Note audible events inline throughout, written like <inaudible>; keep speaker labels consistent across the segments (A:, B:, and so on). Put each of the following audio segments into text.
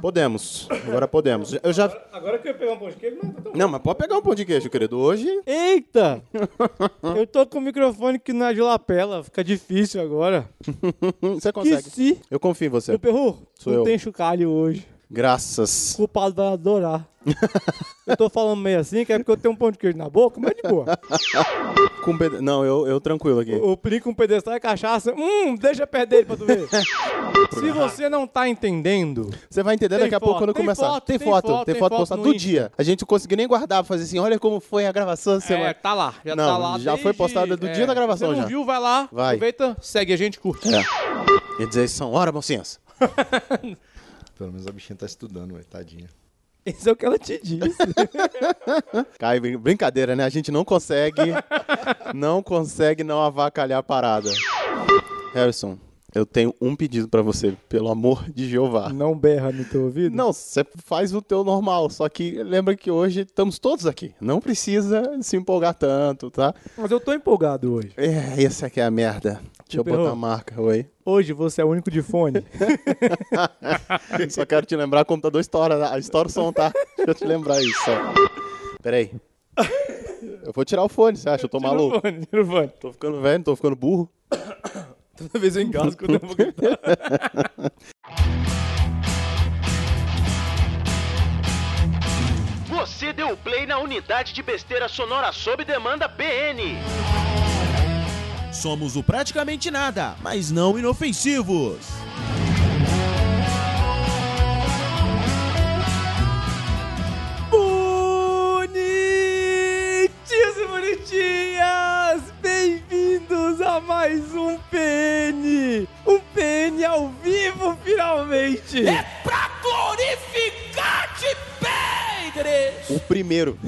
A: Podemos, agora podemos. Eu já.
B: Agora que eu ia pegar um pão de queijo, mas tá tão...
A: Não, mas pode pegar um pão de queijo, querido. Hoje. <laughs>
C: Eita!
B: <laughs>
C: Eu tô com o microfone que não é de lapela, fica difícil agora.
A: Você
C: Que
A: consegue.
C: se...
A: Eu confio em você.
C: Meu perru,
A: Sou
C: não
A: eu.
C: tem chocalho hoje. O
A: Graças.
C: culpado
A: <laughs>
C: vai adorar. eu tô falando meio assim, que é porque eu tenho um pão de queijo na boca, mas de
A: <laughs>
C: boa.
A: Com ped- Não, eu, eu tranquilo aqui.
C: O plico um pedestal e cachaça. Hum, deixa perder ele pra
A: <laughs>
C: tu ver. Se você não tá entendendo,
A: Você vai entender
C: Tem
A: daqui a pouco
C: foto,
A: quando
C: tem
A: começar.
C: foto,
A: tem,
C: tem
A: foto,
C: foto,
A: tem
C: tem
A: foto,
C: foto
A: postada
C: no
A: do
C: Insta.
A: dia. A gente não conseguiu nem guardar pra fazer assim, olha como foi a gravação essa semana.
C: é, tá lá. Já
A: Não,
C: tá lá.
A: já foi
C: desde-
A: postada do dia da gravação
C: Se não
A: já.
C: viu, vai lá,
A: Vai.
C: aproveita, segue a
A: <laughs>
C: gente, curte.
A: É. E dizer, são hora, bom senso.
D: Pelo menos a bichinha tá estudando, ué, tadinha.
C: Isso é o que ela te disse.
A: Cai, brin- brincadeira, né? A gente não
C: <laughs>
A: consegue, não consegue não avacalhar a parada. Harrison, eu tenho um pedido pra você, pelo amor de Jeová.
C: não berra no teu
A: <laughs>
C: ouvido?
A: Não, você faz o teu normal, só que lembra que hoje estamos todos aqui. Não precisa se empolgar tanto, tá?
C: Mas eu tô empolgado hoje.
A: É, essa aqui é a merda. Deixa eu
C: Emperrou.
A: botar a marca, oi. <laughs>
C: Hoje você é o único de <laughs> fone.
A: Só quero te lembrar, o computador estoura, a estoura o som, tá? Deixa eu te lembrar isso. Só. Peraí. Eu vou tirar o fone, você acha? Eu tô maluco.
C: fone, tira o fone.
A: Tô ficando velho, tô ficando burro.
C: Toda vez eu engasgo quando eu vou <laughs> gritar.
E: Você deu play na unidade de besteira sonora sob demanda BN. Somos o praticamente nada, mas não inofensivos.
C: Bonitinhos e bonitinhas! Bem-vindos a mais um PN! Um PN ao vivo, finalmente!
A: O primeiro.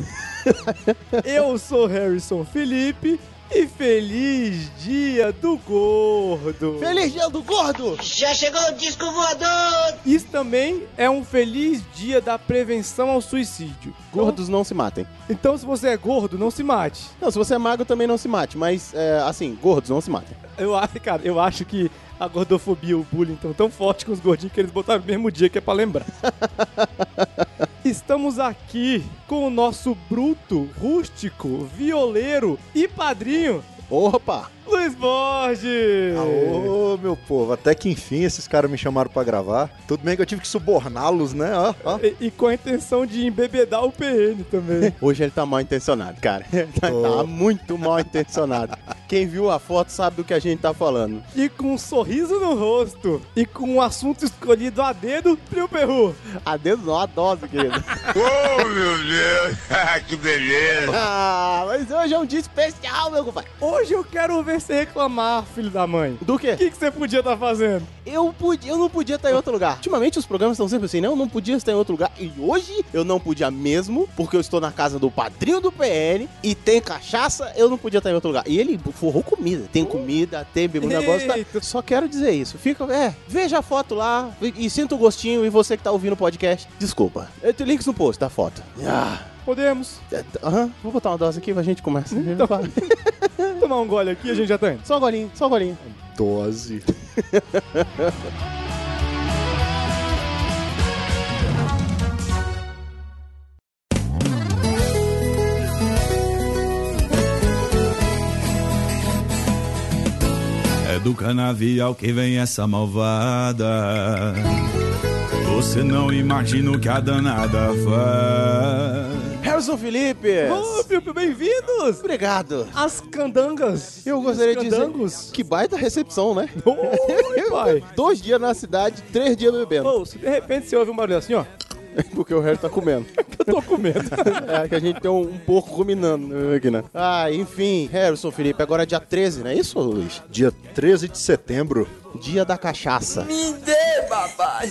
C: Eu sou Harrison Felipe e feliz dia do gordo!
A: Feliz dia do gordo!
F: Já chegou o disco voador!
C: Isso também é um feliz dia da prevenção ao suicídio.
A: Gordos não se matem.
C: Então, se você é gordo, não se mate.
A: Não, se você é magro também não se mate, mas é, assim, gordos não se matem.
C: Eu acho, <laughs> cara, eu acho que a gordofobia e o bullying estão tão forte com os gordinhos que eles botaram no mesmo dia que é pra lembrar. Estamos aqui com o nosso bruto, rústico, violeiro e padrinho,
A: Opa!
C: Luiz Borges!
D: Ô, meu povo, até que enfim esses caras me chamaram pra gravar. Tudo bem que eu tive que suborná-los, né? Ó, ó.
C: E, e com a intenção de embebedar o PN também.
A: Hoje ele tá mal intencionado, cara. <laughs> Tá, tá muito mal intencionado. Quem viu a foto sabe do que a gente tá falando.
C: E com um sorriso no rosto. E com um assunto escolhido a dedo, Trio Perru.
A: A dedo não, a
G: <laughs>
A: dose, querido.
G: Oh, meu Deus! <laughs> que beleza!
A: ah, mas hoje é um dia especial, meu compadre.
C: Hoje eu quero ver você reclamar, filho da mãe.
A: Do
C: O
A: quê?
C: que, que você podia estar fazendo?
A: Eu, podia, eu não podia estar em outro lugar. Ultimamente os programas estão sempre assim, não, eu não podia estar em outro lugar. E hoje eu não podia mesmo, porque eu estou na casa do padrinho do PN e tem cachaça, eu não podia estar em outro lugar. E ele forrou comida. Tem comida, tem bebida, um negócio. tá-
C: Eita.
A: Só quero dizer isso. Fica, é, veja a foto lá e, e sinta o gostinho. E você que tá ouvindo o podcast, desculpa. Eu te links no post da foto. Ah,
C: Podemos Então,
A: é, tá- aham. vou botar uma dose aqui pra gente começa.
C: Hum. <laughs> tomar um gole aqui, a gente já tá indo.
A: Só um golinho, só um golinho.
D: Dose.
H: É do canavial que vem essa malvada. Você não imagina o que a danada faz.
A: Harrison Felipe!
C: Ô, Piu, bem-vindos
A: Obrigado.
C: às candangas.
A: Eu gostaria de dizer <laughs>
C: Candangos?
A: que baita recepção, né?
C: Oi, pai.
A: Dois dias na cidade, três dias bebendo.
C: Ô, se de repente você ouve um barulho assim, ó,
A: Porque o Harry tá comendo.
C: eu tô
A: <laughs>
C: com medo.
A: É que a gente tem um, um porco ruminando aqui, né? Ah, enfim, Harrison Felipe, agora é dia 13, não é isso, Luiz?
D: Dia 13 de setembro,
A: Dia da cachaça.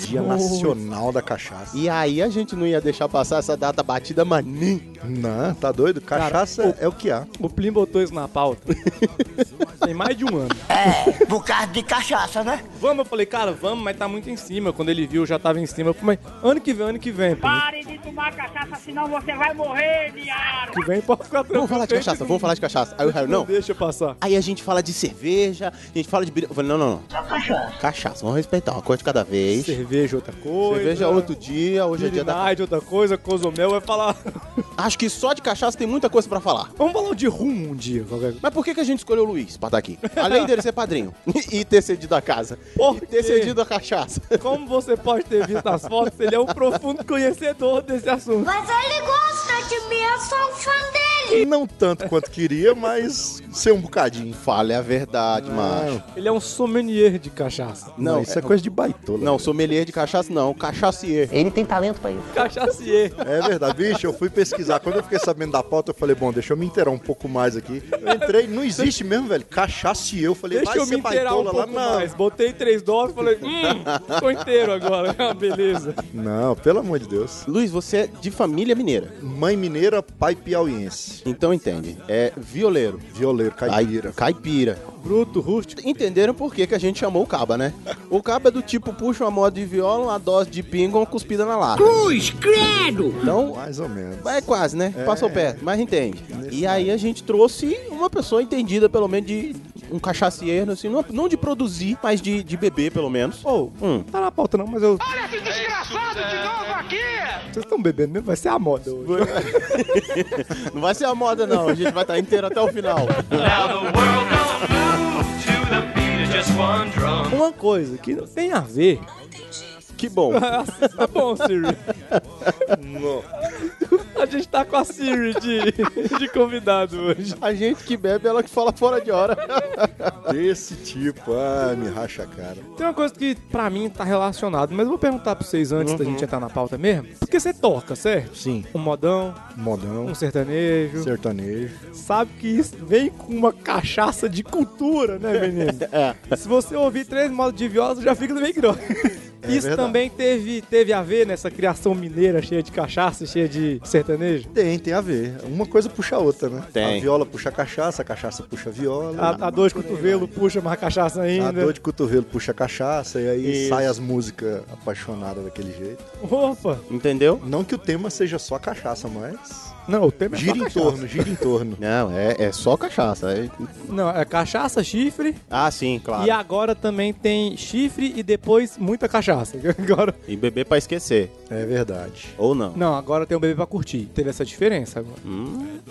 D: Dia Nacional da Cachaça.
A: E aí a gente não ia deixar passar essa data batida, mas nem.
D: Não, tá doido? Cachaça é o que há.
C: O Plim botou isso na pauta. <laughs> Tem mais de um ano.
F: É, Por causa de cachaça, né? Ah.
C: Vamos, eu falei, cara, vamos, mas tá muito em cima. Quando ele viu, já tava em cima. Eu falei, Mas ano que vem, ano que vem. Plim.
I: Pare de tomar cachaça, senão você vai morrer, viado.
C: Que vem pode ficar tranquilo.
A: Vamos falar de cachaça, vamos falar de cachaça. Aí o Harry, não.
C: Deixa eu passar.
A: Aí a gente fala de cerveja, a gente fala de bebida. Eu falei, não, não, não.
F: Cachaça.
A: Cachaça, vamos respeitar, uma coisa de cada vez.
C: Cerveja outra coisa.
A: Cerveja é outro dia, hoje é dia da.
C: Pirinite, outra coisa, Cozumel vai falar. <laughs>
A: Acho que só de cachaça tem muita coisa pra falar.
C: Vamos falar de rum um dia, qualquer
A: Mas por que, que a gente escolheu o Luiz pra estar aqui? Além dele ser padrinho <laughs> e ter cedido a casa.
C: Por
A: e
C: quê?
A: ter cedido a cachaça.
C: Como você pode ter visto as fotos, ele é um profundo conhecedor desse assunto.
J: Mas ele gosta de mim, eu sou fã dele.
D: Não tanto quanto queria, mas ser um bocadinho.
A: Fale a verdade, macho.
C: Ele é um sommelier de cachaça.
A: Não,
D: isso é, coisa de baitola.
A: Não, sommelier de cachaça não, cachacier.
F: Ele tem talento pra isso.
C: Cachacier.
D: É verdade, bicho, eu fui pesquisar. Quando eu fiquei sabendo da pauta, eu falei, bom, deixa eu me inteirar um pouco mais aqui. Eu entrei, não existe mesmo, velho. Cachaça e eu. Falei,
C: Deixa
D: vai
C: eu me
D: ser
C: inteirar um
D: baitola
C: pouco
D: lá, não.
C: mais. Botei três doses, falei, hum, tô inteiro agora. <laughs> Ah, Beleza.
D: Não, pelo amor de Deus.
A: Luiz, você é de família mineira.
D: Mãe mineira, pai piauiense.
A: Então entende, é violeiro.
D: Violeiro, caipira.
A: Ai, caipira.
C: Bruto, rústico.
A: Entenderam por que, que a gente chamou o Caba, né? O Caba é do tipo puxa uma moda de viola, uma dose de pinga, uma cuspida na lata.
I: Cruz, credo.
A: Então,
D: Mais ou menos.
A: é quase, né? Passou perto, mas entende. E aí a gente trouxe uma pessoa entendida, pelo menos, de um cachaceiro, assim, não, não de produzir, mas de, de beber, pelo menos.
C: Ô,
A: Hum.
C: tá na pauta não, mas eu...
E: Olha esse desgraçado de novo aqui!
C: Vocês estão bebendo mesmo? Vai ser a moda hoje.
A: Não vai ser a moda, não. A gente vai estar inteiro até o final.
E: Now the world don't move to the beat of just one drum.
C: Uma coisa que não tem a <laughs> ver...
A: Que bom.
C: tá bom, Siri. A gente tá com a Siri de, <laughs> de convidado hoje.
A: <laughs> A gente que bebe, ela que fala fora de hora.
D: Desse tipo. Ah, me racha a cara.
C: Tem uma coisa que pra mim tá relacionada, mas eu vou perguntar pra vocês antes da gente entrar na pauta mesmo. Porque você toca, certo?
D: Sim.
C: Um modão,
D: Modão.
C: um sertanejo.
D: Sertanejo.
C: Sabe que isso vem com uma cachaça de cultura, né, menino? <laughs> Se você ouvir três modos de viola, você já fica meio <laughs> grosso. Isso
D: verdade.
C: também teve, teve a ver nessa criação mineira cheia de cachaça, cheia de sertanejo?
D: Tem, tem a ver. Uma coisa puxa a outra, né?
A: Tem.
D: A viola puxa a cachaça, a cachaça puxa a viola.
C: A, a dor de cotovelo puxa mais cachaça ainda.
D: A dor de cotovelo puxa a cachaça e aí
A: Isso.
D: sai as músicas apaixonadas daquele jeito.
C: Opa!
A: Entendeu?
D: Não que o tema seja só cachaça, mas.
C: Não, o tema é só
D: Gira em
C: cachaça.
D: torno, gira em torno.
A: Não, é, é só cachaça. é-
C: Não, é cachaça, chifre,
A: Ah, sim, claro.
C: e agora também tem chifre e depois muita cachaça. <laughs> Agora...
A: E beber pra esquecer.
D: É verdade.
A: Ou não.
C: Não, agora tem um bebê pra curtir. Teve essa diferença agora.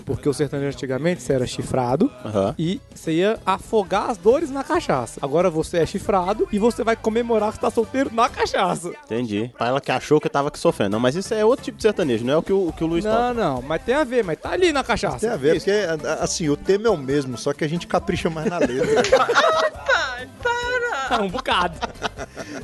C: Porque o sertanejo antigamente você era chifrado
A: Aham.
C: e você ia afogar as dores na cachaça. Agora você é chifrado e você vai comemorar que você tá solteiro na cachaça.
A: Entendi. Pra ela que achou que eu tava que sofrendo. Não, mas isso é outro tipo de sertanejo, não é o que o, o que o Luiz toca.
C: Não, não, mas tem a ver, mas tá ali na
D: Tem a
C: cachaça.
D: ver, porque a- a- assim, o tema é o mesmo, só que a gente capricha mais na letra.
C: Tá um bocado.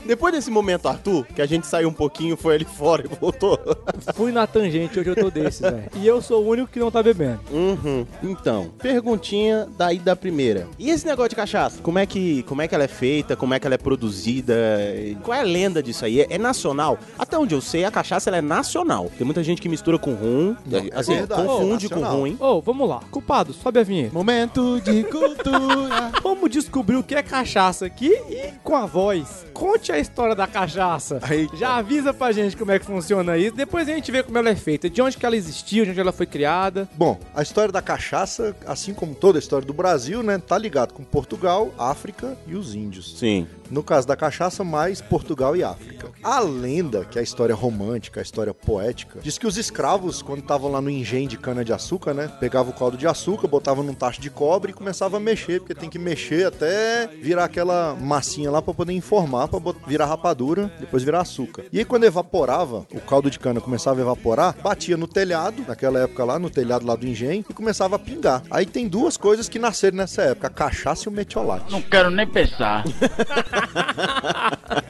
A: Depois desse momento, Arthur, que a gente saiu um pouquinho, foi ali fora e voltou.
C: <laughs> Fui na tangente, hoje eu tô desses, velho. E eu sou o único que não tá bebendo.
A: Uhum. Então, perguntinha daí da primeira. E esse negócio de cachaça? Como é que, como é que ela é feita? Como é que ela é produzida? E Qual é a lenda disso aí? É, é nacional? Até onde eu sei, a cachaça ela é nacional. Tem muita gente que mistura com rum, assim,
D: verdade,
A: confunde
D: é
A: com
D: nacional.
A: rum, hein?
C: Ô, vamos lá. Culpado, sobe a vinheta.
A: <laughs> Momento de cultura.
C: Vamos descobrir o que é cachaça aqui e com a voz. Conte a história da cachaça. Já avisa pra gente como é que funciona isso. Depois a gente vê como ela é feita, de onde que ela existiu, de onde ela foi criada.
D: Bom, a história da cachaça, assim como toda a história do Brasil, né, tá ligado com Portugal, África e os índios.
A: Sim.
D: No caso da cachaça, mais Portugal e África. A lenda, que é a história romântica, a história poética, diz que os escravos, quando estavam lá no engenho de cana-de-açúcar, né? Pegavam o caldo de açúcar, botavam num tacho de cobre e começava a mexer, porque tem que mexer até virar aquela massinha lá pra poder informar, pra bot- virar rapadura, depois virar açúcar. E aí, quando evaporava, o caldo de cana começava a evaporar, batia no telhado, naquela época lá, no telhado lá do engenho, e começava a pingar. Aí tem duas coisas que nasceram nessa época: a cachaça e o metiolate.
E: Quero nem pensar.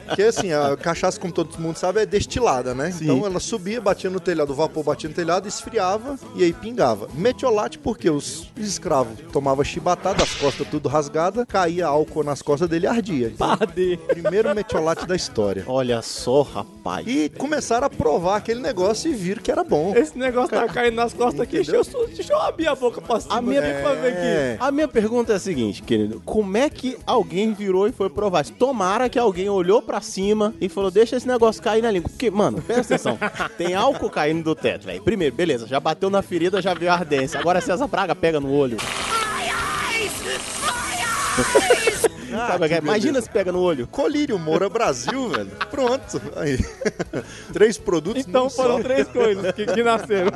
D: Porque assim, a cachaça, como todo mundo sabe, é destilada, né? Então ela subia, batia no telhado, o vapor batia no telhado, esfriava e aí pingava. Metiolate, porque os escravos tomavam chibatada, as costas tudo rasgada, caía álcool nas costas dele e ardia. Então,
C: Cadê?
D: primeiro metiolate da história.
A: Olha só, rapaz.
D: E começaram a provar aquele negócio e viram que era bom.
C: Esse negócio tá caindo nas costas aqui. Deixa eu, su- deixa eu abrir a boca pra cima.
A: A minha-
C: aqui pra ver
D: É.
A: A minha pergunta é a seguinte, querido. Como é que alguém virou e foi provar? Tomara que alguém olhou pra cima e falou: deixa esse negócio cair na língua. Porque, mano, presta
D: <laughs>
A: atenção. tem álcool caindo do teto, velho. Primeiro, beleza, já bateu na ferida, já veio a ardência. Agora César Braga pega no olho. Sabe qual é? Imagina se pega no olho.
D: Colírio, Moura Brasil, velho. Pronto. Aí. <laughs> Três produtos
C: Então
D: num
C: foram
D: só.
C: três coisas que, que
D: <laughs>
C: nasceram.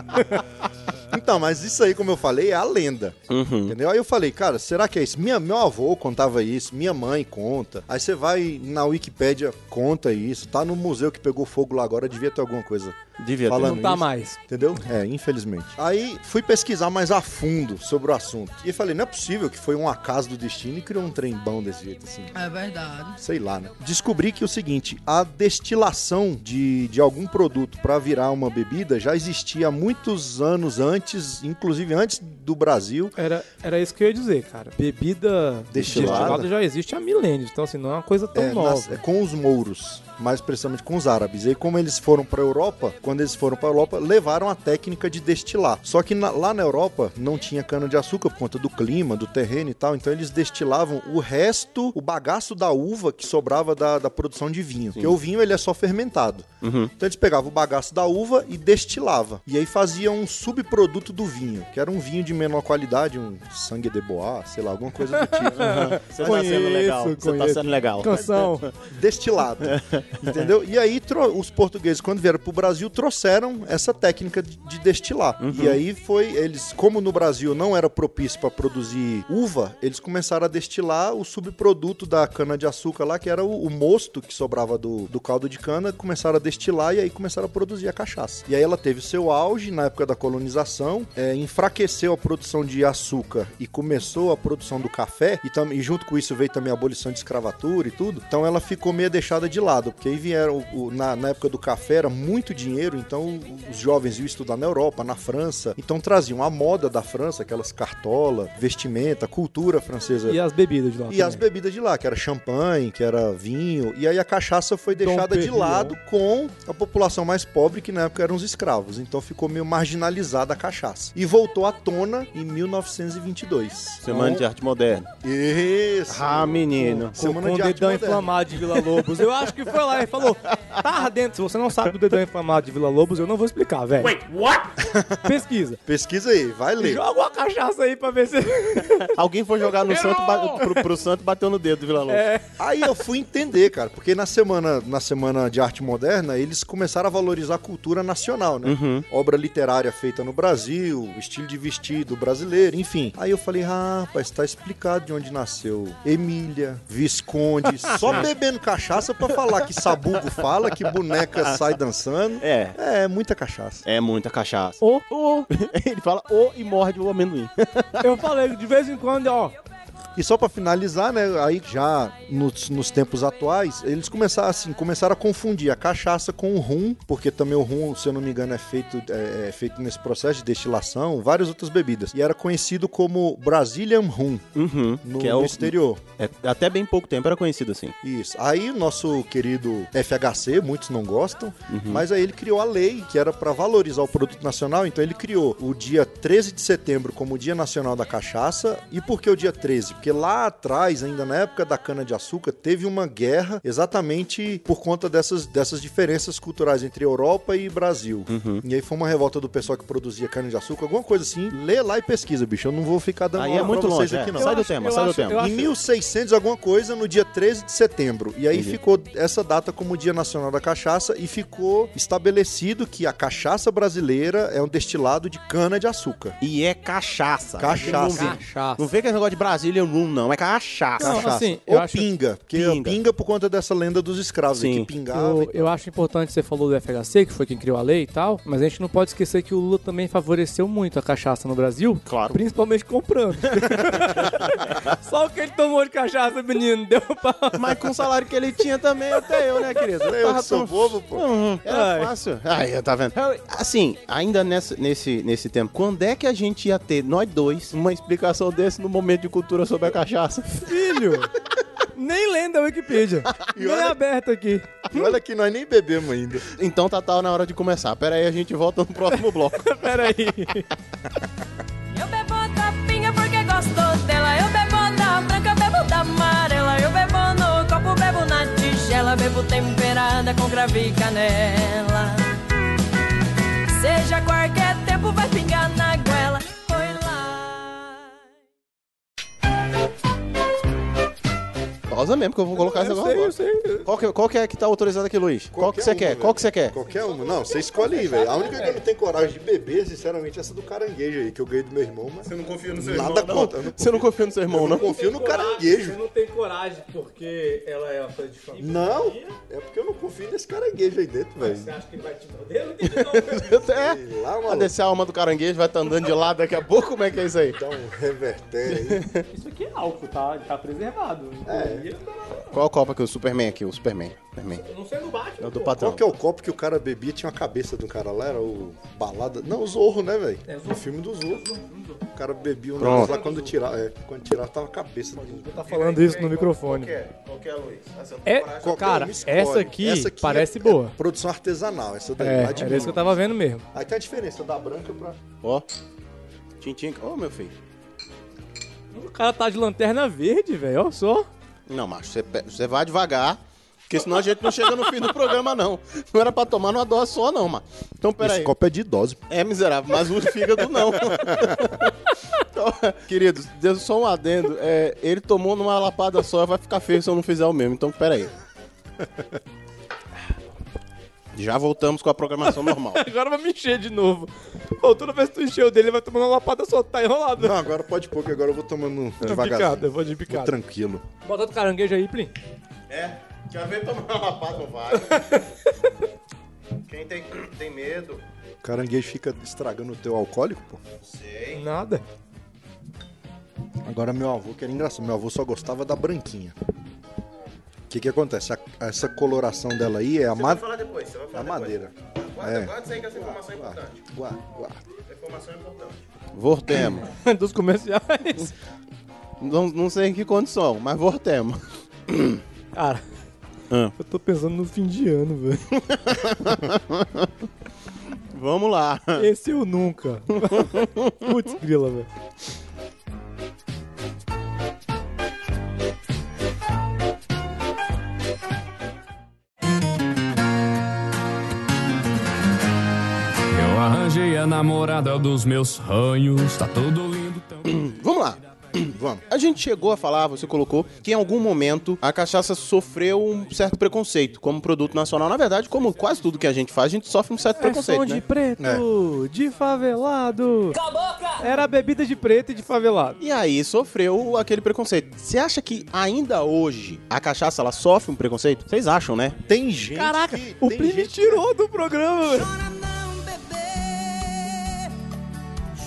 D: Então, mas isso aí, como eu falei, é a lenda.
A: Uhum.
D: Entendeu? Aí eu falei, cara, será que é isso? Minha, meu avô contava isso, minha mãe conta. Aí você vai na Wikipédia, conta isso. Tá no museu que pegou fogo lá agora, devia ter alguma coisa.
A: Devia ter.
D: falando
C: Não tá
D: isso.
C: mais.
D: Entendeu? É, infelizmente. Aí fui pesquisar mais a fundo sobre o assunto. E falei, não é possível que foi um acaso do destino e criou um trem bom desse jeito, assim.
K: É verdade.
D: sei lá, né? Descobri que o seguinte, a destilação de, de algum produto para virar uma bebida já existia há muitos anos antes, inclusive antes do Brasil.
C: Era, era isso que eu ia dizer, cara. Bebida
D: Destilada.
C: já existe há milênios, então assim, não é uma coisa tão
D: É, nas-
C: nova.
D: é com os mouros, mais precisamente com os árabes. E aí, como eles foram para Europa, quando eles foram para Europa, levaram a técnica de destilar. Só que na- lá na Europa não tinha cana de açúcar por conta do clima, do terreno e tal. Então eles destilavam o resto, o bagaço da uva que sobrava da, da produção de vinho. Porque o vinho ele é só fermentado. Então eles pegavam o bagaço da uva e destilava. E aí faziam um subproduto do vinho, que era um vinho de menor qualidade, um sangue de boa, sei lá, alguma coisa do tipo.
A: Você tá sendo legal. Você tá
D: conheço.
A: sendo legal.
D: <laughs>
C: Canção.
D: destilado, entendeu? E aí tro- os portugueses, quando vieram pro Brasil, trouxeram essa técnica de, de destilar. E aí foi, eles, como no Brasil não era propício para produzir uva, eles começaram a destilar o subproduto da cana-de-açúcar lá, que era o, o mosto que sobrava do, do caldo de cana, começaram a destilar e aí começaram a produzir a cachaça. E aí ela teve o seu auge na época da colonização, é, enfraqueceu a produção de açúcar e começou a produção do café, e, tam- e junto com isso veio também a abolição de escravatura e tudo. Então ela ficou meio deixada de lado, porque aí vieram, o- o- na, na época do café era muito dinheiro, então o- os jovens iam estudar na Europa, na França, então traziam a moda da França, aquelas cartola, vestimenta, cultura francesa.
C: E as bebidas de lá.
D: E
C: também.
D: as bebidas de lá, que era champanhe, que era vinho, e aí a cachaça foi deixada de
C: Perignon.
D: lado com a população mais pobre, que na época eram os escravos. Então ficou meio marginalizada a cachaça. E voltou à tona em 1922.
A: Semana
D: Então,
A: de arte moderna.
D: Isso!
A: Ah, menino.
C: Com,
D: Semana
C: com o
D: de arte
C: dedão
D: moderna.
C: inflamado de Vila Lobos. Eu acho que foi lá e falou: tá ardendo. Se você não sabe do dedão inflamado de Vila Lobos, eu não vou explicar, velho.
I: Wait, what?
C: <laughs> Pesquisa.
D: Pesquisa aí, vai ler.
C: Joga uma cachaça aí pra ver se. <laughs>
A: Alguém foi jogar no santo, ba- pro, pro santo bateu no dedo, Vila Lobos.
D: Aí eu fui entender, cara, porque na semana, na semana de arte moderna, eles começaram a valorizar a cultura nacional, né? Obra literária feita no Brasil, estilo de vestido brasileiro, enfim. Aí eu falei, rapaz, tá explicado de onde nasceu Emília, Visconde, só bebendo cachaça pra falar que sabugo fala, que boneca sai dançando.
A: É.
D: É, muita cachaça.
A: É muita cachaça.
C: Ô, ô.
A: <laughs> Ele fala o e morde o amendoim.
C: Eu falei, de vez em quando, ó.
D: E só pra finalizar, né, aí já nos, nos tempos atuais, eles começaram assim, começaram a confundir a cachaça com o rum, porque também o rum, se eu não me engano, é feito, é, é feito nesse processo de destilação, várias outras bebidas. E era conhecido como Brazilian Rum
A: <laughs> Uhum.
D: no,
A: que é
D: no
A: o.
D: exterior.
A: é- até bem pouco tempo era conhecido assim.
D: Isso. Aí o nosso querido FHC, muitos não gostam,
A: Uhum.
D: mas aí ele criou a lei que era pra valorizar o produto nacional, então ele criou o dia 13 de setembro como o Dia Nacional da Cachaça. E por que o dia 13? Porque lá atrás, ainda na época da cana-de-açúcar, teve uma guerra exatamente por conta dessas, dessas diferenças culturais entre Europa e Brasil.
A: Uhum.
D: E aí foi uma revolta do pessoal que produzia cana-de-açúcar, alguma coisa assim. Lê lá e pesquisa, bicho. Eu não vou ficar dando
A: Aí
D: aula
A: é muito
D: pra vocês
A: longe, é.
D: aqui, não.
A: Sai
C: Eu
A: do
C: acho-
A: tema,
C: eu
A: sai do
C: acho-
A: tema.
C: eu acho-
D: Em 1600 alguma coisa, no dia 13 de setembro. E aí
A: Entendi.
D: ficou essa data como Dia Nacional da Cachaça e ficou estabelecido que a cachaça brasileira é um destilado de cana-de-açúcar.
A: E é cachaça.
D: Cachaça.
A: Não,
C: Cachaça.
A: não vê que é negócio de Brasília Rum, não. É cachaça.
C: Não,
D: Cachaça.
C: assim, eu
D: Ou
C: acho-
D: pinga. Porque
A: Pinga.
D: pinga. pinga por conta dessa lenda dos escravos,
A: Sim.
D: que pingava.
C: Eu, eu acho importante, você falou do FHC, que foi quem criou a lei e tal, mas a gente não pode esquecer que o Lula também favoreceu muito a cachaça no Brasil.
A: Claro.
C: Principalmente comprando. <laughs> Só o que ele tomou de cachaça, menino, deu pra...
A: Mas com o salário que ele tinha também, até eu, né, querido?
D: Eu
A: Tava
D: que sou
A: tão-
D: bobo, pô.
A: Uhum, Era
C: Ai.
A: fácil. Ai, tá vendo? Assim, ainda nessa- nesse, nesse tempo, quando é que a gente ia ter, nós dois, uma explicação desse no momento de cultura sobre a cachaça? <laughs>
C: Filho! Nem lendo a Wikipedia. Nem
D: olha-
C: aberto aqui.
D: E olha que nós nem bebemos ainda.
A: Então tá, tá na hora de começar. Pera aí, a gente volta no próximo bloco.
C: Peraí.
J: Eu bebo da pinga porque gosto dela. Eu bebo da branca, bebo da amarela. Eu bebo no copo, bebo na tigela. bebo temperada com cravo e canela. Seja qualquer tempo, vai pingar na goela. Foi lá.
A: Pausa mesmo, que eu vou colocar essa agora.
D: eu
A: Qual, que, qual que é que tá autorizado aqui, Luiz? Qual que
D: Qualquer
A: você quer?
D: uma,
A: Qual que
D: velho.
A: você quer?
D: Qualquer uma. Não, você escolhe aí, velho. A única que eu não tenho coragem de beber, sinceramente, é essa do caranguejo aí, que eu ganhei do meu irmão, mas. Você
B: não confia no
D: seu Nada
A: Não,
D: contra. eu um. não
A: você não confia no seu irmão, não? <laughs>
D: confio no caranguejo.
B: Você não tem coragem porque ela é uma coisa de família.
D: Não, é porque eu não confio nesse caranguejo aí dentro,
B: Você
D: velho.
B: acha que ele vai te foder? Eu não entendi não.
A: É.
D: Sei lá,
A: Vai
D: maluco.
A: descer a alma do caranguejo, vai estar andando de lado daqui a pouco. Como é que é isso aí?
D: Dá um revertério aí.
C: Isso aqui é álcool, tá? Tá preservado.
A: Qual Copa que o Superman aqui? O Superman. Superman.
B: Eu não sei no
A: É
B: Batman.
A: o do
D: Qual
A: patrão.
D: que é o copo que o cara bebia? Tinha uma cabeça do cara lá, era o Balada. Não, o Zorro, né, velho? É, o filme do Zorro. O cara bebia um negócio lá quando tirava. É, quando tirava, tava a cabeça um- do.
C: Tá falando isso no microfone.
A: Qual que é, Luiz? Essa
C: É,
D: Qualquer
C: cara,
D: um escolhe.
C: essa aqui, parece
D: é-
C: boa.
D: é produção artesanal, essa daí.
C: É,
D: lá de
C: era isso que eu
D: Minas.
C: tava vendo mesmo.
D: Aí tem a diferença da branca pra.
A: Ó. Tintim. Ô, meu filho.
C: O cara tá de lanterna verde, velho, olha só.
A: Não, macho, você pe- você vai devagar. Porque senão a gente não chega no fim do programa, não. Não era pra tomar numa dose só, não, mano. Então, peraí.
D: copo é de idoso.
A: É miserável, mas o fígado não. <laughs> Então, Queridos, deu só um adendo. É, ele tomou numa lapada só, vai ficar feio se eu não fizer o mesmo. Então, peraí. Já voltamos com a programação normal.
C: Agora vai me encher de novo. Pô, toda vez que tu encheu dele, ele vai tomar uma lapada só, tá enrolado.
D: <laughs> Não, agora pode pôr, que agora eu vou tomando
C: picada, eu
D: devagarzinho.
C: vou de
D: Vou
C: picada.
D: tranquilo.
C: Bota outro caranguejo aí, Plim.
A: É, já veio tomar uma lapada, não vai. Quem tem, tem medo,
D: O caranguejo fica estragando o teu alcoólico, pô.
A: sei.
C: Nada. <laughs>
D: Agora meu avô, que era engraçado, meu avô só gostava da branquinha. O que que acontece? A- essa coloração dela aí é a, ma-
A: falar depois, você vai
D: a madeira. É.
A: isso aí que essa informação é
D: Guarda, guarda, guarda.
A: Essa informação é importante. Voltemos.
C: Dos comerciais.
A: não, não sei em que condição, mas voltemos.
C: Cara,
A: Ah.
C: eu tô pensando no fim de ano, velho.
A: Vamos lá.
C: <laughs> Esse eu nunca. <laughs> Putz, grila, velho.
K: Eu arranjei a namorada dos meus sonhos, tá tudo lindo tão...
A: Vamos lá. <clears throat> Vamos. A gente chegou a falar, você colocou, que em algum momento a cachaça sofreu um certo preconceito como produto nacional. Na verdade, como quase tudo que a gente faz, a gente sofre um certo
C: É som
A: preconceito,
C: de
A: né?
C: preto, de favelado.
J: Cala a boca!
C: Era bebida de preto e de favelado.
A: E aí sofreu aquele preconceito. Você acha que ainda hoje a cachaça ela sofre um preconceito? Vocês acham, né?
D: Tem gente
C: Caraca,
D: que...
C: o
D: tem
C: Plim me
D: gente que-
C: tirou do programa, <laughs> velho.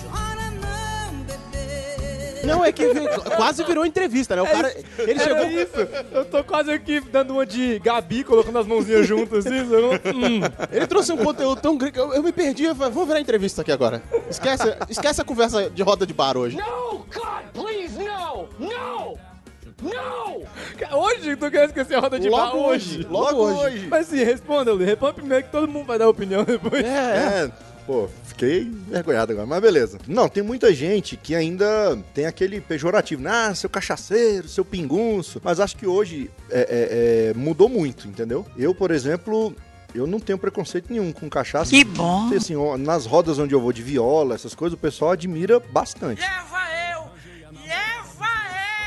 J: Chora não, bebê. Chora não, bebê.
A: Não, é que vi- quase virou <laughs> entrevista, né? O cara, ele
C: Era
A: chegou
C: isso. Eu tô quase aqui dando uma de Gabi, colocando as mãozinhas juntas, assim. sabe? <laughs> Hum.
A: Ele trouxe um conteúdo tão grande que eu, eu me perdi. Eu falei, vamos virar entrevista aqui agora. Esquece, esquece a conversa de roda de bar hoje.
I: No, God, please, no! No! No!
C: Hoje tu quer esquecer a roda de bar
A: Logo
C: hoje.
A: hoje, logo hoje.
C: Mas sim, responda, Lu. Responda primeiro que todo mundo vai dar opinião depois.
A: É, é.
D: É, pô, fiquei envergonhado agora, mas beleza. Não, tem muita gente que ainda tem aquele pejorativo, né? Ah, seu cachaceiro, seu pingunço. Mas acho que hoje é, é, é, mudou muito, entendeu? Eu, por exemplo. Eu não tenho preconceito nenhum com cachaça. Que bom! Assim, ó, nas rodas onde eu vou de viola, essas coisas, o pessoal admira bastante.
I: Leva eu! Leva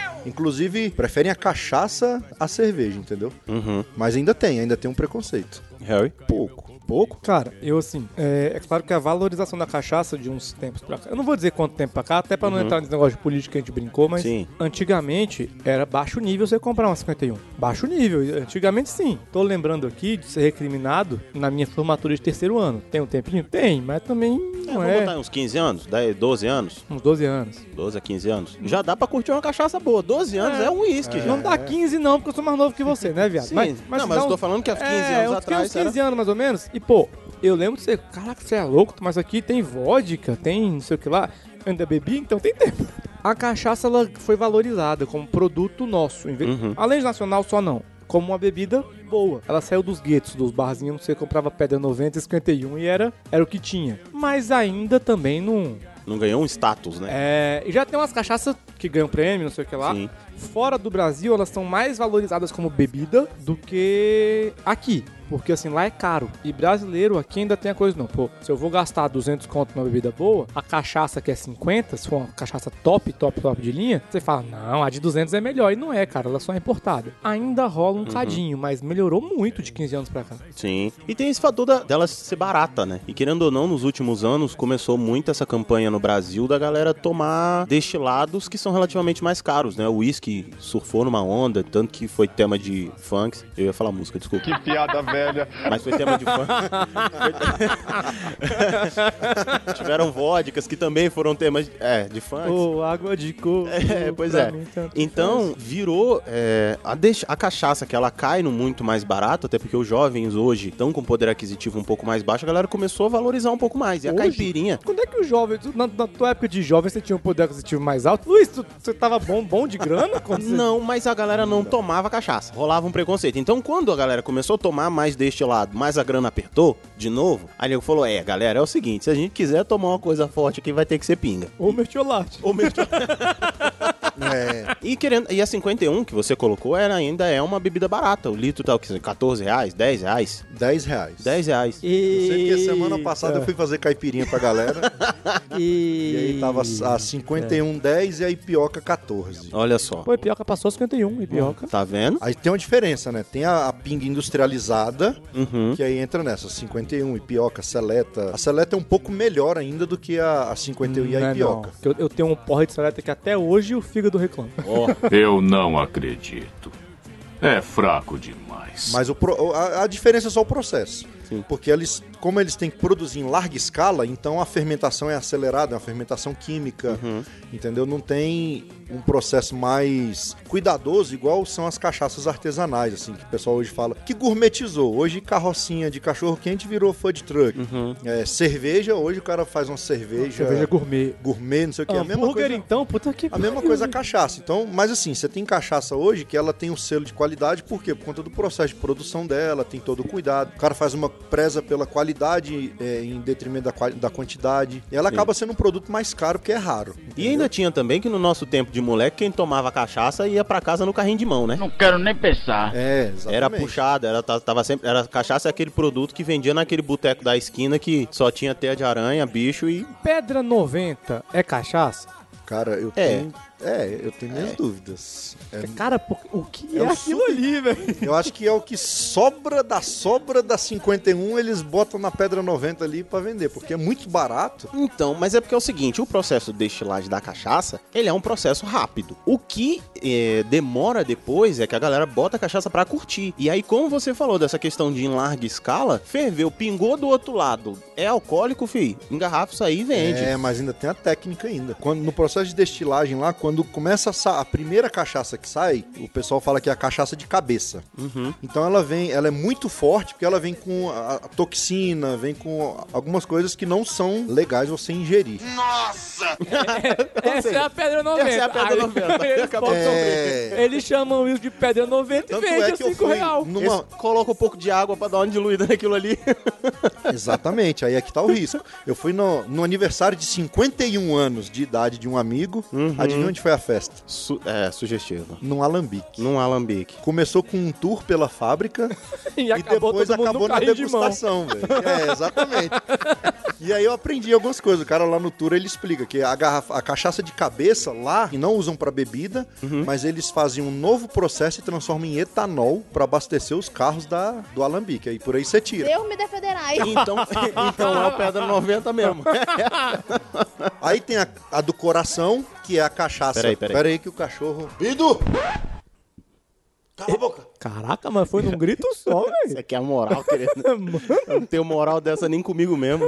I: eu!
D: Inclusive, preferem a cachaça à cerveja, entendeu?
A: Uhum.
D: Mas ainda tem, ainda tem um preconceito.
A: Harry?
D: Pouco.
C: Pouco? Cara, eu assim, é, é claro que a valorização da cachaça de uns tempos pra cá, eu não vou dizer quanto tempo pra cá, até pra não entrar nesse negócio de política que a gente brincou, mas
A: Uhum. Sim.
C: antigamente era baixo nível você comprar uma 51. Baixo nível, antigamente sim. Tô lembrando aqui de ser recriminado na minha formatura de terceiro ano. Tem um tempinho? Tem, mas também não
A: Vamos
C: é,
A: botar uns 15 anos, 10, 12 anos,
C: uns 12 anos.
A: 12 a 15 anos. Já dá pra curtir uma cachaça boa. 12 anos é, um uísque já.
C: Não dá 15 não, porque eu sou mais novo que você, né, viado?
A: Sim, não, mas
C: dá
A: eu tô
C: uns-
A: falando que há 15
C: é,
A: anos
C: eu fiquei
A: atrás
C: uns 15 anos mais ou menos. E, pô, eu lembro de você, caraca, você é louco, mas aqui tem vodka, tem não sei o que lá. Eu ainda bebi, então tem tempo. <laughs> A cachaça, ela foi valorizada como produto nosso. em vez- Além de nacional, só não. Como uma bebida boa. Ela saiu dos guetos, dos barzinhos, onde você comprava pedra 90, 51 e era, era o que tinha. Mas ainda também não,
A: Não ganhou um status, né?
C: é, e É, já tem umas cachaças que ganham prêmio, não sei o que lá. Fora do Brasil, elas são mais valorizadas como bebida do que aqui. Porque assim, lá é caro. E brasileiro aqui ainda tem a coisa, não. Pô, se eu vou gastar 200 conto numa bebida boa, a cachaça que é 50, se for uma cachaça top, top, top de linha, você fala, não, a de 200 é melhor. E não é, cara, ela só é importada. Ainda rola
A: Uhum.
C: um cadinho, mas melhorou muito de 15 anos pra cá.
A: Sim. E tem esse fator da- dela ser barata, né? E querendo ou não, nos últimos anos começou muito essa campanha no Brasil da galera tomar destilados que são relativamente mais caros, né? O uísque surfou numa onda, tanto que foi tema de funks. Eu ia falar música, desculpa.
L: Que piada velha.
A: Mas foi tema de funk. <laughs> Tiveram vodkas que também foram temas é, de funk.
C: Ô, água de coco.
A: <laughs> É, pois é. Então, virou. é, a, deixa- a cachaça que ela cai no muito mais barato, até porque os jovens hoje estão com poder aquisitivo um pouco mais baixo, a galera começou a valorizar um pouco mais. E a
C: Hoje?
A: caipirinha.
C: Quando é que o jovem, tu- na, na tua época de jovem, você tinha um poder aquisitivo mais alto? Luiz, tu, você tava bom, bom de grana? Quando você-
A: Não, mas a galera não tomava cachaça. Rolava um preconceito. Então, quando a galera começou a tomar mais deste lado, mas a grana apertou, de novo, aí ele falou: é, galera, é o seguinte, se a gente quiser tomar uma coisa forte aqui, vai ter que ser pinga.
C: Ou mertiolate.
A: Ou
D: É,
A: E, querendo, e a 51 que você colocou era, ainda é uma bebida barata. O litro tá o quê? 14 reais? 10 reais?
D: 10 reais.
A: 10 reais.
D: Eu sei que semana passada
C: É.
D: eu fui fazer caipirinha pra galera. e aí tava a
C: é.
D: 51,10 e a Ipioca 14.
A: Olha só.
C: Pô, Ipioca passou 51, Ipioca.
A: Tá vendo?
D: Aí tem uma diferença, né? Tem a, a pinga industrializada,
A: Uhum.
D: que aí entra nessa, 51, Ipioca, Seleta. A Seleta é um pouco melhor ainda do que a, a 51 e
C: Não
D: a
C: é
D: Ipioca.
C: não. Eu, eu tenho um porra de seleta que até hoje o fígado reclama.
M: Eu não acredito. É fraco demais.
D: Mas o pro- a, a diferença é só o processo. Porque eles, como eles têm que produzir em larga escala, então a fermentação é acelerada, é uma fermentação química, entendeu? Não tem um processo mais cuidadoso, igual são as cachaças artesanais, assim, que o pessoal hoje fala, que gourmetizou. Hoje carrocinha de cachorro quente virou food truck. É, cerveja, hoje o cara faz uma cerveja...
C: Cerveja é gourmet.
D: Gourmet, não sei o é que.
C: Hambúrguer, então, puta que
D: A mesma
C: pariu.
D: coisa a cachaça. Então, mas assim, você tem cachaça hoje que ela tem um selo de qualidade, por quê? Por conta do processo de produção dela, tem todo o cuidado. O cara faz uma preza pela qualidade é, em detrimento da, quali- da quantidade. E ela
A: Sim.
D: acaba sendo um produto mais caro, porque é raro.
A: E ainda tinha também que no nosso tempo de moleque, quem tomava cachaça ia pra casa no carrinho de mão, né? Não quero nem pensar.
D: É, exatamente.
A: Era puxada, era, ta- tava sempre, era cachaça é aquele produto que vendia naquele boteco da esquina que só tinha teia de aranha, bicho e.
C: Pedra 90 é cachaça?
D: Cara, eu
A: É.
D: tenho. É, eu tenho minhas dúvidas. É,
C: Cara, por- o que
D: é
C: é,
D: o
C: aquilo ali, velho?
D: eu acho que é o que sobra da sobra da 51, eles botam na pedra 90 ali pra vender, porque é muito barato.
A: Então, mas é porque é o seguinte, o processo de destilagem da cachaça, ele é um processo rápido. O que eh, demora depois é que a galera bota a cachaça pra curtir. E aí, como você falou dessa questão de em larga escala, ferveu, pingou do outro lado, é alcoólico, fi, engarrafa isso aí e vende.
D: É, mas ainda tem a técnica ainda. Quando, no processo de destilagem lá, quando começa a, sa- a primeira cachaça que sai, o pessoal fala que é a cachaça de cabeça. Então ela vem, ela é muito forte porque ela vem com a, a toxina, vem com algumas coisas que não são legais você ingerir.
I: Nossa!
C: Essa é a pedra 90.
I: Essa é a pedra
C: Aí-
I: 90.
C: <laughs> eles,
I: Acabou
C: botam- um-
I: de
D: sofrer.
C: eles chamam isso de pedra 90
D: Tanto
C: e vende
D: é
C: a
D: que eu
C: 5
D: fui
C: real.
D: numa-
C: Esse-
A: Coloca um pouco de água pra dar uma diluída naquilo ali.
D: Exatamente, aí é que tá o risco. Eu fui no, no aniversário de 51 anos de idade de um amigo. Adivinha onde foi a festa?
A: Su- é, sugestivo.
D: Num alambique.
A: Num alambique.
D: Começou com um tour pela fábrica
C: <laughs> E,
D: e
C: acabou
D: depois
C: todo mundo
D: acabou
C: no
D: na
C: carrinho de mão.
D: degustação, velho.
C: <laughs>
D: É, exatamente. e aí eu aprendi algumas coisas. O cara lá no tour ele explica que a, garrafa, a cachaça de cabeça lá que não usam pra bebida,
C: Uhum.
D: mas eles fazem um novo processo e transformam em etanol pra abastecer os carros da, do alambique. Aí por aí você tira.
N: Deus me defenderai.
A: Então, <laughs> então é o Pedra 90 mesmo.
D: Aí tem a, a do coração, que é a cachaça.
A: Peraí, peraí.
D: Peraí que o cachorro. Bidu! Cala a boca!
C: Caraca, mas foi num grito só, velho. Isso
A: aqui é a moral, querido. Eu não tenho moral dessa nem comigo mesmo.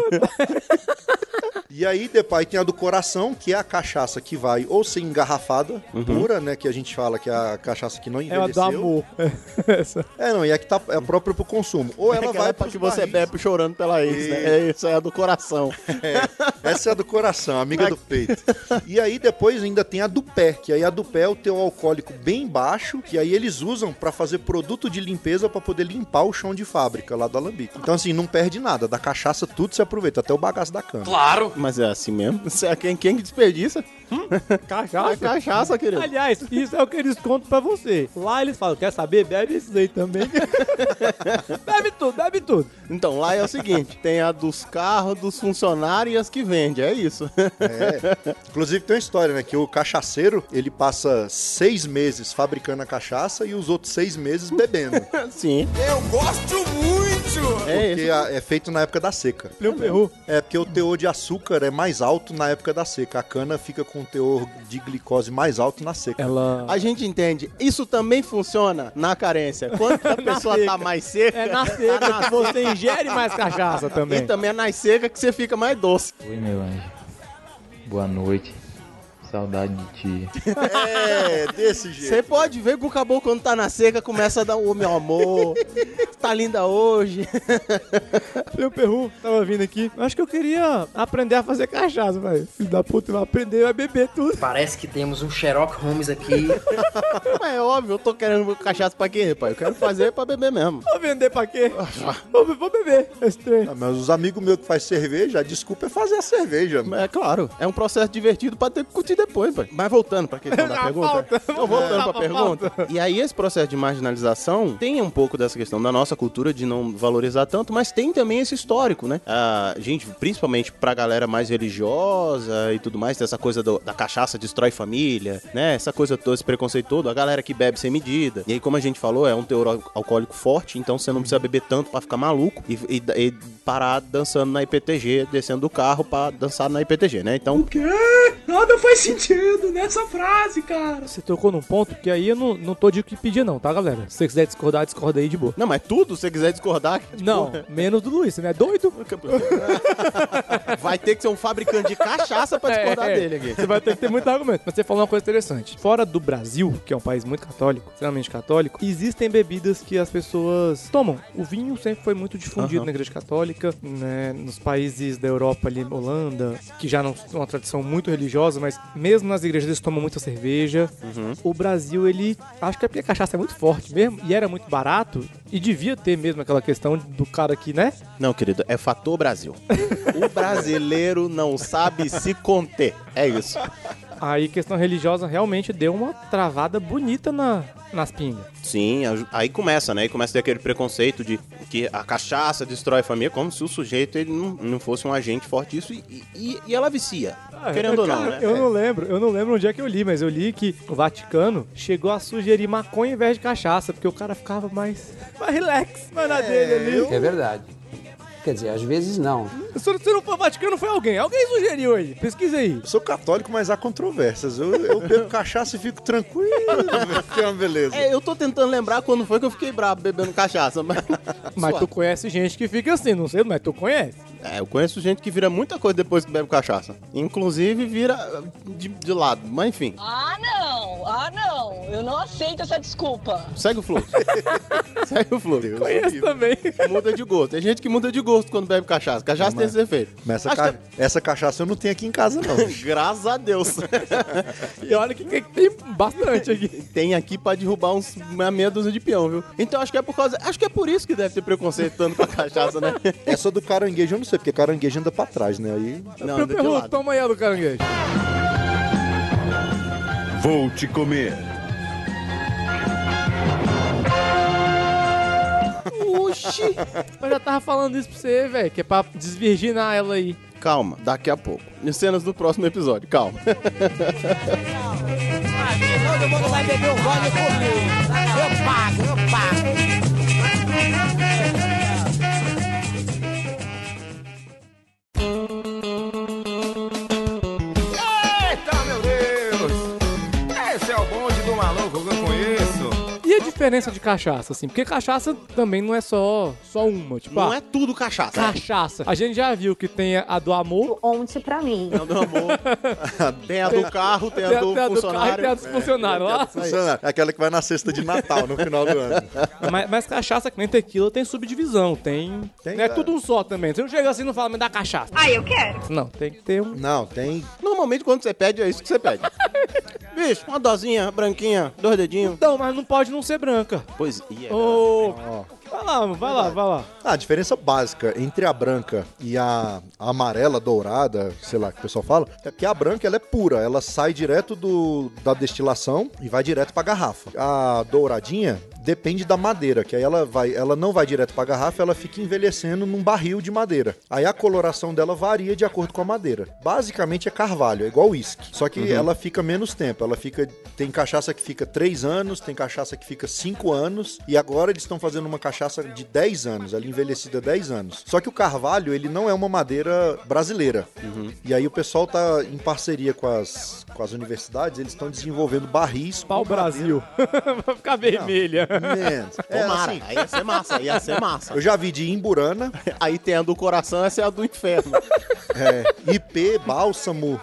D: E aí, depois tem a do coração, que é a cachaça que vai ou ser engarrafada, pura, né? Que a gente fala que é a cachaça que não
C: É a do
D: envelheceu.
C: amor. <laughs> Essa.
D: É, não, e é que tá, é própria pro consumo. Ou ela
A: Aquela
D: vai
A: pra
D: pros
A: É que você bebe chorando pela ex, né? É isso, é a do coração.
D: Essa é a do coração, amiga do peito. E aí depois ainda tem a do pé, que aí a do pé é o teu alcoólico bem baixo, que aí eles usam pra fazer produto de limpeza pra poder limpar o chão de fábrica lá do Alambique. Então assim, não perde nada, da cachaça tudo se aproveita, até o bagaço da cana.
A: Claro! mas é assim mesmo. Quem, quem que desperdiça?
C: Cachaça?
A: É cachaça, querido.
C: Aliás, isso é o que eles contam pra você. Lá eles falam, quer saber? Bebe isso aí também. <laughs> bebe tudo, bebe tudo.
A: Então, lá é o seguinte, tem a dos carros, dos funcionários e as que vende, é isso. <laughs>
D: É. Inclusive tem uma história, né? Que o cachaceiro, ele passa seis meses fabricando a cachaça e os outros seis meses <laughs> bebendo.
A: Sim.
G: Eu gosto muito!
A: É
D: porque
A: isso.
D: a- é feito na época da seca.
C: Meu Peru.
D: É porque o teor de açúcar é mais alto na época da seca. A cana fica com o teor de glicose mais alto na seca.
C: Ela...
A: A gente entende. Isso também funciona <laughs> na carência. Quando a pessoa tá
C: seca.
A: mais seca...
C: É na seca que você ingere mais cachaça
A: E
C: também.
A: também é na seca que você fica mais doce.
L: Oi, meu anjo. Boa noite. Saudade de ti.
D: É, desse jeito.
A: Você pode ver que o caboclo quando tá na seca começa a dar o meu amor. tá linda hoje. <laughs>
C: Meu Peru tava vindo aqui. Eu Acho que eu queria aprender a fazer cachaça, velho. Filho da puta, vai aprender, vai beber tudo.
N: Parece que temos um Sherlock Holmes aqui.
A: Mas é óbvio, eu tô querendo cachaça pra quê, rapaz? Eu quero fazer pra beber mesmo.
C: Vou vender pra quê? vou, vou beber esse trem.
D: Ah, mas os amigos meus que faz cerveja, a desculpa é fazer a cerveja. mano.
A: É claro, é um processo divertido pra ter que curtir depois, pai. Mas voltando pra questão da
C: Já
A: pergunta.
C: falta.
A: Então, voltando
C: Já
A: pra pergunta. E aí, esse processo de marginalização tem um pouco dessa questão da nossa cultura de não valorizar tanto, mas tem também esse histórico, né? A gente, principalmente pra galera mais religiosa e tudo mais, tem essa coisa do- da cachaça destrói família, né? Essa coisa toda, esse preconceito todo, a galera que bebe sem medida. E aí, como a gente falou, é um teor al- alcoólico forte, então você não precisa beber tanto pra ficar maluco e, e- e parar dançando na IPTG, descendo do carro pra dançar na IPTG, né? Então,
B: Nada faz sentido nessa frase, cara.
C: Você tocou num ponto que aí eu não, não tô de o que pedir, não, tá, galera? Se você quiser discordar, discorda aí de boa.
A: Não, mas tudo, se você quiser discordar, tipo,
C: Não, menos do Luiz, você não é doido?
A: vai ter que ser um fabricante de cachaça pra discordar
C: É, é.
A: dele aqui.
C: Você vai ter que ter muito argumento. Mas você falou uma coisa interessante. Fora do Brasil, que é um país muito católico, extremamente católico, existem bebidas que as pessoas tomam. O vinho sempre foi muito difundido
A: Aham.
C: na Igreja Católica, né, nos países da Europa ali, Holanda, que já não tem uma tradição muito religiosa, mas mesmo nas igrejas eles tomam muita cerveja.
A: Uhum.
C: O Brasil, ele... Acho que é porque a cachaça é muito forte mesmo, e era muito barato, e devia ter mesmo aquela questão do cara que, né?
A: Não, querido, é fator Brasil. O brasileiro não sabe se conter. É isso.
C: Aí questão religiosa realmente deu uma travada bonita na, nas pingas.
A: Sim, a- aí começa, né? Aí começa a ter aquele preconceito de que a cachaça destrói a família, como se o sujeito ele não, não fosse um agente forte disso e, e, e ela vicia. querendo ou não,
C: Cara,
A: né?
C: Ah, Eu não lembro, eu não lembro onde é que eu li, mas eu li que o Vaticano chegou a sugerir maconha em vez de cachaça, porque o cara ficava mais, mais relax, mais na dele ali.
O: É verdade. Quer dizer, às vezes não.
C: Se não- se não foi o Vaticano, foi alguém. Alguém sugeriu aí. Pesquisa aí.
D: Eu sou católico, mas há controvérsias. Eu, eu bebo cachaça e fico tranquilo, que é uma beleza.
A: É, eu tô tentando lembrar quando foi que eu fiquei bravo bebendo cachaça, mas.
C: <laughs> Mas tu conhece gente que fica assim, não sei, mas tu conhece.
A: É, eu conheço gente que vira muita coisa depois que bebe cachaça. Inclusive vira eh, de, de lado, mas enfim.
P: Ah, não! Ah, não! Eu não aceito essa desculpa.
A: Segue o <laughs> fluxo. Segue o fluxo.
C: Conheço também.
A: Muda de gosto. Tem gente que muda de gosto quando bebe cachaça. Cachaça tem esse efeito.
D: Mas essa,
A: Acho
D: ca- essa cachaça eu não tenho aqui em casa, não. <laughs>
A: que- Graças a <laughs> Deus.
C: E olha que, que tem bastante aqui.
A: Tem aqui pra derrubar uns, uma meia dúzia de peão, viu? Então acho que é por causa. Acho que é por isso que deve ter preconceito tanto com a cachaça, <laughs> né?
D: Essa do caranguejo eu não sei, porque caranguejo anda pra trás, né? Aí
A: Não,
C: Meu
A: anda de
C: perro,
A: lado.
C: toma aí a do caranguejo.
G: Vou te comer.
C: Oxi! Eu já tava falando isso pra você, velho, que é pra desvirginar ela aí.
A: Calma, daqui a pouco. Cenas do próximo episódio, calma.
F: Todo mundo vai beber o gole comigo. Eu pago, eu
G: Eita, meu Deus! Esse é o bonde do maluco que eu conheço.
C: E a diferença de cachaça, assim? Porque cachaça também não é só, só uma, tipo...
A: Não
C: ah,
A: é tudo cachaça.
C: Cachaça. A gente já viu que tem a do amor,
Q: Ontem pra mim.
A: Não, meu amor. <laughs> Tem a do carro, tem a do
C: tem a do carro e
A: funcionário.
C: tem a dos funcionários lá.
D: funciona. É aquela que vai na cesta de Natal no final do ano.
C: Mas, mas cachaça, que nem tequila, tem subdivisão, tem...
D: Tem,
C: não é
D: cara.
C: tudo um só também. Você não chega assim e não fala, me dá cachaça.
Q: Ah, eu quero.
C: Não, tem que ter um...
D: <laughs> Não, tem.
A: Normalmente quando você pede, é isso que você <laughs> pede. Bicho, uma dosinha branquinha, dois dedinhos.
C: Então, mas não pode não ser branca.
A: Pois, e é.
C: Ô,
D: Ó,
C: Vai lá, vai lá, vai lá.
D: Ah, a diferença básica entre a branca e a, a amarela dourada, sei lá que o pessoal fala, é que a branca ela é pura, ela sai direto do, da destilação e vai direto pra garrafa. A douradinha depende da madeira, que aí ela vai, ela não vai direto pra garrafa, ela fica envelhecendo num barril de madeira. Aí a coloração dela varia de acordo com a madeira. Basicamente é carvalho, é igual uísque. Só que
Q: Uhum.
D: ela fica menos tempo, ela fica tem cachaça que fica 3 anos, tem cachaça que fica 5 anos e agora eles estão fazendo uma cachaça de 10 anos, ela envelhecida 10 anos. Só que o carvalho, ele não é uma madeira brasileira. E aí o pessoal tá em parceria com as com as universidades, eles estão desenvolvendo barris pau Brasil.
C: <laughs> Vai ficar vermelha.
D: menos. É,
A: Tomara,
D: assim-
A: aí ia ser massa, ia ser massa.
D: Eu já vi de Imburana.
A: <laughs> Aí tem a do coração, essa é a do inferno.
D: É, IP, bálsamo,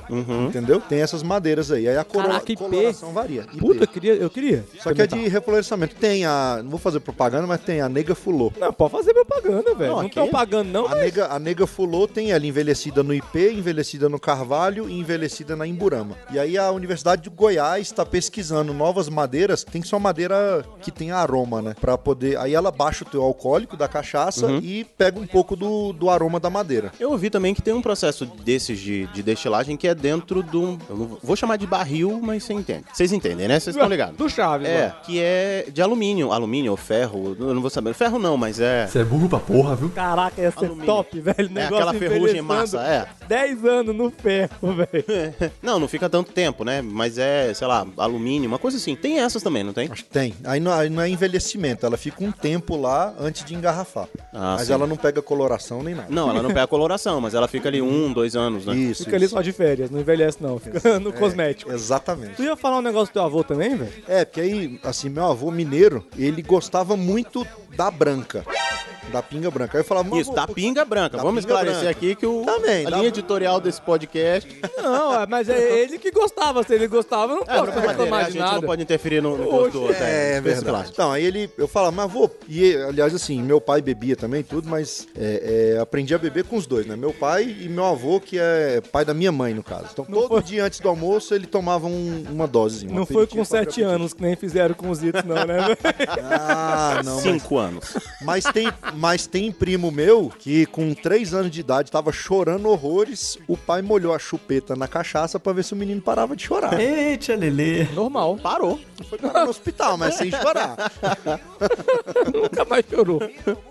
D: entendeu? Tem essas madeiras aí. Aí a coro
C: Caraca, IP.
D: coloração varia. IP.
C: Puta, eu queria, eu queria.
D: Só que é de reflorestamento. Tem a. Não vou fazer propaganda, mas tem a Nega Fulô.
C: Não, pode fazer propaganda, velho. Não tão pagando, não.
A: Ah,
D: A, nega, a Nega Fulô tem ela envelhecida no IP, envelhecida no Carvalho e envelhecida na Imburama. E aí a Universidade de Goiás está pesquisando novas madeiras. Tem que ser uma madeira que tem aroma, né? Pra poder. Aí ela baixa o teu alcoólico da cachaça
A: Uhum.
D: e pega um pouco do, do aroma da madeira.
A: Eu ouvi também que tem um processo desses de, de destilagem que é dentro de um. Eu não vou- vou chamar de barril, mas você entende. Vocês entendem, né? Vocês estão ligados. <laughs>
C: Do Chaves,
A: É,
C: lá.
A: que é de alumínio. Alumínio ou ferro, eu não vou saber. Ferro não, mas é.
Q: Você é burro pra porra, viu?
C: Caraca, ia ser top, velho.
A: Tá É
C: Negócio
A: aquela ferrugem
C: envelhecendo
A: massa, é.
C: 10 anos no ferro,
A: <laughs>
C: velho.
A: <laughs> Não, não fica tanto tempo, né? Mas é, sei lá, alumínio, uma coisa assim. Tem essas também, não tem?
D: Tem. Aí não, aí não é envelhecimento, ela fica um tempo lá antes de engarrafar.
A: Ah,
D: Mas
A: sim.
D: ela não pega coloração nem nada.
A: Não, ela não pega coloração, mas ela fica ali um, dois anos, né?
D: Isso.
C: Fica ali só de férias, não envelhece não. Fica no
D: É,
C: cosmético.
D: Exatamente.
C: Tu ia falar um negócio do teu avô também, velho?
D: É, porque aí, assim, meu avô mineiro, ele gostava muito da branca. Da pinga branca. Aí eu falava,
A: Isso, da pinga branca.
D: Da
A: Vamos
D: pinga
A: esclarecer
D: branca.
A: aqui que o,
D: Também,
A: a
D: dá-
A: linha editorial desse podcast.
C: Não, é, mas é ele que gostava. Se ele gostava, eu não
A: É,
C: posso
A: brincadeira,
C: reclamar
A: a
C: de
A: gente
C: nada.
A: não pode interferir no, no
C: Oxe,
A: gosto do outro.
D: É,
A: Pensa
D: é verdade.
A: clássico.
D: Então, aí ele, eu falava, mas vou. E, aliás, assim, meu pai bebia também, tudo, mas é, é, aprendi a beber com os dois, né? Meu pai e meu avô, que é pai da minha mãe, no caso. Então, todo dia antes do almoço, ele tomava um- uma dose.
C: Não foi com 7 anos que nem fizeram com os itos, não, né,
A: <laughs>
C: velho?
D: Ah, não. mas-
A: Cinco anos.
D: Mas tem, mas tem primo meu que com 3 anos de idade tava chorando horrores. O pai molhou a chupeta na cachaça pra ver se o menino parava de chorar.
Q: Eita, Lelê.
C: Normal.
A: Parou.
D: Foi parar no hospital, mas sem chorar.
C: Nunca mais chorou.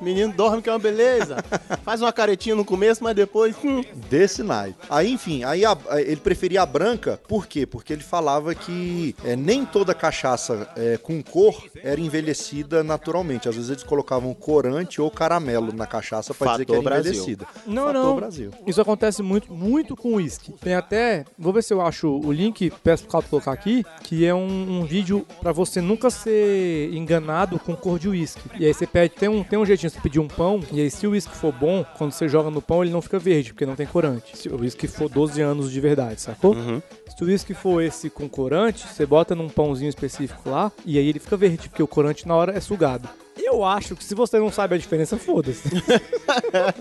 A: Menino dorme que é uma beleza. Faz uma caretinha no começo, mas depois. hum.
D: Desse naipe. Aí, enfim, aí a- a- ele preferia a branca, por quê? Porque ele falava que é, nem toda cachaça é, com cor era envelhecida naturalmente. Às vezes eles colocavam corante ou caramelo na cachaça pra dizer que era
A: Fator Brasil.
D: envelhecida.
C: Não,
D: Fator
C: não.
D: Brasil.
C: Isso acontece muito, muito com uísque. Tem até, vou ver se eu acho o link, peço pro Cato colocar aqui, que é um, um vídeo pra você nunca ser enganado com cor de uísque. E aí você pede, tem um, tem um jeitinho, você pedir um pão, e aí se o uísque for bom, quando você joga no pão ele não fica verde, porque não tem corante. Se o uísque for 12 anos de verdade, sacou?
D: Uhum.
C: Se o uísque for esse com corante, você bota num pãozinho específico lá, e aí ele fica verde, porque o corante na hora é sugado. Eu acho que se você não sabe a diferença, foda-se.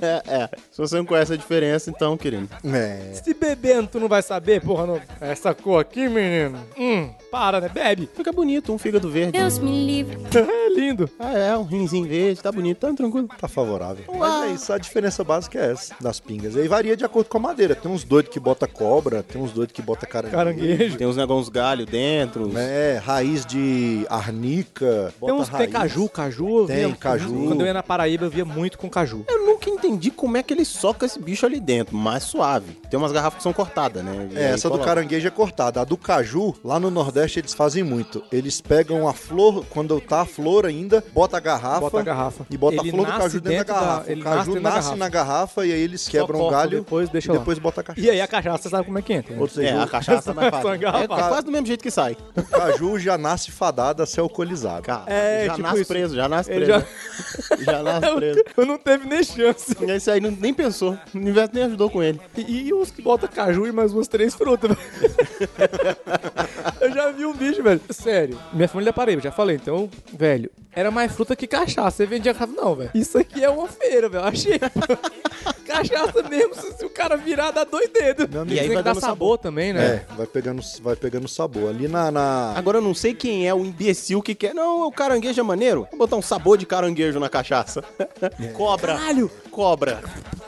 A: é, é. Se você não conhece a diferença, então, querido.
D: É.
C: Se bebendo, tu não vai saber, porra, não. Essa cor aqui, menino. Hum, para, né? Bebe. <laughs>
A: Fica bonito, um fígado verde.
C: Deus me livre. é lindo.
A: Ah, é, um rinzinho verde, tá bonito, tá tranquilo.
D: Tá favorável. Mas é isso, a diferença básica é essa das pingas. E aí varia de acordo com a madeira. Tem uns doidos que bota cobra, tem uns doidos que bota caranguejo.
C: Caranguejo.
A: Tem uns negócios galho dentro. uns-
D: É, raiz de arnica.
C: Tem uns que tem caju, caju. eu
D: Tem
C: via muito.
D: caju.
C: Quando eu ia na Paraíba, eu via muito com caju.
A: Eu nunca entendi como é que ele soca esse bicho ali dentro, mas suave. Tem umas garrafas que são cortadas, né? E
D: É,
A: aí
D: essa do
A: coloca.
D: caranguejo é cortada. A do caju, lá no Nordeste, eles fazem muito. Eles pegam a flor, quando tá a flor ainda, bota a garrafa.
C: Bota a garrafa.
D: E bota
C: Ele
D: a flor do
C: nasce
D: caju dentro,
C: dentro
D: da
C: da-
D: garrafa.
C: ele
D: o
C: nasce
D: caju
C: dentro
D: nasce,
C: da
D: na garrafa e aí eles
C: Só
D: quebram o
C: corta
D: um galho.
C: Depois deixa
D: e
C: lá.
D: depois bota a cachaça.
C: E aí a cachaça, sabe como é que entra? né?
D: Ou seja,
A: É, a
D: o-
A: cachaça vai
C: <laughs> Só
A: fadada. É,
C: engarrafada.
A: quase do mesmo jeito que sai.
D: o caju já nasce fadado a ser alcoolizado.
A: Cara,
C: É,
A: já
C: tipo
A: nasce
C: isso.
A: preso, já nasce
C: Ele
A: preso.
C: já- É
A: né? Já,
C: <laughs>
A: nasce preso.
C: Eu não teve nem chance.
A: Esse Né, aí não- nem pensou. O universo nem ajudou com ele.
C: E, e os que botam caju e mais umas três frutas, velho. <laughs> Eu já vi um bicho, velho. Sério. Minha família é da Paraíba, já falei. Então, velho, era mais fruta que cachaça. Você vendia cachaça. Não, velho. Isso aqui é uma feira, velho. Achei. <laughs> cachaça mesmo, se, se o cara virar, dá dois dedos.
D: amigo,
C: e aí
D: tem
C: vai
D: que
C: dar
D: dar
C: sabor,
D: sabor.
C: também, né?
D: É, vai pegando, vai pegando sabor. Ali na. na...
A: Agora eu não sei quem é o imbecil que quer. Não, o caranguejo é maneiro. Vou botar um sabor de caranguejo na cachaça. Cobra.
C: Caralho!
A: Cobra.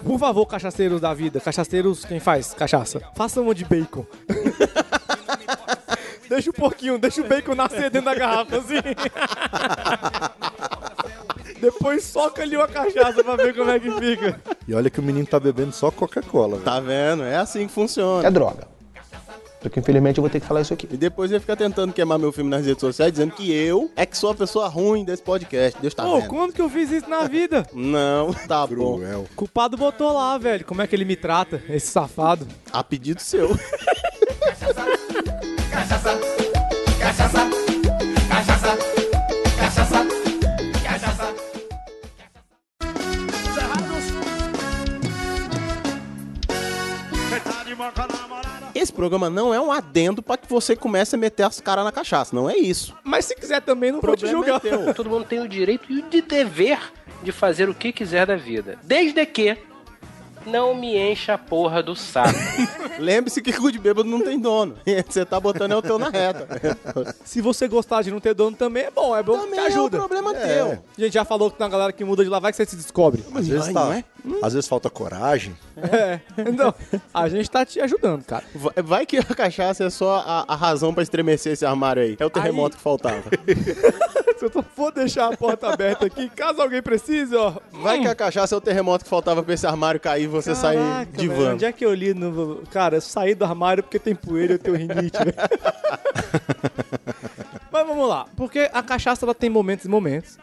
C: Por favor, cachaceiros da vida, cachaceiros, quem faz cachaça? Faça uma de bacon. <laughs> deixa o porquinho, deixa o bacon nascer dentro da garrafa, assim. <laughs> Depois soca ali uma cachaça pra ver como é que fica.
D: E olha que o menino tá bebendo só Coca-Cola, velho.
A: Tá vendo? É assim que funciona.
D: É droga.
A: Só que infelizmente eu vou ter que falar isso aqui. E depois ele fica tentando queimar meu filme nas redes sociais, dizendo que eu é que sou a pessoa ruim desse podcast. Deus tá
C: Pô,
A: vendo.
C: quando que eu fiz isso na vida?
A: Não, tá bom.
C: Culpado botou lá, velho. Como é que ele me trata, esse safado?
A: A pedido seu. Esse programa não é um adendo pra que você comece a meter as caras na cachaça, não é isso. é
C: Mas se quiser também, não
A: vou te julgar.
R: <laughs> Todo mundo tem o direito e o de dever de fazer o que quiser da vida. Desde que não me encha a porra do saco.
A: Lembre-se que cu de bêbado não tem dono. <laughs> Você tá botando é o teu na reta. <laughs>
C: Se você gostar de não ter dono também é bom, é bom que
A: Também
C: te
A: é um
C: ajuda.
A: problema teu.
C: A gente já falou que tem uma galera que muda de lá, vai que você se descobre.
D: Às vezes, tá, às vezes falta coragem.
C: É. Então, a gente tá te ajudando, cara.
A: Vai- Vai que a cachaça é só a, a razão pra estremecer esse armário aí. É o terremoto que faltava.
C: Se <laughs> eu tô- vou deixar a porta aberta aqui, caso alguém precise, ó.
A: <laughs> Vai que a cachaça é o terremoto que faltava pra esse armário cair e você sair
C: Hum. Caraca,
A: de
C: velho,
A: van.
C: Onde é que eu li no. Cara, eu saí do armário porque tem poeira e eu tenho rinite, <laughs> velho. Mas vamos lá. Porque a cachaça ela tem momentos e momentos.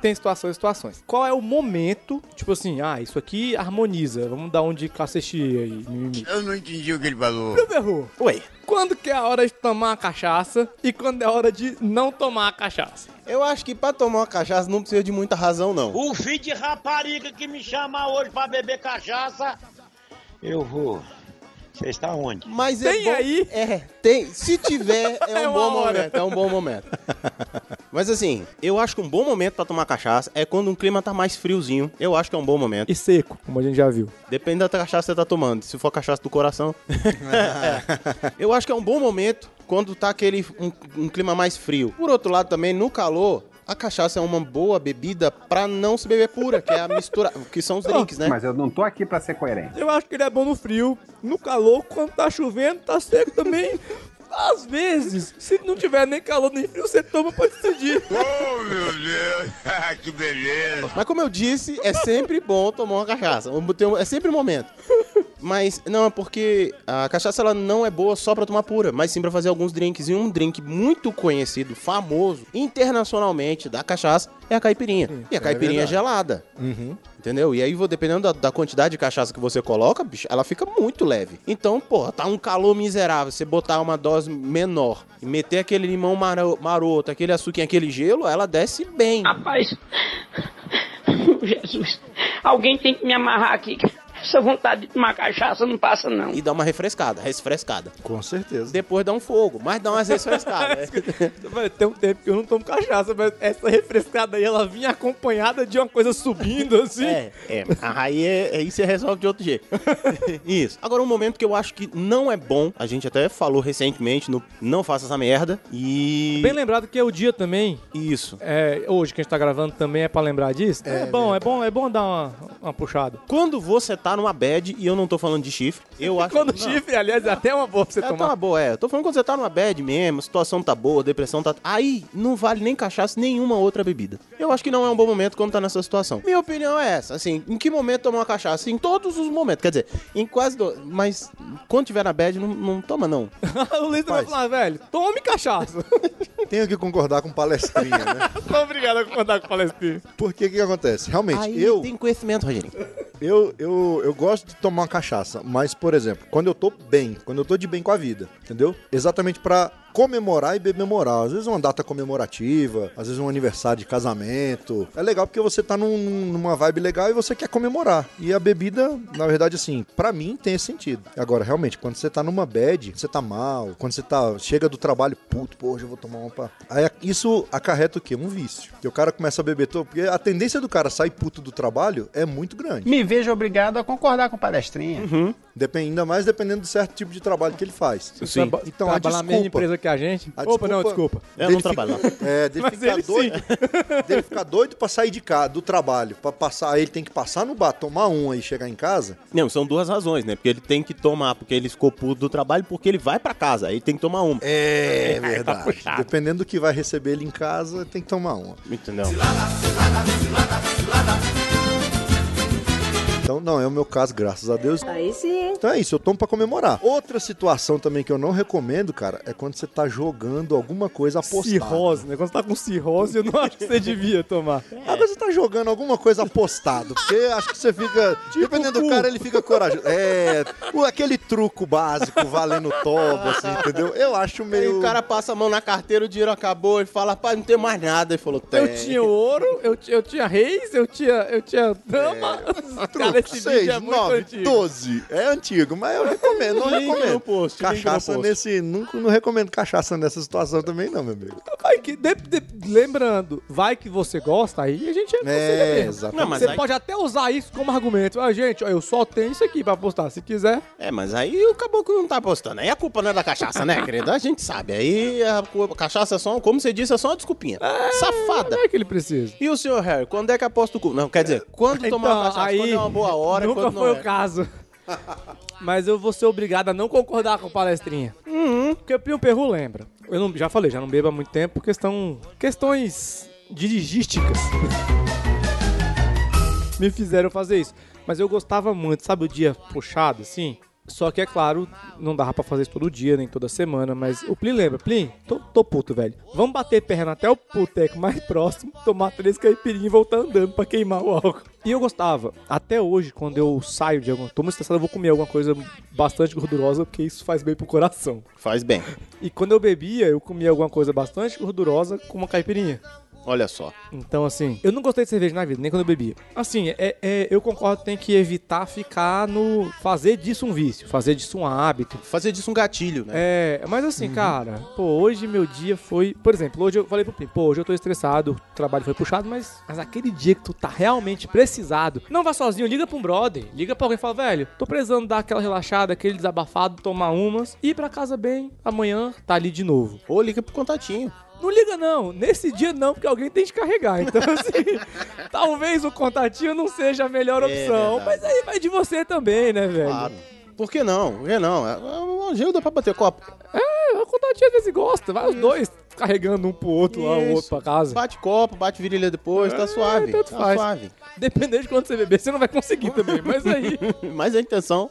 C: Tem situações e situações. Qual é o momento, tipo assim, ah, isso aqui harmoniza. Vamos dar um de cacete aí. mimimi.
G: Eu não entendi o que ele falou.
C: Meu berro.
A: Oi.
C: Quando que é a hora de tomar a cachaça e quando é a hora de não tomar a cachaça?
A: Eu acho que pra tomar uma cachaça não precisa de muita razão, não.
S: O filho de rapariga que me chama hoje pra beber cachaça. Eu vou. Você está onde?
A: Mas
S: Tem
A: é bom,
S: aí?
A: É, tem. Se <laughs> tiver, é
S: É
A: um
S: uma
A: bom
S: hora.
A: momento. É um bom <laughs> momento. Mas assim, eu acho que um bom momento pra tomar cachaça é quando o clima tá mais friozinho. Eu acho que é um bom momento.
C: E seco, como a gente já viu.
A: Depende da cachaça que você tá tomando. Se for cachaça do coração. <laughs> É. Eu acho que é um bom momento quando tá aquele um, um clima mais frio. Por outro lado, também, no calor. A cachaça é uma boa bebida pra não se beber pura, que é a mistura, que são os drinks,
T: <laughs>
A: né?
T: Mas eu não tô aqui pra ser coerente.
C: Eu acho que ele é bom no frio, no calor, quando tá chovendo, tá seco também. Às vezes, se não tiver nem calor nem frio, você toma pra decidir.
G: Oh, meu Deus. <laughs> que beleza.
A: Mas como eu disse, é sempre bom tomar uma cachaça. Tem um- É sempre um momento. Mas não, é porque a cachaça ela não é boa só pra tomar pura, mas sim pra fazer alguns drinks. E um drink muito conhecido, famoso internacionalmente da cachaça é a caipirinha. E a caipirinha é,
D: verdade.
A: gelada. Entendeu? E aí, vou- dependendo da, da quantidade de cachaça que você coloca, bicho, ela fica muito leve. Então, porra, tá um calor miserável. Você botar uma dose menor e meter aquele limão maro- maroto, aquele açúcar, aquele gelo, ela desce bem.
U: Rapaz, <laughs> Jesus, alguém tem que me amarrar aqui. que Essa vontade de tomar cachaça não passa, não.
A: E dá uma refrescada, resfrescada.
D: Com certeza.
A: Depois dá um fogo, mas dá umas refrescadas.
C: <laughs> Vai ter um tempo que eu não tomo cachaça, mas essa refrescada aí, ela vinha acompanhada de uma coisa <laughs> subindo, assim.
A: <laughs> É, é. Aí, é, aí você resolve de outro <laughs> jeito. Isso. Agora, um momento que eu acho que não é bom, a gente até falou recentemente no Não Faça Essa Merda, e...
C: Bem lembrado que é o dia também.
A: Isso.
C: É, hoje que a gente tá gravando também é pra lembrar disso. É, bom, é bom, é bom dar uma, uma puxada.
A: Quando você tá numa bad, e eu não tô falando de chifre, <laughs> eu acho...
C: Quando
A: não.
C: chifre, aliás, é até uma boa pra você
A: É, tá
C: tomar.
A: uma boa, é. Eu tô falando quando você tá numa bad mesmo, a situação tá boa, a depressão tá. Aí não vale nem cachaça, nenhuma outra bebida. Eu acho que não é um bom momento quando tá nessa situação. Minha opinião é essa, assim, em que momento tomar uma cachaça? Em todos os momentos, quer dizer, em quase. Do... Mas quando tiver na bad, não, não toma não.
C: <laughs> o Luiz vai falar, velho, tome cachaça.
D: Tenho que concordar com palestrinha, né?
C: Tô <laughs> obrigado a concordar com o palestrinho.
D: <laughs> Porque o que, que acontece? Realmente,
A: Aí
D: eu.
A: tem conhecimento, Rogerinho.
D: Eu, eu, eu gosto de tomar uma cachaça, mas, por exemplo, quando eu tô bem, quando eu tô de bem com a vida, entendeu? Exatamente pra comemorar e bememorar. Às vezes é uma data comemorativa, às vezes um aniversário de casamento. É legal porque você tá num- numa vibe legal e você quer comemorar. E a bebida, na verdade, assim, pra mim tem esse sentido. Agora, realmente, quando você tá numa bad, você tá mal, quando você tá chega do trabalho, puto, pô, hoje eu vou tomar uma pra... Aí isso acarreta o quê? Um vício. Que o cara começa a beber todo, porque a tendência do cara sair puto do trabalho é muito grande.
T: Me vejo obrigado a concordar com o palestrinha.
D: Depende, ainda mais dependendo do certo tipo de trabalho que ele faz.
C: Sim.
D: Então
C: Trabalhar
D: a
C: na
D: desculpa.
C: mesma empresa que a gente? Opa, não, desculpa.
D: dele
C: Dele
D: fi-
C: fica-
D: <laughs> É, dele
C: Mas
D: ficar
C: ele
D: doido. <laughs> dele ficar doido pra sair de casa, do trabalho, pra passar. Aí ele tem que passar no bar, tomar um aí chegar em casa.
A: Não, são duas razões, né? Porque ele tem que tomar, porque ele ficou puto do trabalho, porque ele vai pra casa, aí tem que tomar uma.
D: É verdade. Dependendo do que vai receber ele em casa, tem que tomar uma.
A: Entendeu?
D: Então, não, é o meu caso, graças a Deus.
V: Aí sim.
D: Então é isso, eu tomo pra comemorar. Outra situação também que eu não recomendo, cara, é quando você tá jogando alguma coisa apostada.
C: Cirrose, né? Quando você tá com cirrose, eu não acho que você devia tomar.
D: Agora você tá jogando alguma coisa apostado, porque acho que você fica.
C: Tipo
D: dependendo do
C: cu.
D: cara, ele fica corajoso. É. o- Aquele truco básico, valendo tobo, assim, entendeu? Eu acho meio.
A: Aí o cara passa a mão na carteira, o dinheiro acabou, ele fala, pai, não tem mais nada. Ele falou, tem.
C: Eu tinha ouro, eu, ti- eu tinha reis, eu tinha, eu tinha dama. <laughs> Cara, esse vídeo é muito antigo.
D: 12. É antigo, mas eu recomendo, não
C: Link no
D: recomendo.
C: post, link no
D: cachaça
C: post.
D: nesse. Não, não recomendo cachaça nessa situação também, não, meu amigo.
C: Então, Vai que- de- de- lembrando, vai que você gosta, aí a gente aconselha mesmo.
A: exatamente. Não, mas
C: você
A: aí-
C: pode até usar isso como argumento. Ah, gente, ó, eu só tenho isso aqui pra apostar. Se quiser,
A: É, mas aí o caboclo não tá apostando. Aí a culpa não é da cachaça, né, querido? A gente sabe. Aí a cu- a cachaça é só, como você disse, é só uma desculpinha. Safada.
C: é que ele precisa.
A: E o senhor Harry, quando é que aposta o cu? Não, quer dizer, quando
C: Então,
A: tomar uma cachaça?
C: aí,
A: quando é uma boa hora,
C: nunca
A: quando não
C: foi
A: é.
C: o caso. Mas eu vou ser obrigado a não concordar com o palestrinha.
A: Uhum.
C: Porque o Pio Perru lembra. Eu não- já falei, já não bebo há muito tempo por questão, questões dirigísticas. Me fizeram fazer isso. Mas eu gostava muito, sabe o dia puxado assim? Só que, é claro, não dava pra fazer isso todo dia, nem toda semana, mas o Plin lembra, Plin, tô, tô puto, velho. Vamos bater perna até o boteco mais próximo, tomar três caipirinhas e voltar andando pra queimar o álcool. E eu gostava. Até hoje, quando eu saio de alguma... Tô muito estressado, eu vou comer alguma coisa bastante gordurosa, porque isso faz bem pro coração.
A: Faz bem.
C: E quando eu bebia, eu comia alguma coisa bastante gordurosa com uma caipirinha.
A: Olha só.
C: Então, assim, eu não gostei de cerveja na vida, nem quando eu bebia. Assim, é, é- eu concordo que tem que evitar ficar no. fazer disso um vício, fazer disso um hábito.
A: Fazer disso um gatilho, né?
C: É, mas assim, cara, pô, hoje meu dia foi. Por exemplo, hoje eu falei pro Pim, pô, hoje eu tô estressado, o trabalho foi puxado, mas, mas aquele dia que tu tá realmente precisado, não vá sozinho, liga pra um brother, liga pra alguém e fala, velho, tô precisando dar aquela relaxada, aquele desabafado, tomar umas, ir pra casa bem, amanhã tá ali de novo.
A: Ou liga pro contatinho.
C: Não liga não, nesse dia não, porque alguém tem que carregar. Então <laughs> assim, talvez o contatinho não seja a melhor opção,
A: É verdade.
C: mas aí vai de você também, né, velho?
A: Claro. Por que não? Por que não? É uma ajuda pra bater copo.
C: É, o contatinho às vezes gosta, vai os dois carregando um pro outro lá, o outro
A: Hum. Isso.
C: pra casa.
A: Bate copo, bate virilha depois, tá
C: É,
A: suave.
C: tanto
A: tá
C: faz.
A: suave.
C: Dependendo de quando você beber, você não vai conseguir também,
A: <laughs>
C: mas aí
A: Mas a intenção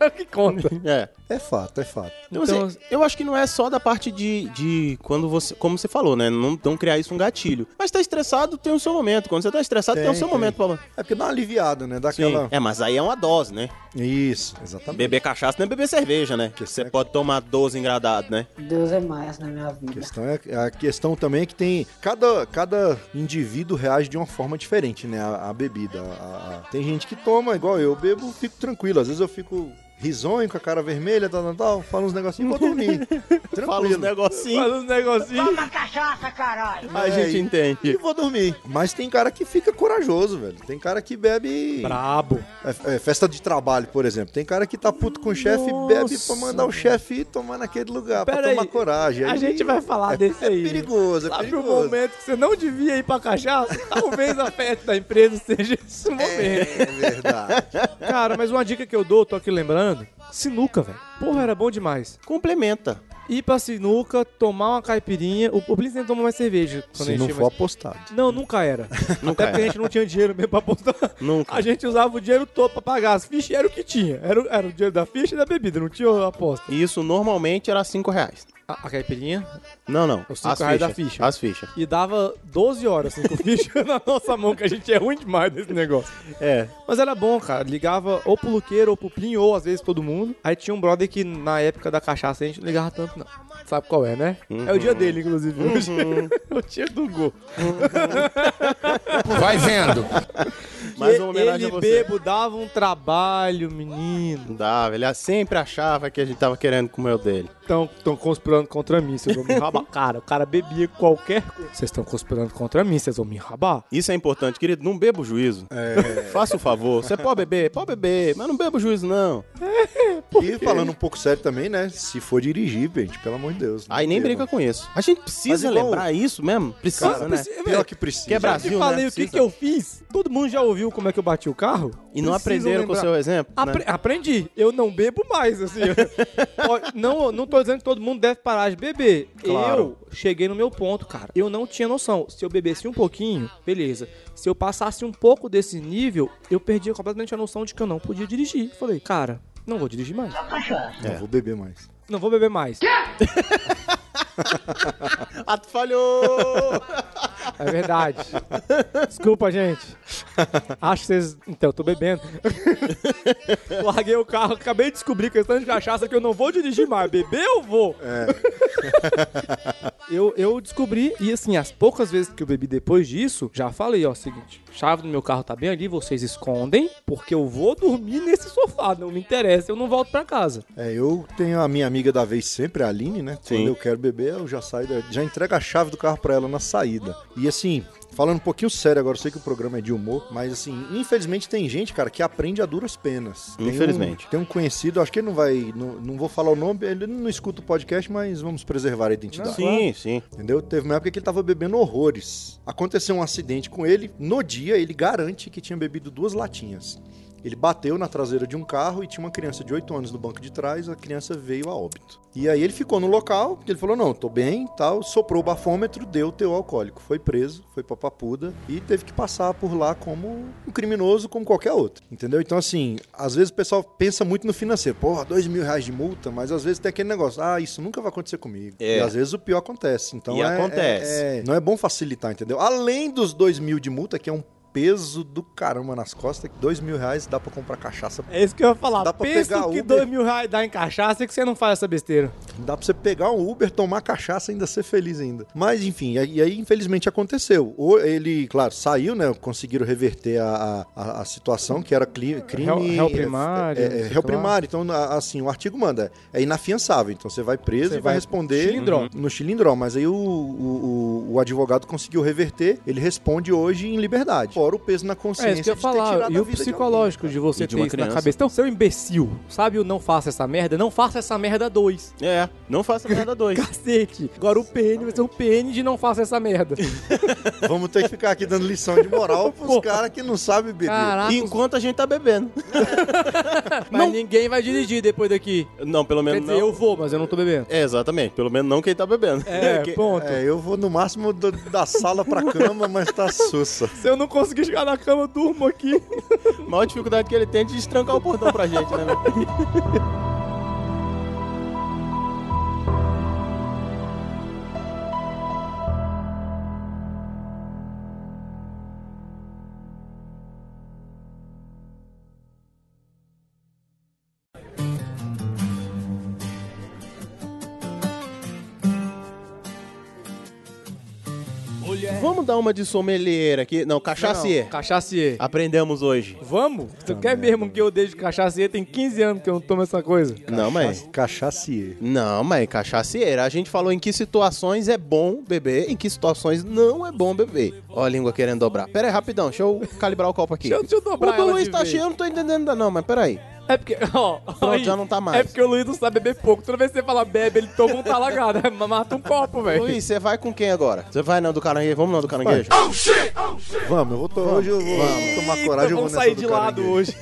C: é o que conta.
A: é.
D: É fato, é fato.
A: Então,
C: Então,
A: assim, eu acho que não é só da parte de, de quando você. Como você falou, né? Não, não criar isso um gatilho. Mas tá estressado, tem o seu momento. Quando você tá estressado, tem, o seu momento pra.
D: É porque dá uma aliviada, né? Dá
A: Sim.
D: aquela.
A: É, mas aí é uma dose, né?
D: Isso, exatamente.
A: Beber cachaça não é beber cerveja, né? Porque você pode tomar 12 engradado, né?
V: Deus é mais na minha vida.
D: Questão é, a questão também é que tem. Cada, cada indivíduo reage de uma forma diferente, né? A, a bebida. a- a- tem gente que toma, igual eu bebo, fico tranquilo. Às vezes eu fico risonho, com a cara vermelha, tal, tal, tal. Falo uns negocinhos,
C: <laughs>
D: vou dormir. Tranquilo.
A: Fala uns negocinhos.
C: Fala uns negocinhos.
F: cachaça, caralho!
A: A gente entende.
D: É, E vou dormir. Mas tem cara que fica corajoso, velho. Tem cara que bebe.
C: Brabo.
D: É, é, festa de trabalho, por exemplo. Tem cara que tá puto com o chefe e bebe pra mandar o chefe ir tomar naquele lugar, pra
C: Pera
D: tomar
C: aí.
D: coragem.
C: A
D: Aí-
C: gente vai falar
D: é,
C: desse aí.
D: É perigoso, é
C: Sabe o
D: perigoso.
C: momento que você não devia ir pra cachaça? <laughs> Talvez a festa da empresa seja esse momento.
D: É verdade.
C: Cara, mas uma dica que eu dou, tô aqui lembrando, sinuca, velho. Porra, era bom demais.
A: Complementa.
C: Ir pra sinuca, tomar uma caipirinha. O, o Blitz nem toma mais cerveja. quando a
D: Se
C: gente
D: não
C: tinha
D: for
C: mais-
D: apostado.
C: Não, nunca era.
A: Nunca
C: Até porque a
A: era.
C: gente não tinha dinheiro mesmo pra apostar.
A: Nunca.
C: A gente usava o dinheiro todo pra pagar as fichas e era o que tinha. Era, o- era o dinheiro da ficha e da bebida, não tinha aposta.
A: E isso normalmente era 5 reais.
C: A, a caipirinha?
A: Não, não.
C: Os cinco reais da ficha.
A: As fichas.
C: E dava 12 horas cinco fichas <laughs> na nossa mão, que a gente é ruim demais nesse negócio.
A: É.
C: Mas era bom, cara. Ligava ou pro Luqueiro, ou pro Plinho, ou às vezes todo mundo. Aí tinha um brother que na época da cachaça a gente não ligava tanto, não. Sabe qual é, né? É o
A: Uhum.
C: dia dele, inclusive. hoje. <laughs> o dia do gol.
G: Uhum. Vai vendo.
A: Mais uma homenagem
C: ele
A: a você.
C: bebo dava um trabalho, menino.
A: Dava, ele sempre achava que a gente tava querendo comer o dele.
C: Estão conspirando contra mim, vocês vão me
A: <laughs>
C: rabar. Cara, o cara bebia qualquer coisa. Vocês estão conspirando contra mim, vocês vão me rabar.
A: Isso é importante, querido. Não beba o juízo.
C: É.
A: <laughs> Faça o favor. Você pode beber, pode beber, mas não beba o juízo, não.
D: E falando um pouco sério também, né? Se for dirigir, gente, pelo amor de Deus. né?
A: Aí nem brinca com isso. A gente precisa
D: Mas igual-
A: lembrar isso mesmo? Precisa,
D: Cara,
A: né?
D: precisa- Pior que precisa.
A: Que é
D: Já te
A: Brasil,
C: Eu falei
A: né?
C: o que,
A: Precisa.
C: que eu fiz. Todo mundo já ouviu como é que eu bati o carro.
A: E não
C: Precisam
A: aprenderam com o
C: lembrar.
A: seu exemplo, né?
C: Apre- Aprendi. Eu não bebo mais, assim. <laughs> Pode- não, não tô dizendo que todo mundo deve parar de beber.
A: Claro.
C: Eu cheguei no meu ponto, cara. Eu não tinha noção. Se eu bebesse um pouquinho, beleza. Se eu passasse um pouco desse nível, eu perdia completamente a noção de que eu não podia dirigir. Falei, cara, não vou dirigir mais.
A: É.
D: Não vou beber mais.
C: Não vou beber mais.
A: Ah, tu falhou!
C: É verdade. Desculpa, gente. Acho que vocês. Então, eu tô bebendo. Larguei o carro, acabei de descobrir com esse tanto de cachaça que eu não vou dirigir mais. Beber eu vou.
D: É.
C: eu, eu descobri, e assim, as poucas vezes que eu bebi depois disso, já falei, ó, seguinte, chave do meu carro tá bem ali, vocês escondem, porque eu vou dormir nesse sofá, não me interessa, eu não volto pra casa.
D: É, eu tenho a minha amiga da vez sempre, a Aline, né? Quando eu quero beber, eu já saio, da- já entrego a chave do carro pra ela na saída. E assim, falando um pouquinho sério agora, eu sei que o programa é de humor, mas assim, infelizmente tem gente, cara, que aprende a duras penas. Tem um-
A: Infelizmente.
D: Tem um, conhecido, acho que ele não vai, não, não vou falar o nome, ele não escuta o podcast, mas vamos preservar a identidade.
A: Sim, sim.
D: Entendeu? Teve uma época que ele tava bebendo horrores. Aconteceu um acidente com ele. No dia, ele garante que tinha bebido duas latinhas. Ele bateu na traseira de um carro e tinha uma criança de 8 anos no banco de trás. A criança veio a óbito. E aí ele ficou no local. Ele falou: Não, tô bem tal. Soprou o bafômetro, deu o teu alcoólico. Foi preso, foi pra papuda e teve que passar por lá como um criminoso, como qualquer outro. Entendeu? Então, assim, às vezes o pessoal pensa muito no financeiro. Porra, dois mil reais de multa, mas às vezes tem aquele negócio: Ah, isso nunca vai acontecer comigo.
A: É.
D: E às vezes o pior acontece. Então,
A: E
D: é-
A: acontece.
D: é- é- não é bom facilitar, entendeu? Além dos dois mil de multa, que é um peso do caramba nas costas, que dois mil reais dá pra comprar cachaça.
C: É isso que eu ia falar.
D: Dá pra
C: Pensa
D: pegar
C: que
D: Uber.
C: dois mil reais dá em cachaça e que você não faz essa besteira.
D: Dá pra você pegar um Uber, tomar cachaça e ainda ser feliz ainda. Mas enfim, e aí infelizmente aconteceu. Ou ele, claro, saiu, né? Conseguiram reverter a, a, a situação, que era cli- crime.
C: Réu- réu primário,
D: É,
C: não
D: é,
C: sei o
D: réu
C: que lá.
D: primário. Então, a- assim, o artigo manda. É inafiançável. Então você vai preso
C: Você
D: e vai,
C: vai
D: responder.
C: chilindró.
D: No chilindró. Mas aí o, o, o- o advogado conseguiu reverter. Ele responde hoje em liberdade. Fora o peso na consciência.
C: É isso que eu ia
D: de ter
C: falar.
D: tirado
C: E
D: a
C: o
D: vida de
C: psicológico de, você
A: E de
C: ter
A: uma
C: isso na
A: criança.
C: cabeça. Então, seu imbecil, sabe o não faça essa merda? Não faça essa merda dois. <laughs>
A: É, não faça merda dois.
C: Cacete. Agora o PN vai ser o PN de não faça essa merda.
D: alguém. Vamos ter que ficar aqui dando lição
C: <laughs>
D: de moral pros caras que não sabem beber.
C: Caraca.
A: E Enquanto a gente tá bebendo.
C: Mas ninguém vai dirigir depois daqui.
A: Não, pelo
C: Quer
A: menos
C: dizer,
A: não.
C: eu vou, mas eu não tô bebendo.
A: É, exatamente. Pelo menos não quem tá bebendo.
C: É, ponto.
D: É, eu vou no máximo do- da sala pra cama, mas tá sussa.
C: Se eu não conseguir chegar na cama, eu durmo <laughs> aqui.
A: Maior dificuldade que ele tem é de destrancar o portão pra gente, né, meu? Vamos dar uma de sommelier aqui. Não, cachacier.
C: Não, Cachacier.
A: Aprendemos hoje.
C: Vamos? Tu quer mesmo que eu deixe cachacier? Tem 15 anos que eu não tomo essa coisa.
A: Não, mas.
D: Cachacier.
A: Não, mas cachaceira. A gente falou em que situações é bom beber, em que situações não é bom beber. Ó, a língua querendo dobrar. Pera aí, rapidão, deixa eu calibrar o copo aqui.
C: Deixa eu- deixa eu dobrar
A: O do
C: ela
A: Luiz
C: de
A: tá
C: vez.
A: cheio, eu não tô entendendo ainda não, mas pera aí.
C: É porque, <laughs> ó.
A: Pronto, já não tá mais.
C: É porque o Luiz não sabe beber pouco. Toda vez que você fala bebe, ele toma um talagado. <laughs> Mata um copo, velho.
A: Luiz, você vai com quem agora? Você vai não do caranguejo? Vamos não do caranguejo?
D: Vamos, eu vou to- hoje eu vou tomar
C: Eita,
D: coragem, eu vou
C: vamos
D: nessa
C: sair
D: do
C: de lado
D: caranguejo.
C: hoje.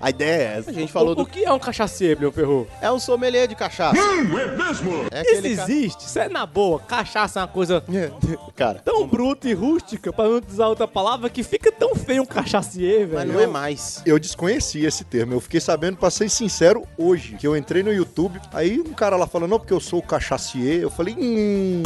A: A ideia é essa. A gente <laughs> falou
C: o,
A: do.
C: o que é um cachaceiro, meu ferro?
A: É um sommelier de cachaça.
C: Hum, é mesmo? Isso
A: aquele ca-
C: existe. Isso é na boa. Cachaça é uma coisa
A: <laughs> Cara.
C: tão bruta e rústica, pra não usar outra palavra, que fica tão feio um cachacier, velho.
A: é mais.
D: Eu desconheci esse termo. Eu fiquei sabendo, pra ser sincero, hoje. Que eu entrei no YouTube, aí um cara lá falando, não, porque eu sou o cachacier. Eu falei, hum.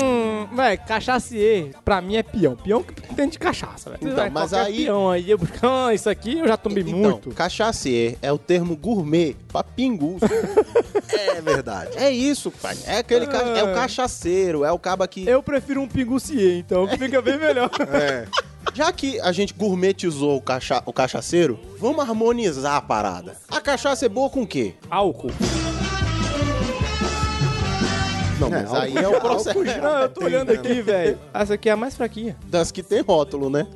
C: Hum, velho, cachacier, pra mim é peão. Peão que entende de cachaça, velho.
A: Então,
C: Véi,
A: mas
C: qualquer
A: aí- Então.
C: peão aí, eu... ah, isso aqui eu já tomei muito.
A: Cachacier é o termo gourmet pra pingu.
D: <laughs> é verdade.
A: É isso, pai. É aquele ca... é o cachaceiro, é o caba que
C: Eu prefiro um pingucier, então, que fica
A: <laughs>
C: bem melhor.
D: É.
A: Já que a gente gourmetizou o, cacha... o cachaceiro, vamos harmonizar a parada. A cachaça é boa com o quê?
C: Álcool.
A: Não,
D: É,
A: mas aí
D: álcool-
A: é o processo.
D: álcool já
C: Não, eu tô olhando aqui, velho. Essa aqui é a mais fraquinha.
A: Das que tem rótulo, né?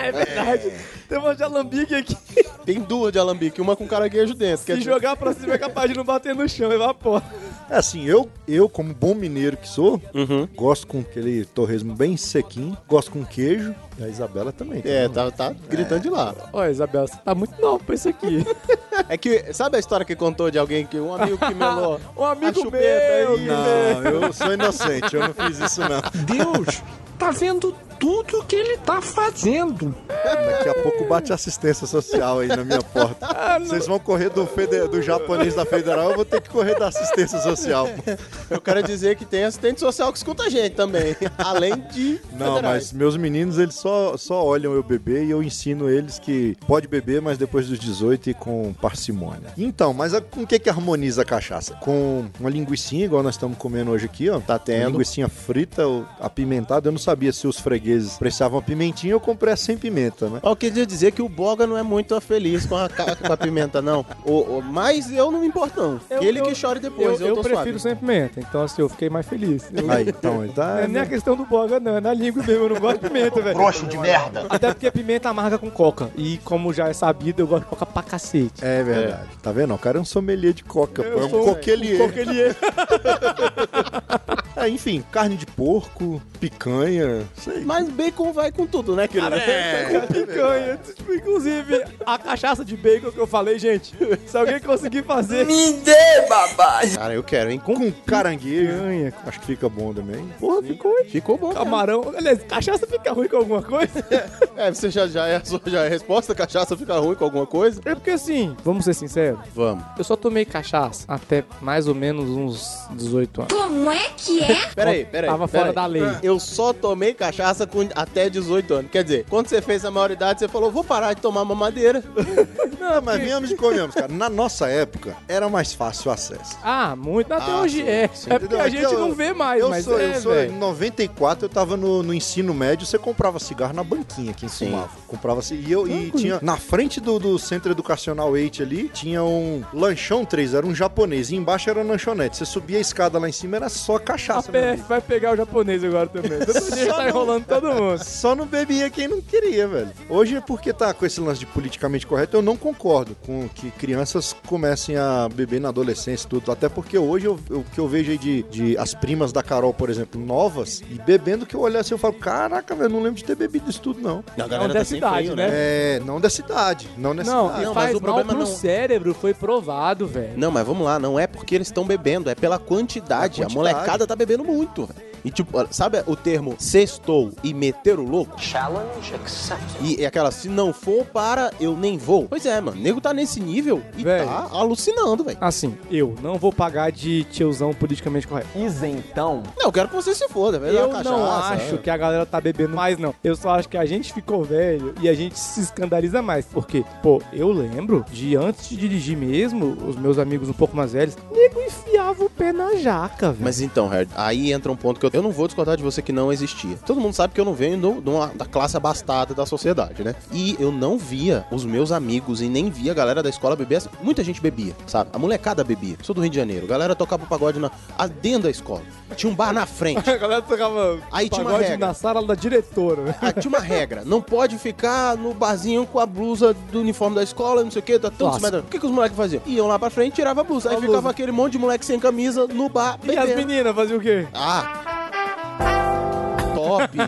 C: É verdade. Tem uma de alambique aqui.
A: Tem duas de alambique, uma com caranguejo dentro. Que é
C: Se
A: tipo-
C: jogar pra cima é capaz de não bater no chão, evapora.
D: É assim, eu, eu como bom mineiro que sou, gosto com aquele torresmo bem sequinho, gosto com queijo, e a Isabela também.
A: É, tá, tá gritando de lá.
C: Ó, Isabel, você tá muito nova pra isso aqui.
A: É que, sabe a história que contou de alguém que <laughs> um amigo que melou?
C: Um amigo
A: chupeta
C: meu,
A: aí,
D: Não, eu sou inocente, eu não fiz isso não.
B: Deus tá vendo tudo que ele tá fazendo.
D: Daqui a pouco bate assistência social aí na minha porta.
C: Ah,
D: Vocês vão correr do, fede- do japonês da federal, eu vou ter que correr da assistência social.
A: Eu quero dizer que tem assistente social que escuta a gente também. <laughs> Além de.
D: Não, mas meus meninos, eles só, só olham eu beber e eu ensino eles que pode beber, mas depois dos 18 e com parcimônia. Então, mas a- com o que que harmoniza a cachaça? Com uma linguiçinha, igual nós estamos comendo hoje aqui, ó. Tá tendo. Uma linguiçinha frita, ou apimentada. Eu não sabia se os fregueses precisavam a pimentinha, eu comprei a sem pimenta, né?
A: Ó, Eu queria dizer que o Boga não é muito feliz com a, ca- com a pimenta, não. O, o- mas eu não me importo, não.
C: Eu-
A: Ele
C: eu-
A: que chore depois, eu,
C: Eu, eu
A: tô suave.
C: prefiro sem pimenta, então assim, eu fiquei mais feliz. Eu-
D: Aí, então, ele
C: Não
D: tá...
C: é nem a questão do boga, não, é na língua mesmo, eu não gosto de pimenta, velho.
S: Broxo de merda.
C: Até porque pimenta amarga com coca. E como já é sabido, eu gosto de coca pra cacete.
D: É verdade. Tá vendo? O cara é um sommelier de coca, pô. É um
C: sou um
D: coquelier.
C: coquelier.
D: <laughs> É, enfim, carne de porco, picanha, sei.
A: Mas bacon vai com tudo, né, querido?
D: é.
C: Com picanha. Tipo, Inclusive, a cachaça de bacon que eu falei, gente, se alguém conseguir fazer...
A: Cara, eu quero, hein?
D: Com, caranguejo.
C: Picanha.
D: Acho que fica bom também.
C: Porra, ficou... hein?
A: Ficou bom. cara.
C: Camarão... Aliás, cachaça fica ruim com alguma coisa?
A: É, você já, já, é, a sua- já é a resposta? Cachaça fica ruim com alguma coisa?
C: É porque assim, vamos ser sinceros,
A: Vamos.
C: eu só tomei cachaça até mais ou menos uns 18 anos.
E: Como é que é?
A: Peraí, peraí.
C: Tava
A: peraí.
C: fora da lei.
A: Eu só tomei cachaça com até 18 anos. Quer dizer, quando você fez a maioridade, você falou, vou parar de tomar
C: É
A: mamadeira.
D: Não, mas viemos e comemos, cara. Na nossa época, era mais fácil o acesso.
C: Ah, muito. Até
A: Ah,
C: hoje
A: sim,
C: é.
A: sim.
C: é porque a
D: Aqui
C: gente
D: eu-
C: não vê mais,
D: assim, eu
C: mas
D: sou,
C: é,
D: eu sou,
C: velho.
D: em 94 eu tava no, no ensino médio, você comprava cigarro na banquinha aqui em Sumava. Comprava ci- e eu e tinha na frente do, do centro educacional 8 ali, tinha um lanchão 3, era um japonês, e embaixo era um lanchonete. Você subia a escada lá em cima era só
C: A
D: cachaça. meu
C: PF
D: amigo.
C: vai pegar o japonês agora também. Todo dia tá enrolando todo mundo.
D: Só não bebia quem não queria, velho. Hoje é porque tá com esse lance de politicamente correto, eu não concordo com que crianças comecem a beber na adolescência e tudo. Até porque hoje eu- eu- o que eu vejo aí de, de as primas da Carol, por exemplo, novas, e bebendo que eu olho assim eu falo, caraca, velho, não lembro de ter bebido isso tudo, não.
A: Não, a tá
C: É uma densidade, né?
D: É, não dessa idade, não nessa
C: Não,
D: idade.
A: <laughs>
C: e
A: Não, mas
C: faz
A: o
C: mal
A: problema
C: pro
A: não-
C: cérebro, foi provado, velho.
A: Não, mas vamos lá, não é porque eles estão bebendo, é pela quantidade.
D: Pela
A: A
D: quantidade.
A: molecada tá bebendo muito, velho. E tipo, olha, sabe o termo sextou e meter o louco?
N: Challenge accepted.
A: E, e aquela, se não for para, eu nem vou. Pois é, mano, o nego tá nesse nível e
C: Velho.
A: tá alucinando, velho.
C: Assim, eu não vou pagar de tiozão politicamente correto.
O: Isentão.
A: Não, eu quero que você se foda, velho.
C: Eu
A: Uma
C: não
A: cachaça,
C: acho
A: é.
C: que a galera tá bebendo mais, não. Eu só acho que a gente ficou velho e a gente se escandaliza mais. Porque, pô, eu lembro de antes de dirigir mesmo, os meus amigos um pouco mais velhos, nego enfiava o pé na jaca, velho.
A: Mas então, Herd, aí entra um ponto que eu, eu não vou discordar de você que não existia. Todo mundo sabe que eu não venho do- de uma- da classe abastada da sociedade, né? E eu não via os meus amigos e nem via a galera da escola beber. assim. Muita gente bebia, sabe? A molecada bebia. Sou do Rio de Janeiro. A galera tocava pagode na, a- dentro da escola. Tinha um bar na frente.
C: <laughs> A galera tocava
A: Aí tinha uma
C: pagode
A: regra.
C: na sala da diretora, velho.
A: Ah, tinha uma regra, não pode ficar no barzinho com a blusa do uniforme da escola, não sei o que, tá tudo
C: Clássico.
A: desmadrando. O que, que os moleques faziam? Iam lá pra frente, tirava a blusa, aí
C: A
A: ficava
C: blusa.
A: aquele monte de moleque sem camisa no bar Ah,
C: E as
A: bebendo.
C: meninas faziam o quê?
A: Ah! xarope,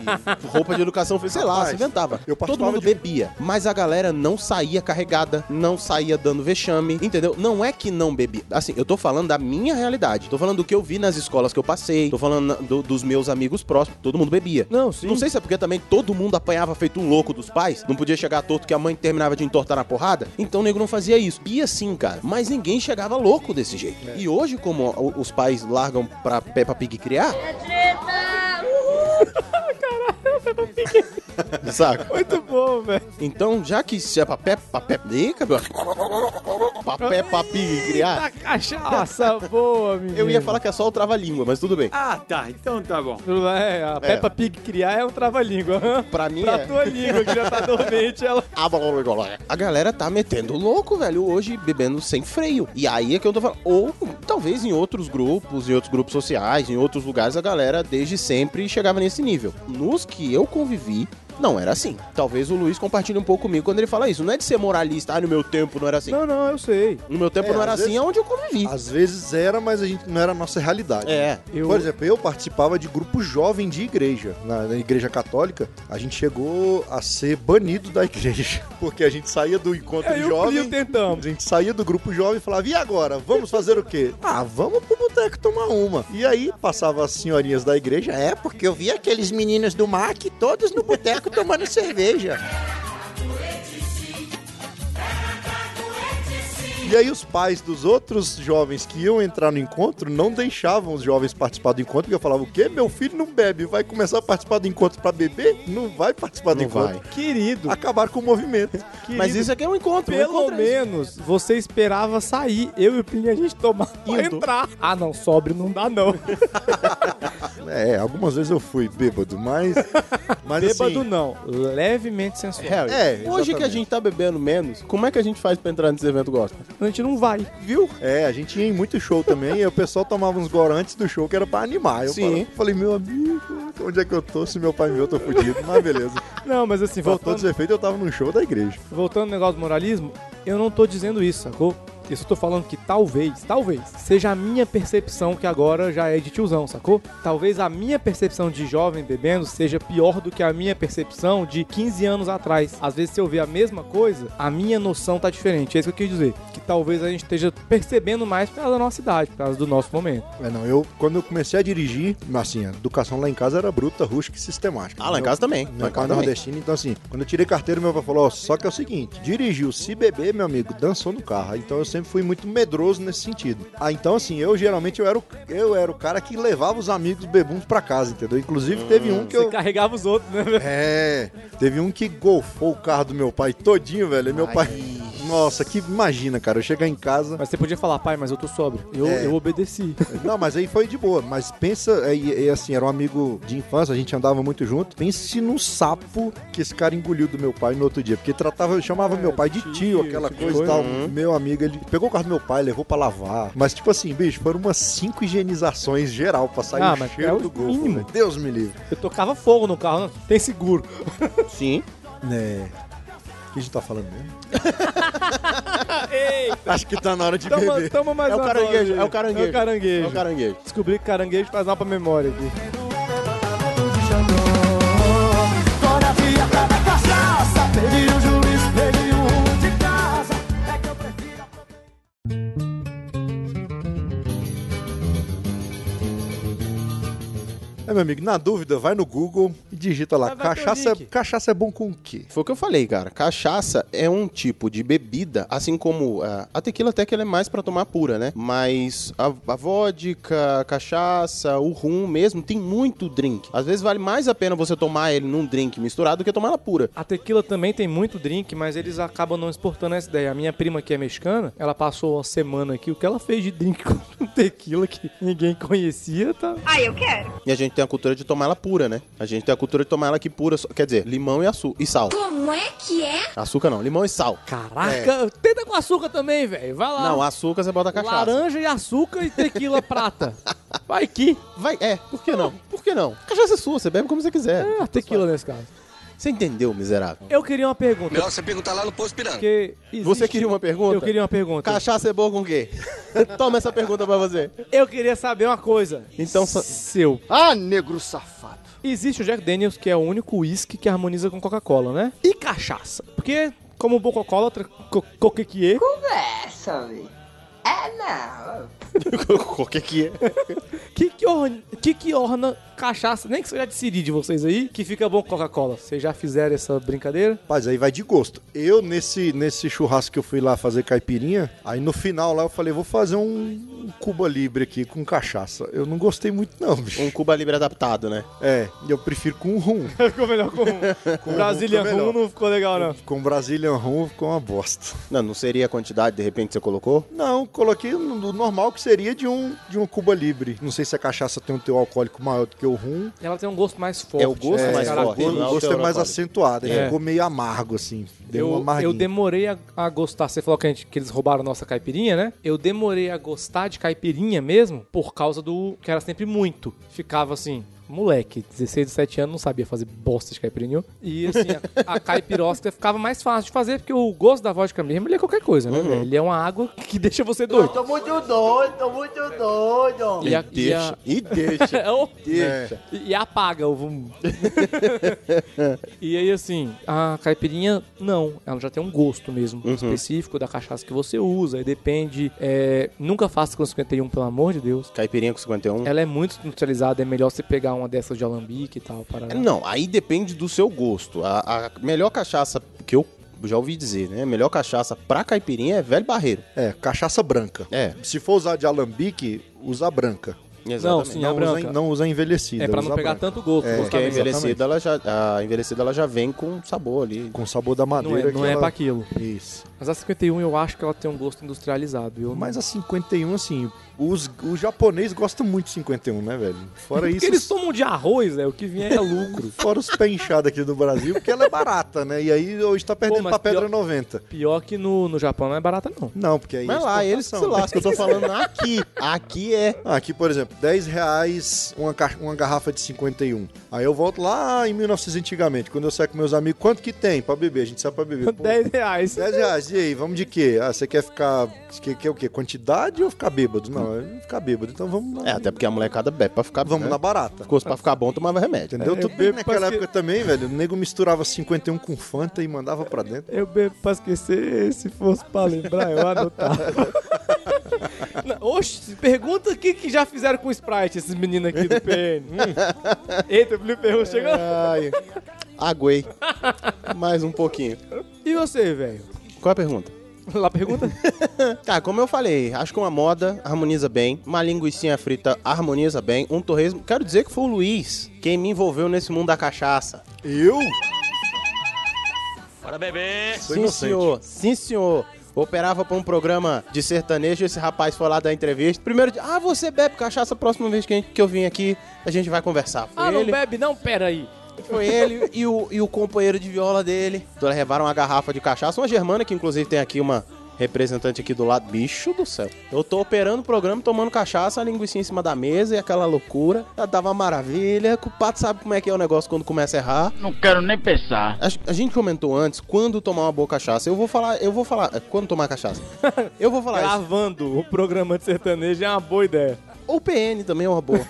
A: roupa de educação física, sei lá,
D: Rapaz,
A: se inventava.
D: eu
A: Todo
D: participava
A: mundo
D: de-
A: bebia, mas a galera não saía carregada, não saía dando vexame, entendeu? Não é que não bebia. Assim, eu tô falando da minha realidade. Tô falando do que eu vi nas escolas que eu passei, tô falando na- do- dos meus amigos próximos, todo mundo bebia.
C: Não, sim.
A: Não sei se é porque também todo mundo apanhava feito um louco dos pais, não podia chegar torto que a mãe terminava de entortar na porrada, então o nego não fazia isso. Bebia sim, cara, mas ninguém chegava louco desse jeito.
D: É.
A: E hoje, como o- os pais largam pra Peppa Pig criar, saca?
C: Muito bom, velho.
A: Então, já que se é pra Peppa, pra Peppa... Ih, cabelo. Pra Peppa Pig criar...
C: Tá, Cachaça boa, menino.
A: Ah. Eu ia falar que é só o trava-língua, mas tudo bem.
C: Ah, tá. Então tá bom. É, a Peppa Pig criar é um trava-língua.
A: Pra mim
C: Pra
A: é.
C: tua língua, que já tá dormente, ela...
A: A galera tá metendo louco, velho, hoje, bebendo sem freio. E aí é que eu tô falando. Ou talvez em outros grupos, em outros grupos sociais, em outros lugares, a galera desde sempre chegava nesse nível. Nos que eu convivi. Não era assim. Talvez o Luiz compartilhe um pouco comigo quando ele fala isso. Não é de ser moralista, ah, no meu tempo não era assim.
C: Não, não, eu sei.
A: No meu tempo
D: É,
A: não era
D: às
A: assim,
D: vezes-
A: é onde eu convivi.
D: Às vezes era, mas a gente não era a nossa realidade.
A: É,
D: né?
A: eu-
D: Por exemplo, eu participava de grupo jovem de igreja. Na, na igreja católica, a gente chegou a ser banido da igreja. <laughs> Porque a gente saía do encontro
C: Aí É, o
D: jovem.
C: Plio tentamos.
D: A gente saía do grupo jovem e falava, e agora? Vamos fazer o quê? Ah, vamos pro boteco tomar uma. E aí passava as senhorinhas da igreja, é, porque eu vi aqueles meninos do MAC todos no boteco tomando cerveja. E aí os pais dos outros jovens que iam entrar no encontro não deixavam os jovens participar do encontro, porque eu falava, o quê? Meu filho não bebe, vai começar a participar do encontro pra beber? Não vai participar do
A: Não
D: encontro.
A: vai.
C: Querido.
D: Acabaram com o movimento.
A: Mas isso aqui é um encontro. um
C: Pelo
A: encontro é isso.
C: menos você esperava sair, eu e o Plínio a gente tomar pra entrar. Ah, não, sóbrio não dá, não.
D: É, algumas vezes eu fui bêbado, <laughs> mas... mas
C: Bêbado
D: assim,
C: não, levemente sensual.
D: É,
A: Hoje que a
D: exatamente.
A: gente tá bebendo menos, como é que a gente faz pra entrar nesse evento gospel?
C: A gente não vai, viu?
D: É, a gente ia em muito show também, e o pessoal tomava uns goró antes do show, que era pra animar. Eu
A: Sim.
D: falava- falei, meu amigo, onde é que eu tô? Se meu pai me viu, eu tô fudido. Mas <laughs> beleza.
C: Não, mas assim,
D: Pra
C: voltando,
D: todos os efeitos, eu tava num show da igreja.
C: voltando ao negócio do moralismo, eu não tô dizendo isso, sacou? Eu só tô falando que talvez, talvez, seja a minha percepção que agora já é de tiozão, sacou? Talvez a minha percepção de jovem bebendo seja pior do que a minha percepção de 15 anos atrás. Às vezes, se eu ver a mesma coisa, a minha noção tá diferente. É isso que eu quis dizer. Que talvez a gente esteja percebendo mais por causa da nossa idade, por causa do nosso momento.
D: É, não, eu, quando eu comecei a dirigir, assim, a educação lá em casa era bruta, rústica e sistemática.
A: Ah, lá em
D: Meu-
A: casa também, lá
D: Meu
A: em
D: pai
A: casa
D: é
A: também.
D: nordestino, então assim, quando eu tirei carteira, meu pai falou, ó, só que é o seguinte, dirigiu, se beber, meu amigo, dançou no carro. Então eu sempre fui muito medroso nesse sentido. Ah, então assim, eu geralmente, eu era o, eu era o cara que levava os amigos bebuns pra casa, entendeu? Inclusive, teve um que
C: Você
D: eu...
C: carregava os outros, né?
D: É, teve um que golfou o carro do meu pai todinho, velho. E meu pai. Nossa, que imagina, cara. Eu chegar em casa.
C: Mas você podia falar, pai, mas eu tô sóbrio. Eu,
D: É.
C: eu obedeci.
D: Não, mas aí foi de boa. Mas pensa, é, e- e assim, era um amigo de infância, a gente andava muito junto. Pense no sapo que esse cara engoliu do meu pai no outro dia. Porque tratava,
C: É,
D: chamava meu pai de tio, aquela
C: tipo de
D: coisa e
C: coisa.
D: tal.
C: Uhum.
D: Meu amigo, ele pegou o carro do meu pai, levou pra lavar. Mas tipo assim, bicho, foram umas cinco higienizações geral pra sair
C: Ah,
D: o
C: mas
D: cheiro
C: é o
D: do golfo.
C: mínimo.
D: velho. Deus me livre.
C: Eu tocava fogo no carro, não. tem seguro.
A: Sim.
D: Né. O que a gente tá falando mesmo?
C: Ei,
D: Acho que tá na hora de
C: toma,
D: beber.
C: toma mais
A: É o
C: uma
A: caranguejo,
C: dose.
A: é o caranguejo.
C: É o caranguejo.
A: É o caranguejo.
C: Descobri que caranguejo faz mal pra memória aqui.
D: É, meu amigo, na dúvida, vai no Google e digita lá.
C: Mas vai ter o
D: Cachaça,
C: link.
D: cachaça é bom com
A: <laughs>
D: o quê?
A: Foi o que eu falei, cara. Cachaça é um tipo de bebida, assim como ah, a tequila até que ela é mais pra tomar pura, né? Mas a, a vodka, a cachaça, o rum mesmo, tem muito drink. Às vezes vale mais a pena você tomar ele num drink misturado do que tomar ela pura.
C: A tequila também tem muito drink, mas eles acabam não exportando essa ideia. A minha prima, que é mexicana, ela passou uma semana aqui. O que ela fez de drink <laughs> com tequila que ninguém conhecia, tá?
E: Ah, eu quero.
A: E a gente tem a cultura de tomar ela pura, né? A gente tem a cultura de tomar ela aqui pura, só- quer dizer, limão e açúcar e sal.
E: Como é que é?
A: Açúcar não, limão e sal.
C: Caraca, É. tenta com açúcar também, velho. Vai lá.
A: Não, açúcar você bota cachaça.
C: Laranja e açúcar e tequila <laughs> prata. Vai que.
A: Vai, é, por que não? Por que não? Cachaça é sua, você bebe como você quiser.
C: Ah, tequila nesse caso.
A: Você entendeu, miserável?
C: Eu queria uma pergunta.
A: você perguntar lá no Posto Piranga.
C: Porque existe-
A: Você queria uma pergunta?
C: Eu queria uma pergunta.
A: Cachaça é boa com o quê? <laughs> Toma essa pergunta pra você.
C: Eu queria saber uma coisa.
A: Então,
C: seu.
H: Ah, negro safado.
C: Existe o Jack Daniels, que é o único uísque que harmoniza com Coca-Cola, né? E cachaça. Porque, como bom cocólatra, co coquequier...
V: Conversa, velho. É, não.
A: Qualquer que é.
C: que que orna, que que orna cachaça, nem que seja de siri de vocês aí, que fica bom com Coca-Cola? Vocês já fizeram
A: <laughs>
C: essa brincadeira?
D: Mas aí vai de gosto. Eu, nesse, nesse churrasco que eu fui lá fazer caipirinha, aí no final lá eu falei, vou fazer um, um Cuba Libre aqui com cachaça. Eu não gostei muito não, bicho.
A: Um Cuba Libre adaptado, né?
D: É, eu prefiro com
A: <laughs>
D: rum.
C: ficou melhor com rum.
D: Com
C: Com Brasília
D: rum fica
C: rum
D: melhor.
C: não ficou legal, não.
D: Com Brazilian rum ficou uma bosta.
A: Não, não seria a quantidade, de repente, que você colocou?
D: Não, coloquei no no normal que seria de um, de um Cuba Libre. Não sei se a cachaça tem um teu alcoólico maior do que o rum.
C: Ela tem um gosto mais forte. né?
A: É o gosto mais
D: cara,
A: forte,
D: O
C: um
A: não é o
D: gosto é
A: teor
D: mais
A: alcoólico.
D: acentuado. Ele
C: É.
D: ficou meio amargo, assim. Deu uma
C: Eu,
D: amarguinha.
C: eu demorei a, a gostar. Você falou que, a gente- que eles roubaram nossa caipirinha, né? Eu demorei a gostar de caipirinha mesmo por causa do. que era sempre muito. Ficava assim. Moleque, 16, 17 anos, não sabia fazer bosta de caipirinho. E assim, a, a caipirosca <laughs> ficava mais fácil de fazer, porque o gosto da vodka mesmo ele é qualquer coisa,
D: Uhum.
C: né? velho? Ele é uma água que deixa você doido.
F: Tô muito doido, tô muito doido.
C: E, a- e a-
A: E deixa.
C: <laughs> É, ó.
A: Deixa.
C: É. E apaga o. vum. <laughs> e aí, assim, a caipirinha, não. Ela já tem um gosto mesmo
D: Uhum.
C: específico da cachaça que você usa. Aí depende. é, nunca faça com 51, pelo amor de Deus.
A: Caipirinha com 51?
C: Ela é muito industrializada, é melhor você pegar uma dessas de alambique e tal.
D: É,
C: Para...
A: Não, aí depende do seu gosto. A, a melhor cachaça que eu já ouvi dizer, né? A melhor cachaça pra caipirinha é velho barreiro.
D: É, cachaça branca.
A: É.
D: Se for usar de alambique, usa a branca.
A: Exatamente.
C: sim, a
D: Não usa,
C: branca.
D: não usa a envelhecida.
C: É pra não
D: usa a
C: pegar
D: branca.
C: tanto gosto.
D: É,
C: gosto
A: Porque a
C: também.
A: envelhecida, ela já, a envelhecida ela já vem com sabor ali.
D: Com o sabor da
C: Não
D: madeira.
C: é, não
D: que
C: é
D: ela-
C: pra aquilo.
D: Isso.
C: Mas a 51 eu acho que ela tem um gosto industrializado. Eu
D: Mas a 51, assim, os, o japonês gosta muito de 51, né, velho? Fora
C: Porque
D: isso,
C: eles tomam de arroz, é o que vier é
D: <laughs>
C: lucro.
D: fora os pé inchado aqui do Brasil, porque ela é barata, né? E aí hoje tá perdendo
C: mas
D: pra pedra
C: pior-
D: 90.
C: Pior que no, no Japão não é barata, não.
D: Não, porque aí. é
A: Mas lá, eles que se
D: exportação.
A: lascam. Eu tô falando aqui. Aqui é.
D: Ah, Aqui, por exemplo, 10 reais uma, ca- uma garrafa de 51. Aí eu volto lá em 1900 antigamente, quando eu saio com meus amigos, quanto que tem pra beber? A gente sai pra
C: <laughs>
D: beber. Pô,
C: 10 reais.
D: 10 reais, e aí, vamos de quê? Ah, você quer ficar. Quer, quer o quê? Quantidade ou ficar bêbado? Não, é ficar bêbado, então vamos
A: É,
D: lá.
A: até porque a molecada bebe pra ficar
D: Vamos
A: né?
D: na barata.
A: Ficou pra ficar bom, tomava remédio. né?
D: Entendeu?
C: É,
D: tu
C: eu
D: bebe
C: bebo
D: naquela
C: pra esque-
D: época também, velho. O nego misturava 51 com Fanta e mandava pra dentro.
C: Eu bebo pra esquecer, se fosse pra lembrar, eu anotava. <laughs> Não, Oxe, pergunta o que, que já fizeram com o Sprite, esses meninos aqui do PN. <laughs> Hum. Eita, o Felipe Perro chegou.
A: Ai, aguei. Mais um pouquinho.
C: E você, velho?
A: Qual é a pergunta?
C: Lá <laughs> pergunta?
A: Tá, como eu falei, acho que uma moda harmoniza bem, uma linguiçinha frita harmoniza bem, um torresmo. Quero dizer que foi o Luiz quem me envolveu nesse mundo da cachaça.
D: Eu?
S: Bora beber.
A: sim, senhor. Sim, senhor. Operava pra um programa de sertanejo, esse rapaz foi lá dar entrevista. Primeiro, dia, ah, você bebe cachaça, próxima vez que, a gente- que eu vim aqui, a gente vai conversar. Foi
C: ah, não
A: ele,
C: bebe não? Pera aí.
A: foi ele e o, e o companheiro de viola dele. Então, levaram uma garrafa de cachaça, uma germana, que inclusive tem aqui uma representante aqui do lado. Bicho do céu. Eu tô operando o programa, tomando cachaça, a linguiça em cima da mesa e aquela loucura. Já tava uma maravilha. O pato sabe como é que é o negócio quando começa a errar.
F: Não quero nem pensar.
A: A, a gente comentou antes quando tomar uma boa cachaça. Eu vou falar, eu vou falar. é, Quando tomar cachaça? Eu vou falar isso.
C: Gravando o programa de sertanejo é uma boa ideia.
A: Ou PN também é uma
C: <laughs>
A: boa.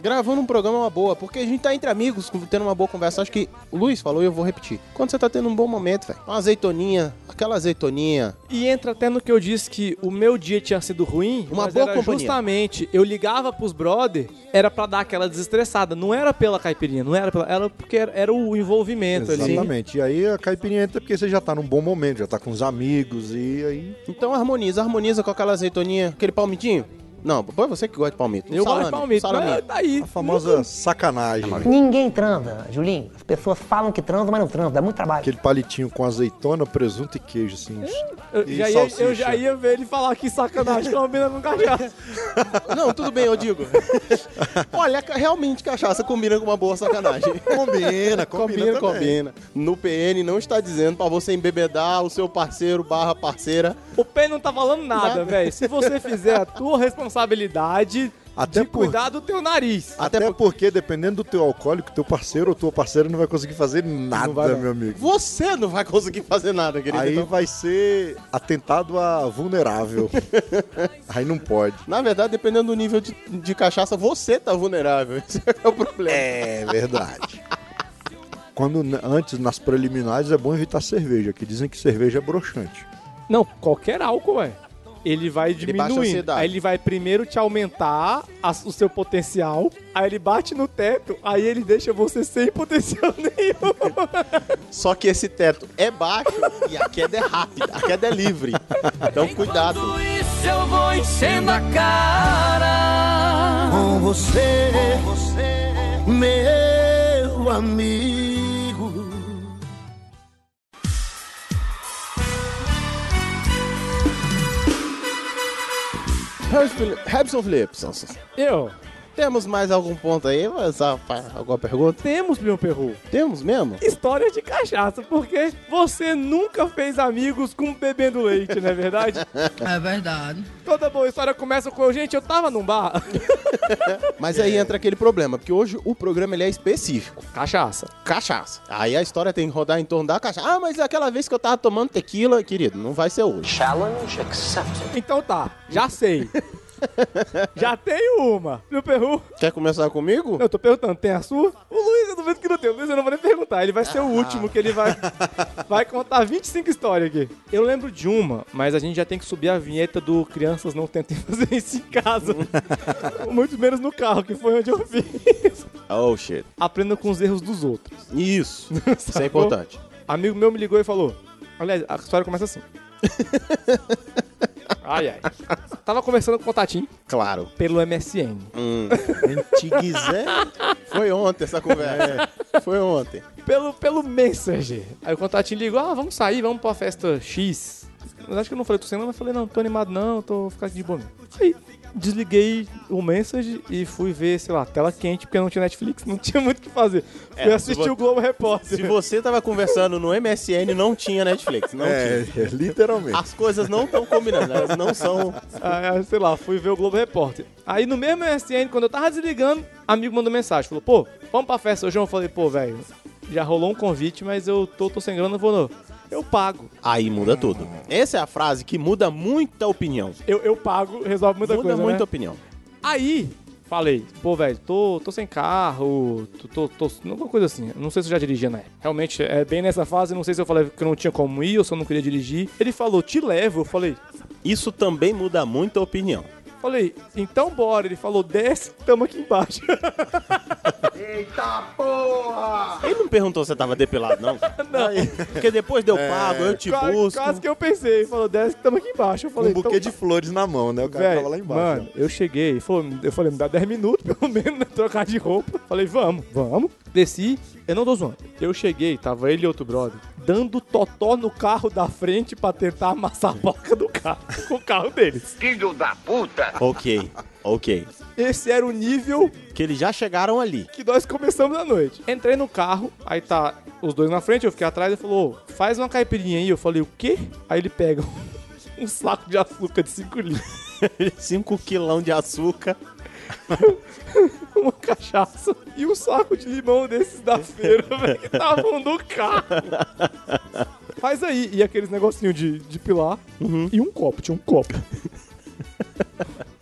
A: Gravando um programa é uma boa, porque a gente tá entre amigos, com- tendo uma boa conversa. Acho que o Luiz falou e eu vou repetir. Quando você tá tendo um bom momento, velho. Uma azeitoninha, aquela azeitoninha.
C: E entra até no que eu disse que o meu dia tinha sido ruim.
A: Uma
C: mas
A: boa
C: era
A: companhia.
C: Justamente, eu ligava pros brother, era pra dar aquela desestressada. Não era pela caipirinha, não era pela. Era porque era, era o envolvimento ali.
D: Exatamente. E aí a caipirinha entra porque você já tá num bom momento, já tá com os amigos e aí.
A: Então harmoniza, harmoniza com aquela azeitoninha, aquele palmitinho. Não, foi você que gosta de palmito.
C: Eu gosto de
A: Um Salame,
C: palmito,
A: salame.
C: mas tá aí.
D: A famosa sacanagem. né?
F: Ninguém transa, Julinho. As pessoas falam que transam, mas não transam. Dá muito trabalho.
D: Aquele palitinho com azeitona, presunto e queijo, assim.
C: Eu,
D: E
C: já ia,
D: salsicha.
C: eu já ia ver ele falar que sacanagem combina com cachaça.
A: Não, tudo bem, eu
D: <laughs>
A: digo. Olha, ca- realmente cachaça combina com uma boa sacanagem.
D: Combina, combina também.
A: No PN não está dizendo pra você embebedar o seu parceiro barra parceira.
C: O Pen não tá falando nada, velho. Se você fizer a tua responsabilidade,
D: Até
C: de cuidar do teu nariz.
D: Até, Até por- porque, dependendo do teu alcoólico, teu parceiro ou tua parceira não vai conseguir fazer nada,
A: vai dar.
D: meu amigo.
A: Você não vai conseguir fazer nada, querido.
D: Aí
A: então.
D: vai ser atentado a vulnerável. Aí não pode.
A: Na verdade, dependendo do nível de, de cachaça, você tá vulnerável. <laughs> Esse é o problema.
D: É verdade. Quando n- antes, nas preliminares, é bom evitar cerveja, que dizem que cerveja é broxante.
C: Não, qualquer álcool é. Ele vai
A: baixa a
C: diminuindo.
A: ansiedade.
C: aí ele vai primeiro te aumentar a- o seu potencial. Aí ele bate no teto. Aí ele deixa você sem potencial <laughs> nenhum.
A: Só que esse teto é baixo e a queda é rápida, a queda é livre. Então cuidado.
J: Isso eu vou enchendo a cara.
F: Com você, meu amigo.
A: Hebson Felipe, Sansa.
C: Eu.
A: Temos mais algum ponto aí? Mas, ah, pá, Alguma pergunta?
C: Temos, meu perro.
A: Temos mesmo?
C: História de cachaça, porque você nunca fez amigos com bebendo leite, não <laughs> é verdade?
A: É
C: verdade. Toda boa história começa com, gente, eu tava num bar.
A: Mas aí entra aquele problema, porque hoje o programa ele é específico.
C: <laughs> Cachaça.
A: Cachaça. Aí a história tem que rodar em torno da cachaça. Ah, mas aquela vez que eu tava tomando tequila, querido, não vai ser hoje.
N: Challenge accepted.
C: Então tá, já sei. Já tenho uma. Meu perru.
A: Quer começar comigo?
C: Eu tô perguntando, tem a sua? O Luiz, eu duvido que não tem. O Luiz, eu não vou nem perguntar. Ele vai ser o último que ele <laughs> vai, vai contar 25 histórias aqui. Eu lembro de uma, mas a gente já tem que subir a vinheta do Crianças Não Tentem Fazer Isso em Casa. <laughs> Muito menos no carro, que foi onde eu fiz.
A: Oh, shit.
C: Aprenda com os erros dos <laughs> outros.
A: Isso. Isso é <laughs>
C: Sacou?
A: importante.
C: Amigo meu me ligou e falou. Aliás, a história começa <laughs> assim. ai, ai. Tava conversando com o Tatim
A: Claro.
C: pelo MSN.
A: Hum. Antiguizé. Foi ontem essa conversa. Foi ontem.
C: Pelo, pelo Messenger. Aí o contatinho ligou, ah, vamos sair, vamos pra festa X. Mas acho que eu não falei com você não, mas falei, não, tô animado não, tô ficando de boa mesmo. Aí desliguei o Messenger e fui ver, sei lá, tela quente, porque não tinha Netflix, não <laughs> tinha muito o que fazer.
A: É,
C: fui
A: se
C: assistir
A: vo-
C: o Globo Repórter.
A: Se você tava conversando no MSN, não tinha Netflix. Não
D: É,
A: tinha.
D: <laughs> literalmente.
A: As coisas não estão combinando, elas não são.
C: Aí, sei lá, fui ver o Globo Repórter. Aí no mesmo MSN, quando eu tava desligando, amigo mandou mensagem. Falou, pô, vamos pra festa hoje? Eu falei, pô, velho, já rolou um convite, mas eu tô, tô sem grana, não vou não. Eu pago.
A: Aí muda tudo. Essa é a frase que muda muita opinião.
C: Eu, eu pago, resolve muita
A: muda
C: coisa,
A: muita
C: né?
A: opinião.
C: Aí, falei, pô, velho, tô, tô sem carro, tô, tô, tô- Alguma coisa assim. Não sei se eu já dirigia na época. Realmente, é bem nessa fase, não sei se eu falei que eu não tinha como ir ou se eu não queria dirigir. Ele falou, te levo. Eu falei,
A: Isso também muda muita opinião.
C: falei, então bora. Ele falou, desce, tamo aqui embaixo. <laughs>
F: Eita porra!
A: Ele não perguntou se você tava depilado, não.
C: não.
A: Porque depois
D: É.
A: deu pago, eu te
C: Quase-
A: busco.
C: Quase que eu pensei. Ele falou, desce, tamo aqui embaixo. Eu
D: Um
C: falei,
D: buquê
C: então,
D: de flores na mão, né? O cara
C: Véi,
D: tava lá embaixo.
C: Mano, eu cheguei, ele falou, eu falei, me dá 10 minutos, <laughs> pelo menos, né, trocar de roupa. Falei, vamos, vamos. Desci, eu não tô zoando. Eu cheguei, tava ele e outro brother, dando totó no carro da frente pra tentar amassar a placa do carro, <laughs> com o carro deles.
F: Filho da puta!
A: Ok, ok.
C: Esse era o nível
A: Que eles já chegaram ali. <laughs>
C: que nós começamos a noite. Entrei no carro, aí tá os dois na frente, eu fiquei atrás, ele falou, "Ô, faz uma caipirinha aí. Eu falei, o quê? Aí ele pega <laughs> um- um saco de açúcar de 5 litros.
A: 5 quilão de açúcar.
C: uma cachaça e um saco de limão desses da feira, velho, que estavam no carro. Faz aí, e aqueles negocinhos de, de pilar e um copo, tinha um copo.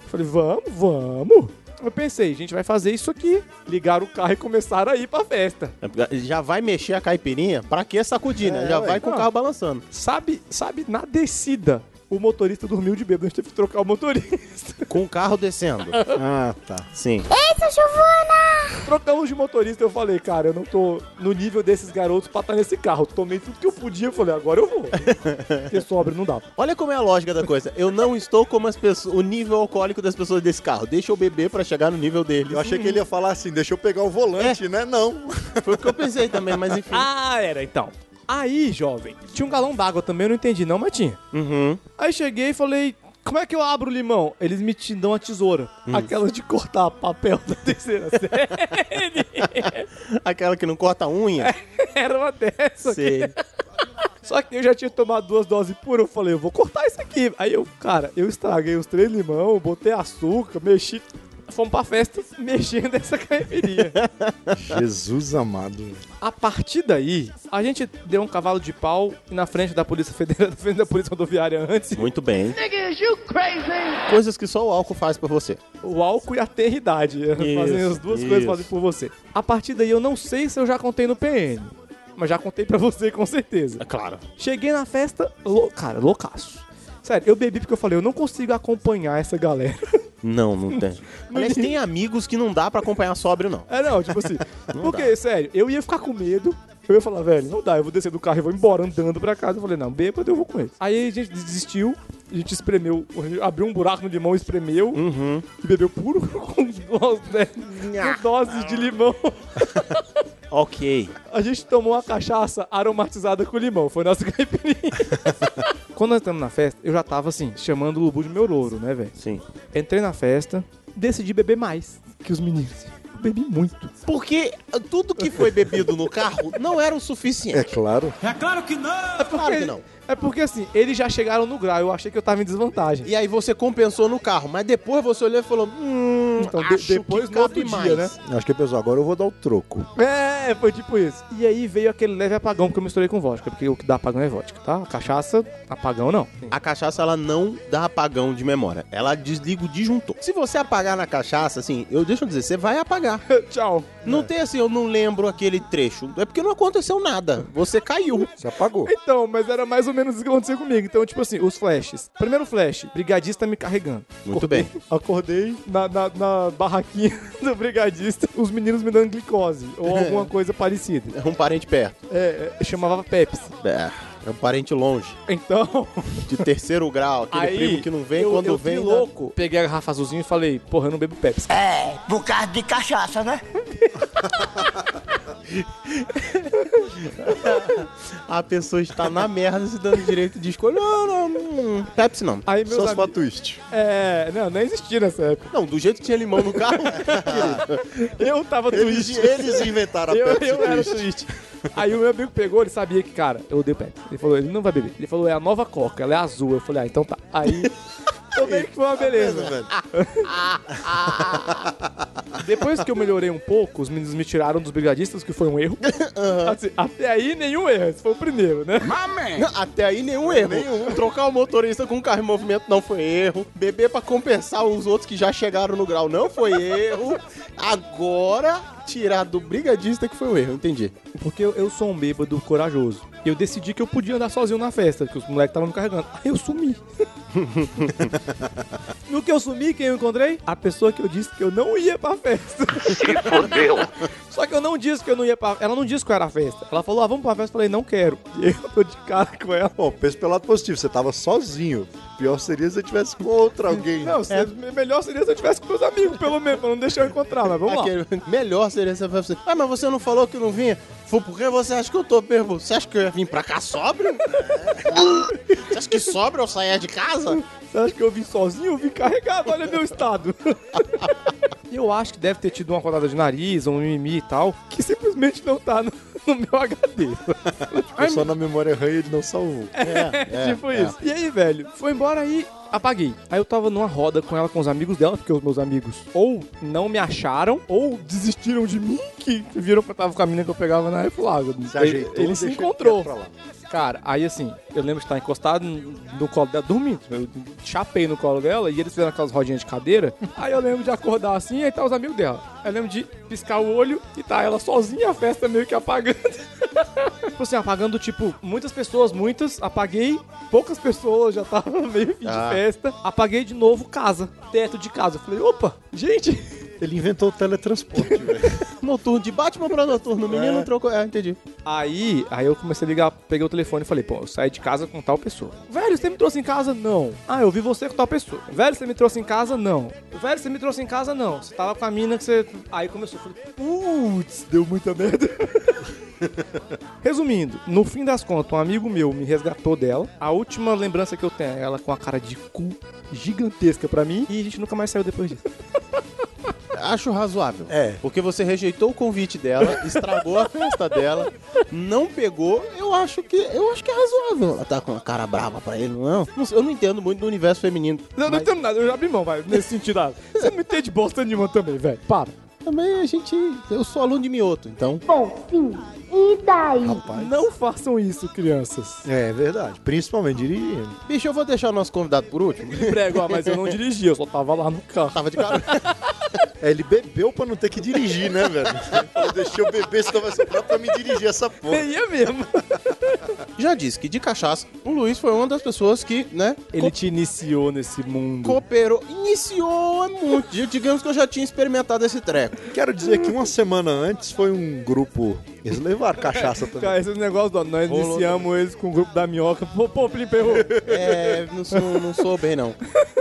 C: Falei, vamos, vamos. Eu pensei, gente vai fazer isso aqui. Ligaram o carro e começaram a ir pra festa.
A: É. Já vai mexer a caipirinha? Pra que sacudir, né?
C: É,
A: já
C: ué.
A: vai com o
D: então.
C: Ah.
A: carro balançando.
C: Sabe, sabe, na descida, o motorista dormiu de bêbado, a gente teve que trocar o motorista.
A: Com o carro descendo.
D: <laughs> Ah, tá.
A: Sim.
E: Eita, Giovana!
C: Trocamos de motorista, eu falei, cara, eu não tô no nível desses garotos pra estar nesse carro. Tomei tudo que eu podia, eu falei, agora eu vou. Porque sobre não dá.
A: Olha como é a lógica da coisa. Eu não estou como as pessoas, o nível alcoólico das pessoas desse carro. Deixa eu beber pra chegar no nível deles. É,
D: Eu achei que ele ia falar assim, deixa eu pegar o volante, né? Não.
A: Foi o que eu pensei também, mas
D: <laughs>
A: enfim.
C: Ah, era então. Aí, jovem, tinha um galão d'água também, eu não entendi não, mas tinha.
A: Uhum.
C: Aí cheguei e falei, como é que eu abro o limão? Eles me te dão a tesoura. Aquela de cortar papel da <laughs> terceira série.
A: Aquela que não corta a
D: É,
A: unha.
C: era uma dessas.
A: Sei.
C: Só que eu já tinha tomado duas doses pura, eu falei, eu vou cortar isso aqui. Aí eu, cara, eu estraguei os três limão, botei açúcar, mexi. fomos pra festa mexendo essa caipirinha.
D: Jesus amado.
C: A partir daí, a gente deu um cavalo de pau na frente da Polícia Federal, <laughs> na frente da Polícia Rodoviária antes.
A: Muito bem. Coisas que só o álcool faz por você.
C: O álcool e a terridade fazem as duas coisas
A: isso.
C: fazem por você. A partir daí, eu não sei se eu já contei no PN. Mas já contei pra você, com certeza. É
A: claro.
C: Cheguei na festa, lou- cara, loucaço. Sério, eu bebi porque eu falei, eu não consigo acompanhar essa galera.
A: Não, não
C: <laughs>
A: tem. Aliás, tem amigos que não dá pra acompanhar sóbrio, não.
C: É, não, tipo assim.
A: Não
C: porque, sério, eu ia ficar com medo. Eu ia falar, velho, não dá, eu vou descer do carro e vou embora andando pra casa. Eu falei, não, bêbado eu vou com ele. Aí a gente desistiu, a gente espremeu, a gente abriu um buraco no limão, espremeu,
A: Uhum.
C: e bebeu puro <laughs> com doses, né, com doses de limão.
A: <laughs> Ok.
C: A gente tomou uma cachaça aromatizada com limão, foi nossa <laughs> caipirinha. Quando nós estamos na festa, eu já tava assim, chamando o Lubu de meu louro, né, velho?
A: Sim.
C: Entrei na festa, decidi beber mais que os meninos. Eu bebi muito.
A: Porque ah, tudo que foi bebido no carro não era o suficiente.
D: É claro.
B: É claro que não!
C: É porque,
A: Claro que não.
C: É porque assim, eles já chegaram no grau, eu achei que eu tava em desvantagem.
A: E aí você compensou no carro, mas depois você olhou e falou: hum,
C: Então, de-
A: acho
C: <laughs> depois
A: que
C: no outro
A: cabe mais.
C: dia, né?
D: Acho que, pessoal, agora eu vou dar o troco.
C: É, foi tipo isso. E aí veio aquele leve apagão que eu misturei com vodka, porque o que dá apagão é vodka, tá? A cachaça,
A: <laughs>
C: apagão não.
A: A cachaça, ela não dá apagão de memória. Ela desliga o disjuntor. Se você apagar na cachaça, assim, eu deixa eu dizer, você vai apagar.
C: Tchau.
A: Não tem assim, eu não lembro aquele trecho. É porque não aconteceu nada. Você caiu.
D: Você apagou.
C: Então, mas era mais ou menos isso que aconteceu comigo. Então, tipo assim, os flashes. Primeiro flash, brigadista me carregando.
A: Muito
C: Acordei-
A: bem.
C: <laughs> Acordei na, na, na barraquinha <laughs> do brigadista, os meninos me dando glicose
A: <laughs>
C: ou alguma coisa parecida.
A: É um parente perto.
C: É, é, chamava Pepsi.
A: É, é um parente longe.
C: Então,
A: De terceiro grau, aquele
C: aí
A: primo que não vem,
C: eu,
A: quando
C: eu
A: vem. né?
C: fui
A: dá-
C: louco, peguei a garrafa azulzinha e falei, porra, eu não bebo Pepsi.
F: É, por causa de cachaça, né?
A: A pessoa está tá na merda se dando direito de escolha. Não, não, não. Pepsi não.
C: Aí meus
D: Só se for
C: amigos...
D: twist.
C: É, não, não existia nessa época.
A: Não, do jeito que tinha limão no carro.
C: Eu tava
D: Eles,
C: twist.
D: eles inventaram
C: <laughs>
D: a
C: eu,
D: Pepsi
C: eu era
D: Twist.
C: twist. Aí o meu amigo pegou, ele sabia que, cara, eu odeio Pepsi. Ele falou, ele não vai beber. Ele falou, é a nova Coca, ela é azul. Eu falei, ah, então tá.
A: <laughs>
C: Aí, eu meio que foi
A: Tá
C: uma beleza.
D: Velho.
C: <laughs> Depois que eu melhorei um pouco, os meninos me tiraram dos brigadistas, que foi um
A: <laughs>
C: erro. Assim, até aí, nenhum erro. Esse foi o primeiro, né?
A: Não, até aí nenhum erro. Trocar o motorista com o carro em movimento não foi erro. Beber pra compensar os outros que já chegaram no grau não foi erro. Agora, tirar do brigadista que foi o erro, entendi.
C: Porque eu, eu sou um bêbado corajoso. E eu decidi que eu podia andar sozinho na festa, que os moleques estavam me carregando. Aí eu sumi. no que eu sumi, quem eu encontrei? A pessoa que eu disse que eu não ia pra festa.
G: Se fodeu.
C: Só que eu não disse que eu não ia pra... Ela não disse que era a festa. Ela falou, ah, vamos pra festa. Eu falei, não quero. E eu tô de cara com ela.
D: Bom, pensa pelo lado positivo, você tava sozinho. Pior seria se você tivesse com outra alguém.
C: Não, se- melhor seria se eu tivesse com meus amigos, pelo menos, pra não deixar eu encontrar, mas vamos lá.
A: Aquele- melhor seria você falar assim, ah, mas você não falou que não vinha? Foi porque você acha que eu tô bêbado. Você acha que eu ia vir pra cá sóbrio? você acha que sobra eu sair de casa?
C: Você acha que eu vim sozinho? Eu vim carregado, olha meu estado. <laughs> eu acho que deve ter tido uma rodada de nariz, um mimimi e tal, que simplesmente não tá no, no meu
D: <laughs>
C: HD.
D: Ficou só na memória RAM e ele não salvou.
C: É, tipo isso. E aí, velho, foi embora aí, apaguei. Aí eu tava numa roda com ela, com os amigos dela, porque os meus amigos ou não me acharam, ou desistiram de mim, que viram que eu tava com a mina que eu pegava na época lá.
D: Se ajeitou,
C: ele se
D: deixa ele
C: encontrou.
D: quieto pra lá.
C: Cara, aí assim, eu lembro de estar encostado no colo dela, dormindo. Eu chapei no colo dela e eles fizeram aquelas rodinhas de cadeira. Aí eu lembro de acordar assim e aí tá os amigos dela. Eu lembro de piscar o olho e tá ela sozinha, a festa meio que apagando. tipo assim, apagando, tipo, muitas pessoas, muitas. Apaguei, poucas pessoas, já tava meio fim
A: Ah.
C: de festa. Apaguei de novo casa, teto de casa. Eu falei, opa, gente.
D: Ele inventou o teletransporte, velho.
A: Noturno, de Batman pra noturno, o menino trocou... É, entendi.
C: Aí, aí eu comecei a ligar, peguei o telefone e falei, pô, eu saí de casa com tal pessoa. Velho, você me trouxe em casa? Não. Ah, eu vi você com tal pessoa. Velho, você me trouxe em casa? Não. Velho, você me trouxe em casa? Não. Você tava com a mina que você... Aí começou, eu falei, putz, deu muita merda. <laughs> Resumindo, no fim das contas, um amigo meu me resgatou dela. A última lembrança que eu tenho é ela com a cara de cu gigantesca pra mim. E a gente nunca mais saiu depois disso.
A: Acho razoável.
D: É.
A: Porque você rejeitou o convite dela, estragou a festa dela, não pegou, eu acho que eu acho que é razoável. Ela tá com uma cara brava pra ele, não? é? Não sei, eu não entendo muito do universo feminino.
C: Não, não
A: mas-
C: entendo nada, eu já abri mão, vai, nesse sentido. ah. Você não entende bosta nenhuma também, velho. Para.
A: Também a gente. Eu sou aluno de mioto, então.
E: Bom, sim. E daí?
C: Não façam isso, crianças.
D: É verdade, principalmente dirigindo.
A: Bicho, eu vou deixar o nosso convidado por último. <laughs>
C: Ele prega, ó, ah, mas eu não dirigi, eu só tava lá no carro.
A: Tava de cara.
D: É, ele bebeu pra não ter que dirigir, né, velho? Eu deixei eu beber, senão vai sobrar pra me dirigir essa porra.
C: Ia é mesmo.
A: Já disse que de cachaça, o Luiz foi uma das pessoas que, né?
C: Ele te iniciou nesse mundo.
A: Cooperou, iniciou é muito. Eu- Digamos que eu já tinha experimentado esse treco.
D: Quero dizer que uma semana antes foi um grupo. Eles levaram cachaça também.
C: Cara, esses negócios, é ó, nós
A: Rolou
C: iniciamos eles com o grupo da minhoca. Pô, pô, Felipe, errou.
A: É, não sou, não sou bem, não.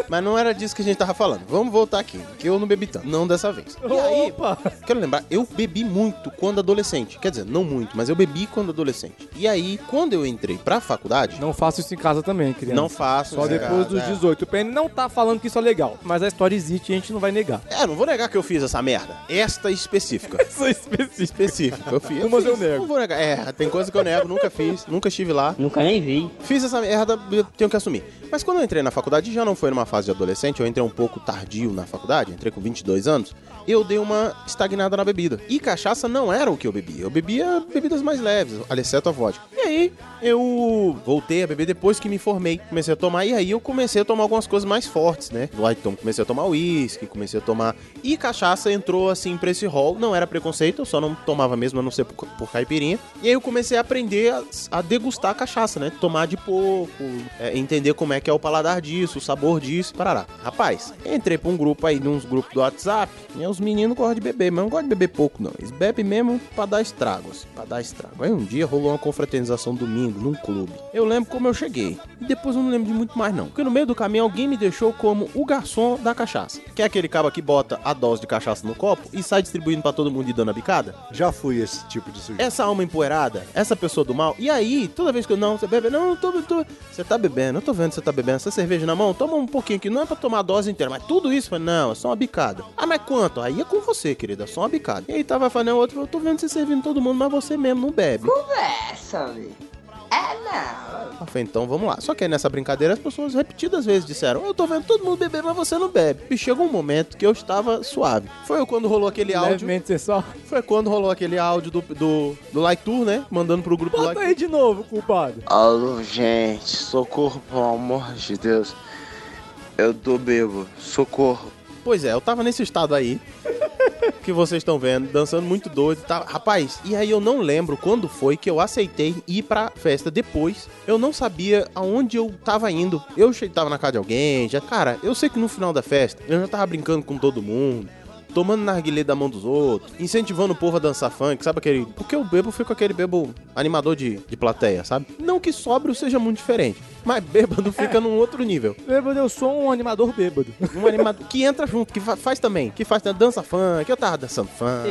A: Mas não era disso que a gente tava falando. Vamos voltar aqui, que eu não bebi tanto. Não dessa vez. E aí,
C: Opa!
A: quero lembrar, eu bebi muito quando adolescente. Quer dizer, não muito, mas eu bebi quando adolescente. E aí, quando eu entrei pra faculdade,
C: Não faço isso em casa também, criança.
A: Não faço
C: Só
A: isso em
C: depois
A: casa,
C: dos
A: é.
C: 18. O PN não tá falando que isso é legal, mas a história existe e a gente não vai negar.
A: É, não vou negar que eu fiz essa merda. Esta específica. <laughs>
C: Sou específico.
A: específica. Eu fiz.
C: Umas eu
A: fiz.
C: nego.
A: Não vou negar. É, tem coisa que eu nego, nunca fiz, nunca estive lá. Nunca nem vi. Fiz essa merda, eu tenho que assumir. Mas quando eu entrei na faculdade, já não foi numa fase de adolescente, eu entrei um pouco tardio na faculdade, entrei com 22 anos, eu dei uma estagnada na bebida. E cachaça não era o que eu bebia. Eu bebia bebidas mais leves, exceto a vodka. E aí, eu voltei a beber depois que me formei. Comecei a tomar, e aí eu comecei a tomar algumas coisas mais fortes, né? Lá então comecei a tomar uísque, comecei a tomar. E cachaça entrou assim pra esse rol. Não era preconceito, eu só não tomava mesmo, a não ser por, por caipirinha. E aí eu comecei a aprender a, a degustar a cachaça, né? Tomar de pouco, é, entender como é que é o paladar disso, o sabor disso, parará. Rapaz, entrei pra um grupo aí, uns grupos do WhatsApp, e os meninos gostam de beber, mas não gostam de beber pouco, não. Eles bebem mesmo pra dar estrago, assim, pra dar estrago. Aí um dia rolou uma confraternização domingo num clube. Eu lembro como eu cheguei. E depois eu não lembro de muito mais, não. Porque no meio do caminho alguém me deixou como o garçom da cachaça. Que é aquele cabo que bota a dose de cachaça no copo e sai distribuindo pra todo mundo e dando a bicada?
D: Já fui esse tipo de sujeito.
A: essa alma empoeirada, essa pessoa do mal. E aí, toda vez que eu não, você bebe, não, eu tô, eu tô- você tá bebendo, eu tô vendo que você tá bebendo, essa cerveja na mão, toma um pouquinho aqui, não é pra tomar a dose inteira, mas tudo isso, eu falei, não, é só uma bicada. Ah, mas quanto? Aí é com você, querida, é só uma bicada. E aí tava falando, o outro, falou, eu tô vendo você servindo todo mundo, mas você mesmo não bebe.
V: Conversa, velho. É não.
A: Eu falei, então vamos lá. Só que aí nessa brincadeira as pessoas repetidas vezes disseram: Eu tô vendo todo mundo beber, mas você não bebe. E chegou um momento que eu estava suave. Foi quando rolou aquele áudio.
C: Levemente, você só.
A: Foi quando rolou aquele áudio do, do, do Light Tour, né? Mandando pro grupo
C: Bota
A: Light
C: aí de novo, culpado.
H: Alô, gente, socorro, pelo amor de Deus. Eu tô bebo, socorro.
A: Pois é, eu tava nesse estado aí. Que vocês estão vendo, dançando muito doido. Tá? Rapaz, e aí eu não lembro quando foi que eu aceitei ir pra festa depois. Eu não sabia aonde eu tava indo. Eu che- tava na casa de alguém, já. Cara, eu sei que no final da festa eu já tava brincando com todo mundo. Tomando narguilé da mão dos outros, incentivando o povo a dançar funk, sabe aquele. Porque eu bebo, eu fico aquele bebo animador de, de plateia, sabe? Não que sóbrio seja muito diferente, mas <laughs> bêbado fica num outro nível
C: Bêbado, eu sou um animador bêbado.
A: um animador que entra junto, que fa- faz também, que faz também dança funk, eu tava dançando funk.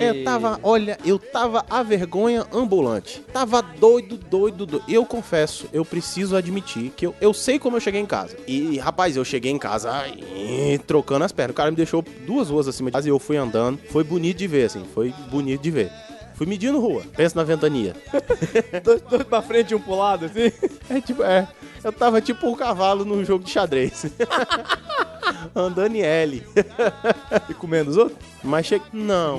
A: Eu tava, olha, eu tava a vergonha ambulante. Tava doido, doido, doido. Eu confesso, eu preciso admitir que eu, eu sei como eu cheguei em casa. E, rapaz, eu cheguei em casa aí, trocando as pernas. O cara me deixou duas ruas acima de casa e eu fui andando. Foi bonito de ver, assim, foi bonito de ver. Fui medindo rua, pensa na ventania.
C: dois, dois pra frente e um pro lado, assim.
A: É tipo, é. Eu tava tipo um cavalo num jogo de <laughs> xadrez. Andando em L.
C: E comendo os outros?
A: Mas che... Não.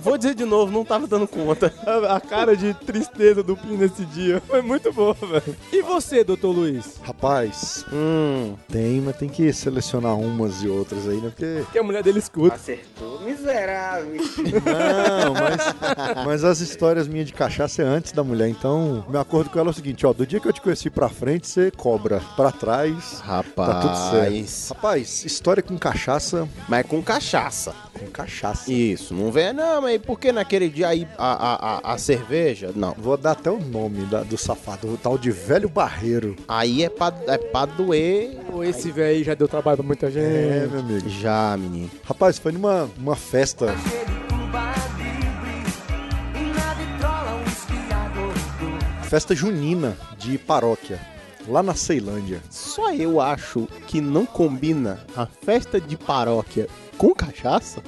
A: Vou dizer de novo, não tava dando conta.
C: A a cara de tristeza do Pim nesse dia foi muito boa, velho. E você, doutor Luiz?
D: Rapaz,
A: hum.
D: tem, mas tem que selecionar umas e outras aí, né? Porque.
C: Que a mulher dele escuta.
V: Acertou, miserável.
D: Não, mas, mas as histórias minhas de cachaça é antes da mulher, então meu acordo com ela é o seguinte, ó, do dia que eu te conheci pra frente, você cobra, pra trás, tá tudo certo. Rapaz, história com cachaça,
A: Mas com cachaça.
D: com cachaça.
A: Isso, não vê, não, mas por que naquele dia aí a, a, a, a cerveja? Não.
D: Vou dar até o nome da- do safado, o tal de Velho Barreiro.
A: Aí é pra, é pra doer.
C: Pô, Esse velho aí já deu trabalho pra muita gente.
D: É, meu amigo.
A: Já, menino.
D: Rapaz, foi numa uma festa, festa junina de paróquia, lá na Ceilândia.
A: Só eu acho que não combina a festa de paróquia com cachaça.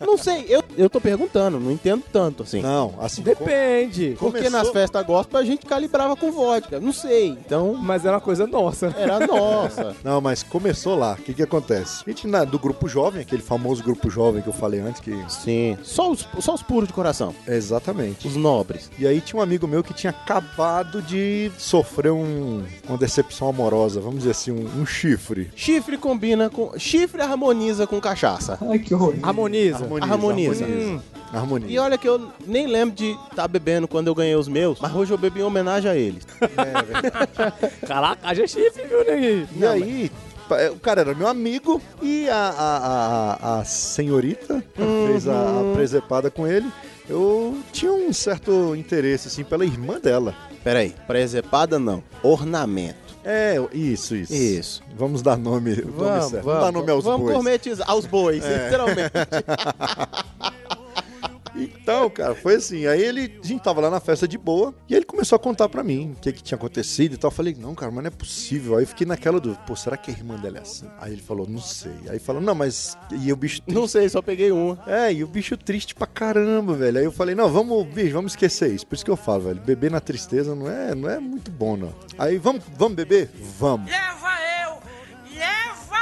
A: Não sei, eu, eu tô perguntando, não entendo tanto assim.
D: Não, assim.
C: Depende.
A: Porque
C: Começou-
A: nas festas gospel a gente calibrava com vodka. Não sei, então.
C: Mas era uma coisa nossa.
A: Era nossa.
D: Não, mas começou lá. O que que acontece? A gente na- do grupo jovem, aquele famoso grupo jovem que eu falei antes que...
A: Sim. Só os, só os puros de coração.
D: Exatamente.
A: Os nobres.
D: E aí tinha um amigo meu que tinha acabado de sofrer um, uma decepção amorosa, vamos dizer assim, um, um chifre.
A: Chifre combina com. Chifre harmoniza com cachaça.
D: Ai, que horror.
C: Harmoniza.
A: Harmoniza.
D: Harmoniza.
A: Hum.
D: Harmonia.
A: E olha que eu nem lembro de estar bebendo quando eu ganhei os meus, mas hoje eu bebi em homenagem a eles.
C: Caraca, haja chifre, viu, neguinho?
D: E aí, pa- é, o cara era meu amigo e a, a- a- a- a senhorita que fez a, a presepada com ele. Eu tinha um certo interesse, assim, pela irmã dela.
A: Peraí, presepada não, ornamento.
D: É, isso, isso.
A: Isso.
D: Vamos dar nome, vamos, nome certo. Vamos dar nome aos
A: vamos
D: bois.
A: gourmetizar aos bois,
D: É. <laughs>
A: literalmente.
D: Então, cara, foi assim. Aí ele, a gente tava lá na festa de boa e ele começou a contar pra mim o que que tinha acontecido e tal. Eu falei, não, cara, mas não é possível. Aí eu fiquei naquela dúvida, pô, será que a irmã dela é assim? Aí ele falou, não sei. Aí falou, não, mas. E o bicho.
A: Não sei, só peguei um. uma.
D: É, e o bicho triste pra caramba, velho. Aí eu falei, não, vamos, bicho, vamos esquecer isso. Por isso que eu falo, velho, beber na tristeza não é, não é muito bom, não. Aí, vamos, vamos beber? Vamos.
F: Leva eu! Leva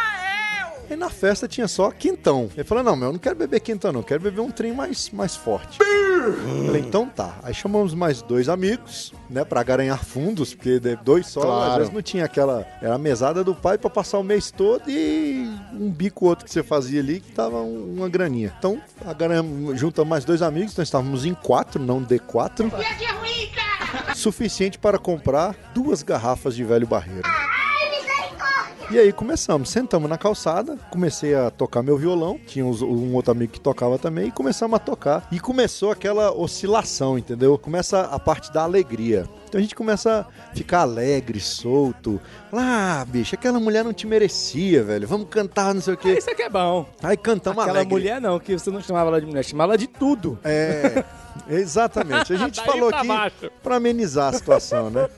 D: E na festa tinha só quintão. Ele falou: não, meu, eu não quero beber quintão, não, eu quero beber um trem mais, mais forte. Eu Falei, então tá. Aí chamamos mais dois amigos, né, pra garanhar fundos, porque de- dois só,
A: Claro.
D: às vezes não tinha aquela. Era a mesada do pai pra passar o mês todo e um bico outro que você fazia ali que tava um- uma graninha. Então, agora juntamos mais dois amigos, nós estávamos em quatro, não D4.
F: eu! que é ruim, cara!
D: Suficiente para comprar duas garrafas de velho barreiro.
F: Ai, misericórdia!
D: E aí começamos, sentamos na calçada, comecei a tocar meu violão, tinha uns- um outro amigo que tocava também, e começamos a tocar. E começou aquela oscilação, entendeu? Começa a parte da alegria. Então a gente começa a ficar alegre, solto. Lá, bicho, aquela mulher não te merecia, velho. Vamos cantar, não sei o quê.
C: Isso aqui é bom.
D: Aí cantamos
C: Aquela
D: alegre.
C: mulher não, que você não chamava ela de mulher, chamava ela de tudo.
D: É. Exatamente. A gente
C: <laughs> Daí
D: falou
C: pra
D: aqui
C: baixo.
D: pra amenizar a situação, né?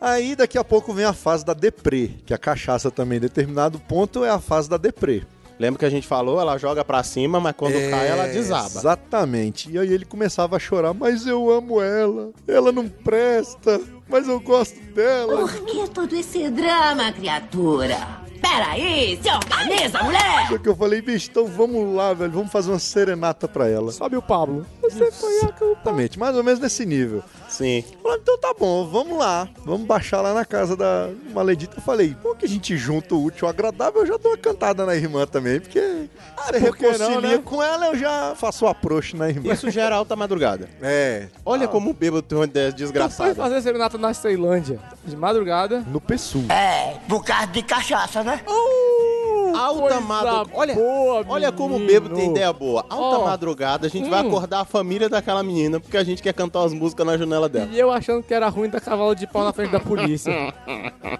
D: Aí daqui a pouco vem a fase da deprê, que a cachaça também, em determinado ponto, é a fase da deprê.
A: Lembra que a gente falou, ela joga pra cima, mas quando
D: É,
A: cai ela desaba.
D: Exatamente. E aí ele começava a chorar, mas eu amo ela, ela não presta, mas eu gosto dela.
K: Por que todo esse drama, criatura? Peraí, se organiza, mulher!
D: Só que eu falei, bicho, então vamos lá, velho, vamos fazer uma serenata pra ela.
C: Sobe o Pablo.
D: Você foi a Exatamente, mais ou menos nesse nível.
A: Sim.
D: Falei, então tá bom, vamos lá, vamos baixar lá na casa da Maledita. Eu falei, pô, que a gente junta o útil ao agradável, eu já dou uma cantada na irmã também, porque você
A: Ah, por que não,
D: reconcilia
A: né?
D: com ela, eu já faço o approach na irmã.
A: Isso gera alta madrugada.
D: É.
A: Olha como o bêbado tem uma ideia
C: Foi
A: desgraçada.
C: fazer serenata na Ceilândia, de madrugada.
D: No Pessu.
F: É, por causa de cachaça, né?
C: Uh,
A: Alta madrugada. Olha, olha como o bêbado tem ideia boa. Alta
C: Ó.
A: madrugada, a gente vai
C: Hum.
A: acordar a família daquela menina, porque a gente quer cantar as músicas na janela dela.
C: E eu achando que era ruim da cavalo de pau na frente da <laughs> polícia.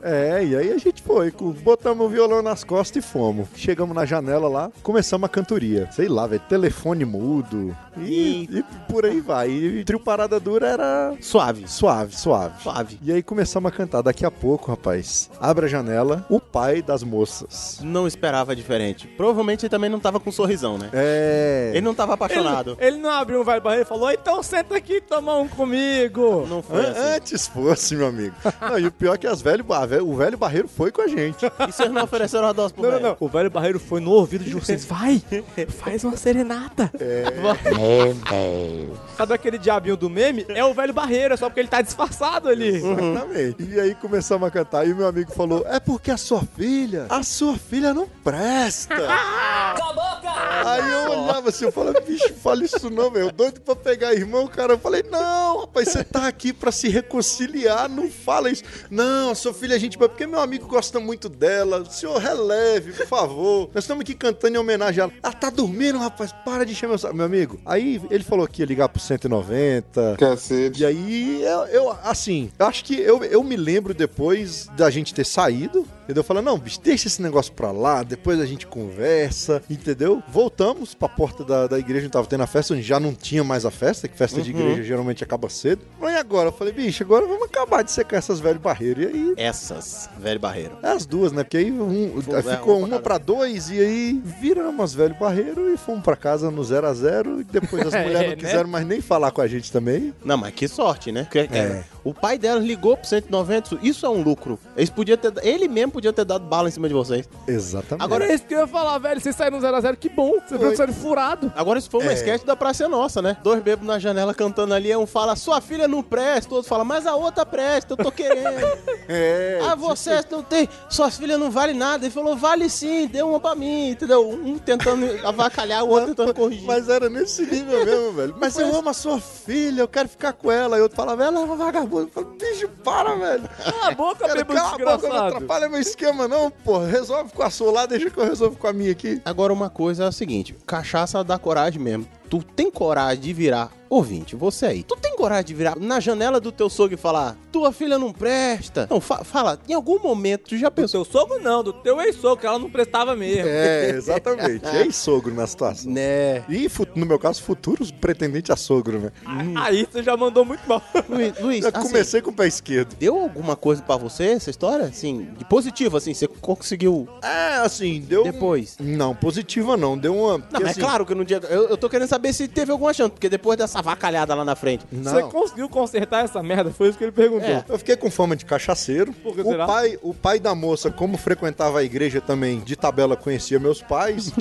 D: É, e aí a gente foi, com- botamos o violão nas costas e fomos. Chegamos na janela lá, começamos a cantoria. Sei lá, velho, telefone mudo. E, e por aí vai. E trio Parada Dura era.
A: Suave.
D: Suave, suave.
A: Suave.
D: E aí começamos a cantar. Daqui a pouco, rapaz, abre a janela, o pai das moças.
A: Não esperava diferente. Provavelmente ele também não tava com um sorrisão, né?
D: É.
A: Ele não tava apaixonado.
C: Ele, ele não abriu um vai barreiro e falou: então senta aqui e toma um comigo.
A: Não foi
D: An-
A: assim.
D: Antes fosse, meu amigo. Não, e o pior é que as velho, a ve- o velho barreiro foi com
A: <laughs>
D: a gente.
A: E vocês não ofereceram uma dose pro
C: Não, não,
A: velho?
C: não. O velho barreiro foi no ouvido de vocês. Vai, faz uma serenata.
D: Meu Deus.
C: Sabe aquele diabinho do meme? É o velho barreiro, é só porque ele tá disfarçado ali.
D: Exatamente. E aí começamos a cantar e o meu amigo falou: É porque a sua filha, a sua filha não presta.
F: Cala a boca!
D: Aí eu olhava assim, eu falava, bicho, fala isso não, meu. Doido pra pegar irmão, cara. Eu falei, não, rapaz, você tá aqui pra se reconciliar, não fala isso. Não, a sua filha a gente vai, porque meu amigo gosta muito dela. O senhor releve, por favor. Nós estamos aqui cantando em homenagem a ela. Ela tá dormindo, rapaz, para de chamar meu amigo. Aí ele falou que ia ligar pro 190.
M: Cacete.
D: E aí, eu, eu, assim, eu acho que eu, eu me lembro depois da gente ter saído, entendeu? Falando, não, bicho, deixa esse negócio pra lá, depois a gente conversa, entendeu? Voltamos pra porta da, da igreja onde tava tendo a festa, onde já não tinha mais a festa, que festa de
A: Uhum.
D: igreja geralmente acaba roupa cedo. Mas e agora? Eu falei, bicho, agora vamos acabar de secar essas velhas barreiras. E aí.
A: Essas, velho barreiro.
D: As duas, né? Porque aí um-
A: Foi,
D: ficou
A: é, uma pra
D: uma pra dois, e aí viramos as velho barreiro e fomos pra casa no 0 a 0 E
A: <laughs>
D: depois as mulheres
A: É,
D: não
A: né?
D: quiseram mais nem falar com a gente também.
A: Não, mas que sorte, né? Porque,
D: É.
A: O pai dela ligou pro 190, isso é um lucro. Eles podiam ter, ele mesmo podia ter dado bala em cima de vocês.
D: Exatamente.
A: Agora,
C: Agora é isso que eu ia falar, velho. Vocês saíram no 0x0, que bom. Você
A: Foi.
C: viu que saíram furado.
A: Agora isso foi uma
C: É.
A: esquete da Praça é Nossa, né? Dois bebos na janela cantando ali, um fala, sua filha não presta, o outro fala, mas a outra presta, eu tô querendo.
D: <laughs> é.
A: ah, vocês não tem, suas filhas não vale nada. Ele falou, vale sim, dê uma pra mim, entendeu? Um tentando
D: <laughs>
A: avacalhar, o outro tentando corrigir.
D: Mas era nesse <laughs> nível mesmo, velho. Mas eu amo a sua filha, eu quero ficar com ela. E outro falava, ela é uma vagabunda. Eu falo, bicho, para, velho.
C: Cala a boca,
D: Cara,
C: bebo
D: cala a boca, não
C: desgraçado.
D: atrapalha meu esquema, não, pô. Resolve com a sua lá, deixa que eu resolvo com a minha aqui.
A: Agora, uma coisa é a seguinte: cachaça dá coragem mesmo. Tu tem coragem de virar. Ouvinte, você aí. Tu tem coragem de virar na janela do teu sogro e falar: tua filha não presta? Não, fa- fala, em algum momento tu já pensou. <laughs>
C: Teu sogro não, do teu ex-sogro, que ela não prestava mesmo.
D: É, <laughs> exatamente. Ex-sogro na situação.
A: Né.
D: E, fu- no meu caso, futuros pretendente a sogro, né?
C: Aí você Ah, já mandou muito mal.
A: Luiz, Luiz
D: Eu
A: assim,
D: comecei com o pé esquerdo.
A: Deu alguma coisa pra você essa história? Assim, de positivo, assim, você conseguiu.
D: É, assim, deu.
A: Depois.
D: Não, positiva não. Deu uma. assim,
A: Não, mas é claro que eu não tinha. Eu, eu tô querendo saber se teve alguma chance, porque depois dessa vacalhada lá na frente.
C: Você conseguiu consertar essa merda? Foi isso que ele perguntou.
A: É.
D: Eu fiquei com fama de cachaceiro.
C: que
D: O
C: será?
D: pai, o pai da moça, como frequentava a igreja também, de tabela conhecia meus
C: <laughs>
D: pais.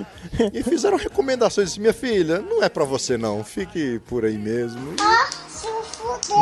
D: e fizeram recomendações. Disse, minha filha, não é pra você não. Fique por aí mesmo. E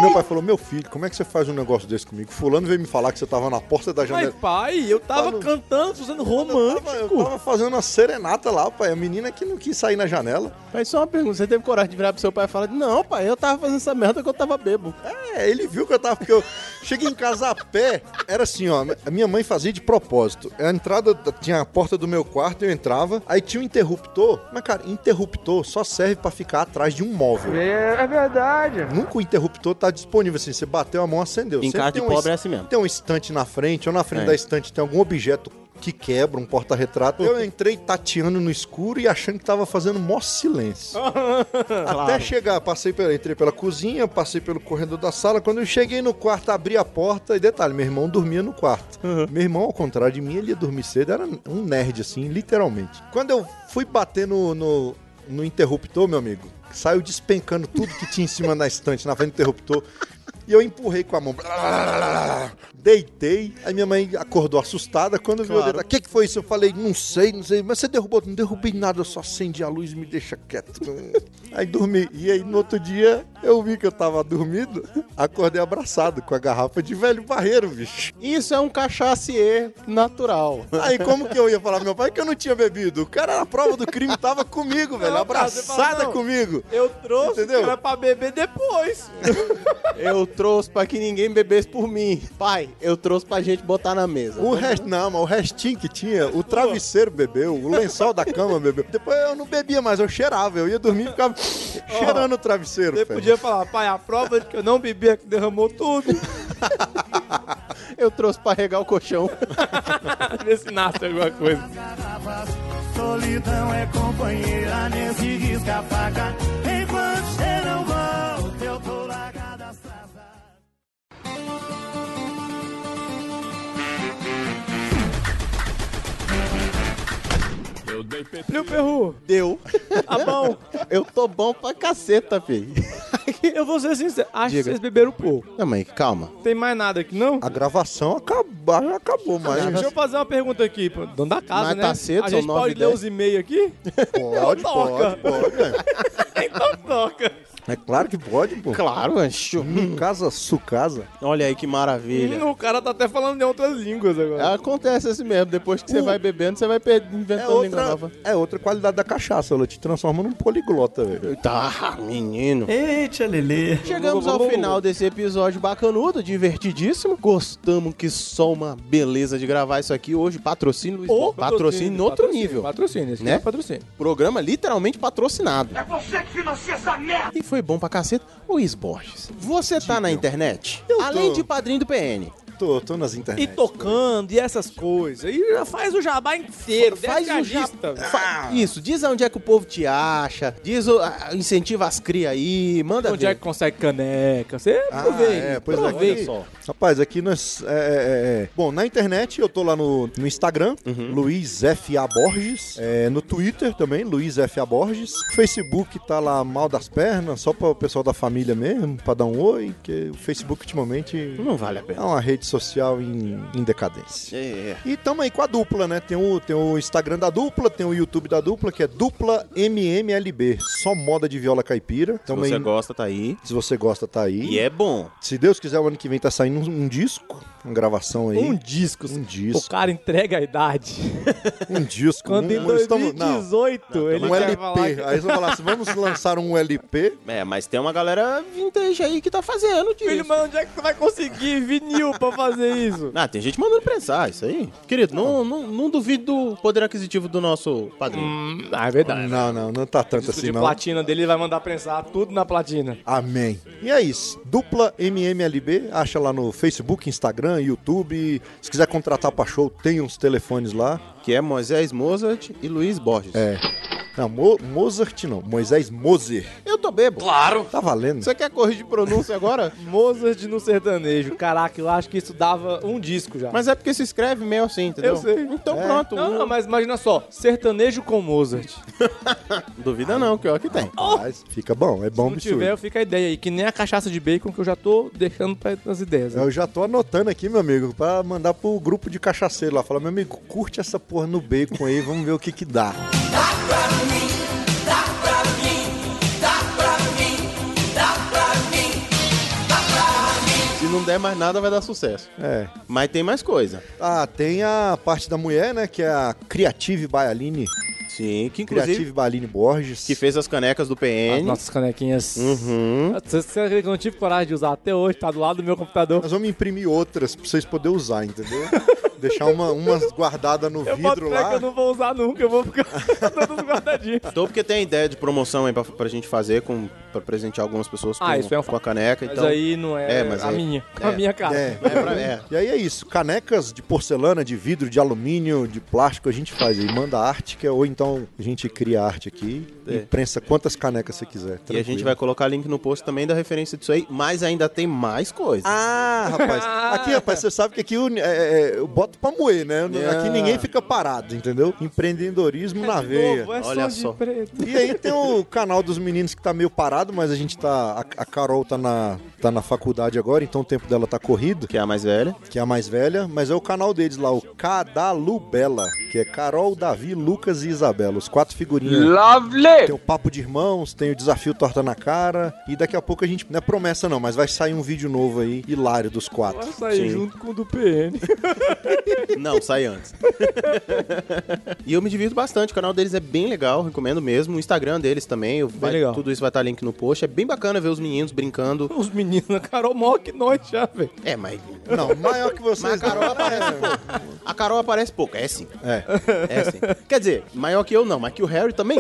D: Meu pai falou, meu filho, como é que você faz um negócio desse comigo? Fulano veio me falar que você tava na porta da janela.
C: Mas, pai, eu tava
D: Fala-
C: cantando, fazendo
D: Eu
C: romântico.
D: tava, eu tava fazendo uma serenata lá, pai. A menina que não quis sair na janela.
A: Mas só uma pergunta: você teve coragem de virar pro seu pai e falar: não, pai, eu tava fazendo essa merda que eu tava bebo.
D: É, ele viu que eu tava. Porque eu cheguei em casa a pé, era assim, ó. A minha mãe fazia de propósito. A entrada da- tinha a porta do meu quarto, eu entrava, aí tinha um interruptor. Mas, cara, interruptor só serve pra ficar atrás de um móvel.
Q: É, é verdade.
D: Nunca o interruptor tá disponível assim. Você bateu a mão, acendeu.
A: Em
D: Sempre
A: casa de
D: tem um
A: pobre é
D: es-
A: assim mesmo.
D: Tem um estante na frente, ou na frente
A: É.
D: da estante tem algum objeto que quebra, um porta-retrato. Eu entrei tateando no escuro e achando que tava fazendo mó
A: <laughs>
D: silêncio. Até chegar, passei pela, entrei pela cozinha, passei pelo corredor da sala. Quando eu cheguei no quarto, abri a porta e detalhe, meu irmão dormia no quarto.
A: Uhum.
D: Meu irmão, ao contrário de mim, ele ia dormir cedo, era um nerd, assim, literalmente. Quando eu fui bater no, no, no interruptor, meu amigo, saiu despencando tudo que tinha em cima da estante, na frente do interruptor. E eu empurrei com a mão. Deitei. Aí minha mãe acordou assustada. Quando viu eu
A: Claro.
D: deitar, o que, que foi isso? Eu falei, não sei, não sei. Mas você derrubou? Não derrubei nada, eu só acendi a luz e me deixa
C: <laughs>
D: quieto. Aí dormi. E aí no outro dia eu vi que eu tava dormindo. Acordei abraçado com a garrafa de velho barreiro, bicho.
A: Isso é um cachacier natural.
D: Aí como que eu ia falar pro meu pai que eu não tinha bebido? O cara na prova do crime tava comigo, velho.
C: Não, cara, você fala,
D: abraçada
C: não.
D: comigo.
C: Eu trouxe
D: Entendeu?
C: o cara pra beber depois.
A: Eu trouxe pra que ninguém bebesse por mim. Pai, eu trouxe pra gente botar na mesa.
D: O resto, não, mas o restinho que tinha, o travesseiro bebeu, o lençol da <laughs> cama bebeu. Depois eu não bebia mais, eu cheirava, eu ia dormir e ficava cheirando o travesseiro.
C: Você
D: velho.
C: podia falar, pai, a prova de que eu não bebi é que derramou tudo. <laughs>
A: Eu trouxe pra regar o colchão.
C: Vê se nasce alguma coisa.
F: Solidão é companheira nesse risca faca. Enquanto você não volta, eu tô largada
Q: Eu dei PT.
C: Frio Perru,
A: Deu.
C: tá bom.
A: Eu tô bom pra caceta, filho.
C: Eu vou ser sincero, acho
A: Diga.
C: que vocês beberam pouco.
A: Não, mas calma.
C: Tem mais nada aqui, não?
D: A gravação acabou, já acabou, mas
C: Deixa eu fazer uma pergunta aqui, pro dono da casa,
A: Mas
C: né?
A: tá cedo,
C: A
A: são
C: gente
A: nove
C: pode
A: e
C: ler
A: dez.
C: os e-mails aqui? <laughs>
D: pode,
C: toca.
D: pode, pode.
C: então toca.
D: É claro que pode, pô.
A: Claro, ancho.
D: Em casa, su casa.
A: Olha aí que maravilha.
C: Hum, o cara tá até falando em outras línguas agora.
A: Acontece assim mesmo. Depois que você
D: Uh.
A: vai bebendo, você vai per-
D: É
A: inventando língua
D: outra,
A: nova.
D: é outra qualidade da cachaça, ela te transforma num poliglota, velho.
A: Tá, menino.
Q: Eita, Lelê.
A: Chegamos ao final desse episódio bacanudo, divertidíssimo. Gostamos que só uma beleza de gravar isso aqui hoje. Patrocínio, Luiz Bob. patrocínio em outro
C: patrocínio,
A: nível.
C: Patrocínio, esse
A: Né?
C: né? patrocínio.
A: Programa literalmente patrocinado.
F: É você que financia essa merda!
A: E foi bom pra caceta. Luiz Borges, você tá na internet?
D: Eu
A: Além
D: tô.
A: de padrinho do PN,
D: tô, tô nas
C: E
A: É,
D: internet.
C: tocando, e essas coisas. E faz o jabá inteiro.
A: Faz o
C: jabá.
A: Fa- Isso, diz onde é que o povo te acha, diz o, ah, incentiva as cria aí, manda
C: Onde
A: ver.
C: é que consegue caneca? Você
A: Ah,
C: aproveita.
D: é, pois é,
C: aproveita.
D: aqui- Rapaz, aqui nós. é, é, é. Bom, na internet eu tô lá no, no Instagram, Luiz F.A. Borges. É, no Twitter também, Luiz F.A. Borges. Facebook tá lá mal das pernas, só para o pessoal da família mesmo, pra dar um oi, porque o Facebook ultimamente.
A: Não vale a pena.
D: É uma rede social em, em decadência.
A: É, é.
D: E tamo aí com a dupla, né? Tem o, tem o Instagram da dupla, tem o YouTube da dupla, que é dupla MMLB. Só moda de viola caipira.
A: Se
D: Tamo
A: você
D: aí-
A: gosta, tá aí.
D: se você gosta, tá aí.
A: E é bom.
D: Se Deus quiser, o ano que vem tá saindo um, um disco, uma gravação aí.
C: Um disco.
D: Um
C: O
D: disco.
C: cara entrega a idade.
D: Um disco.
C: Quando
D: um,
C: em
D: um- estamos-
C: 2018
D: não,
C: ele
D: um
C: vai
D: LP.
C: falar que-
D: Aí você fala assim, vamos lançar um LP.
A: É, mas tem uma galera vintage aí que tá fazendo disso.
C: Filho, mas onde é que você vai conseguir vinil pra fazer isso?
A: Ah, tem gente mandando prensar, isso aí. Querido, não, não, não duvido do poder aquisitivo do nosso padrinho.
C: ah, é verdade.
D: Não, não, não tá tanto
C: Disco
D: assim,
C: de
D: não.
C: platina dele, ele vai mandar prensar tudo na platina.
D: Amém. E é isso. Dupla MMLB, acha lá no Facebook, Instagram, YouTube. Se quiser contratar pra show, tem uns telefones lá.
C: Hum.
A: Que é Moisés Mozart e Luiz Borges.
D: É. Não, Mo- Mozart não. Moisés Moser.
A: Eu tô bebo.
D: Claro. Tá valendo.
A: Você quer corrigir pronúncia
C: <laughs>
A: agora?
C: Mozart no sertanejo. Caraca, eu acho que isso dava um disco já.
A: Mas é porque se escreve meio assim, entendeu?
C: eu sei.
A: Então
C: É.
A: pronto.
C: Não, não, mas imagina só, sertanejo com Mozart. Se
A: Duvida não, que é o que tem.
C: Oh.
D: Mas fica bom, é bom
C: não
D: absurdo.
C: tiver, fica a ideia aí, que nem a cachaça de bacon que eu já tô deixando pra, nas ideias. né?
D: Eu já tô anotando aqui, meu amigo, pra mandar pro grupo de cachaceiro lá. Falar, meu amigo, curte essa porra no bacon aí, vamos ver o que
A: <laughs>
D: que dá.
A: Se não der mais nada, vai dar sucesso.
D: É.
A: Mas tem mais coisa.
D: Ah, tem a parte da mulher, né, que é a Creative Baialine.
A: Sim, que inclusive...
D: Creative Baialine Borges.
A: Que fez as canecas do PN.
C: As nossas canequinhas.
A: Uhum.
C: Você você acredita que eu não tive coragem de usar até hoje, tá do lado do meu computador.
D: Nós vamos imprimir outras pra vocês poderem usar,
A: <laughs>
D: entendeu? Deixar uma, umas guardadas no
C: Eu boto
D: vidro
C: fé que eu
D: lá.
C: não vou usar nunca, eu vou ficar <laughs> todas guardadinhas.
A: Tô porque tem ideia de promoção aí pra, pra gente fazer, com, pra presentear algumas pessoas com,
C: Ah, isso é um
A: com a caneca.
C: Mas
A: então...
C: aí não é,
A: É, mas
C: a
A: aí-
C: minha.
A: é.
C: A minha cara.
D: É.
A: É, pra- é.
D: E aí é isso, canecas de porcelana, de vidro, de alumínio, de plástico, a gente faz aí, manda arte, que é, ou então a gente cria arte aqui
A: É.
D: e prensa quantas canecas você quiser.
A: E a gente
D: tranquilo.
A: vai colocar link no post também da referência disso aí, mas ainda tem mais coisa.
D: Ah, rapaz. Aqui, rapaz, você sabe que aqui eu, é, é, eu boto pra moer, né? Aqui ninguém fica parado, entendeu?
C: <laughs>
D: Empreendedorismo na veia.
C: Novo, é
A: Olha
C: som
A: só.
C: de preto.
D: E aí tem o canal dos meninos que tá meio parado, mas a gente tá. A, a Carol tá na, tá na faculdade agora, então o tempo dela tá corrido,
A: Que é a mais velha.
D: que é a mais velha, mas é o canal deles lá, o Cadalubela, que é Carol, Davi, Lucas e Isabela, os quatro figurinhas.
R: Lovely!
D: Tem o Papo de Irmãos, tem o Desafio Torta na Cara. E daqui a pouco a gente. Não é promessa, não, mas vai sair um vídeo novo aí, hilário dos quatro.
C: Vai
A: Sim.
C: sair junto com o do PN.
A: Não, sai antes. e eu me divirto bastante, o canal deles é bem legal, recomendo mesmo. O Instagram deles também, eu- vai-
C: legal.
A: tudo isso vai estar link no post. É bem bacana ver os meninos brincando.
C: <laughs> Os meninos, a Carol maior que nós já, velho.
A: É, mas.
D: Não, maior que vocês. né?
A: Mas a Carol aparece pouco. A Carol aparece pouco, é sim.
D: É.
A: <laughs> É sim. Quer dizer, maior que eu não, mas que o Harry <laughs> também.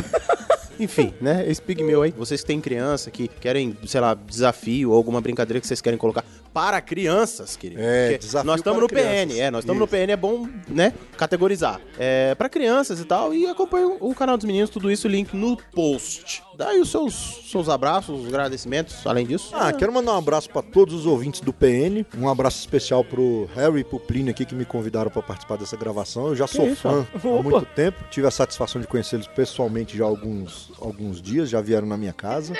A: Enfim, né? Esse pigmeu aí. Vocês que têm criança, que querem, sei lá, desafio ou alguma brincadeira que vocês querem colocar para crianças, querido.
D: É,
A: Porque
D: desafio
A: Nós estamos
D: para
A: no
D: crianças.
A: PN, é. Nós estamos
D: Isso.
A: no PN, é bom, né? Categorizar. É, para crianças e tal. E acompanha o canal dos meninos, tudo isso, link no post. Daí os seus, seus abraços, os agradecimentos, além disso.
D: Ah, quero mandar um abraço pra todos os ouvintes do PN. Um abraço especial pro Harry e pro Plínio aqui que me convidaram pra participar dessa gravação. Eu já sou
C: isso,
D: fã
C: ó.
D: há muito tempo. Tive a satisfação de conhecê-los pessoalmente já há alguns, alguns dias, já vieram na minha casa.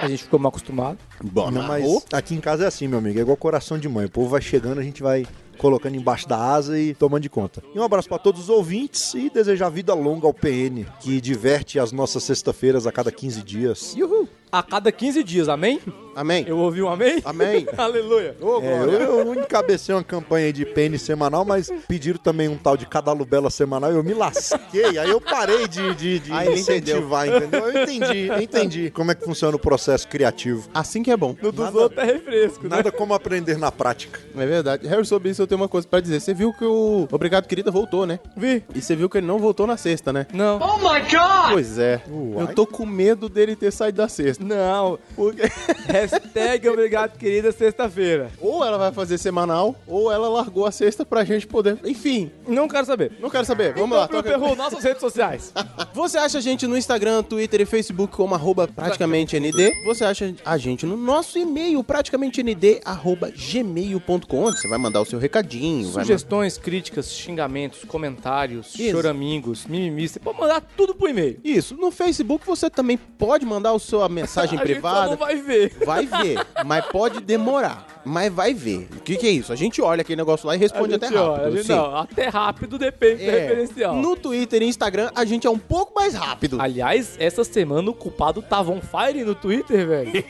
C: A gente ficou mal acostumado.
A: Bom,
D: Não, mas aqui em casa é assim, meu amigo. É igual coração de mãe. O povo vai chegando, a gente vai colocando embaixo da asa e tomando de conta. E um abraço pra todos os ouvintes e desejar vida longa ao PN, que diverte as nossas sexta-feiras a cada 15 dias.
C: Uhul. A cada 15 dias, amém?
A: Amém.
C: Eu ouvi um amém?
A: Amém.
C: <laughs> Aleluia. Ô,
D: É, eu,
C: glória.
D: eu encabecei uma campanha aí de PN semanal, mas pediram também um tal de Cadalubela semanal e eu me lasquei. Aí eu parei de, de, de
A: Aí ele
D: incentivar, entendeu? Eu entendi, eu entendi como é que funciona o processo criativo.
A: Assim que é bom.
C: No dos outros é refresco, né?
D: Nada como aprender na prática.
A: É verdade. Harry, sobre isso eu tenho uma coisa pra dizer. Você viu que o Obrigado Querida voltou, né?
C: Vi.
A: E você viu que ele não voltou na sexta, né?
C: Não.
R: Oh my god!
A: Pois é.
D: Uai.
A: Eu tô com medo dele ter saído da sexta.
C: Não.
A: Porque... <laughs>
C: É Hashtag obrigado, querida, sexta-feira.
A: Ou ela vai fazer semanal, ou ela largou a sexta pra gente poder. Enfim.
C: Não quero saber.
A: Não quero saber. Vamos
C: Então,
A: lá.
C: Bruno
A: toca-
C: Perrou, nossas redes sociais.
A: <laughs> Você acha a gente no Instagram, Twitter e Facebook como arroba praticamente ND. Você acha a gente no nosso e-mail, praticamente ND, arroba gmail.com, onde você vai mandar o seu recadinho. vai mandar-
C: Sugestões, críticas, xingamentos, comentários,
A: Isso.
C: choramingos, mimimis. Você pode mandar tudo pro e-mail.
A: Isso. No Facebook você também pode mandar a
C: <laughs>
A: sua mensagem
C: A gente tá só
A: privada.
C: não vai ver.
A: Vai ver, mas pode demorar. Mas vai ver. O que, que é isso? A gente olha aquele negócio lá e responde
C: A gente
A: até rápido.
C: olha, a gente-
A: sim.
C: não, até rápido depende do
A: É.
C: referencial.
A: No Twitter e Instagram, a gente é um pouco mais rápido.
C: Aliás, essa semana o culpado tava on fire no Twitter, velho.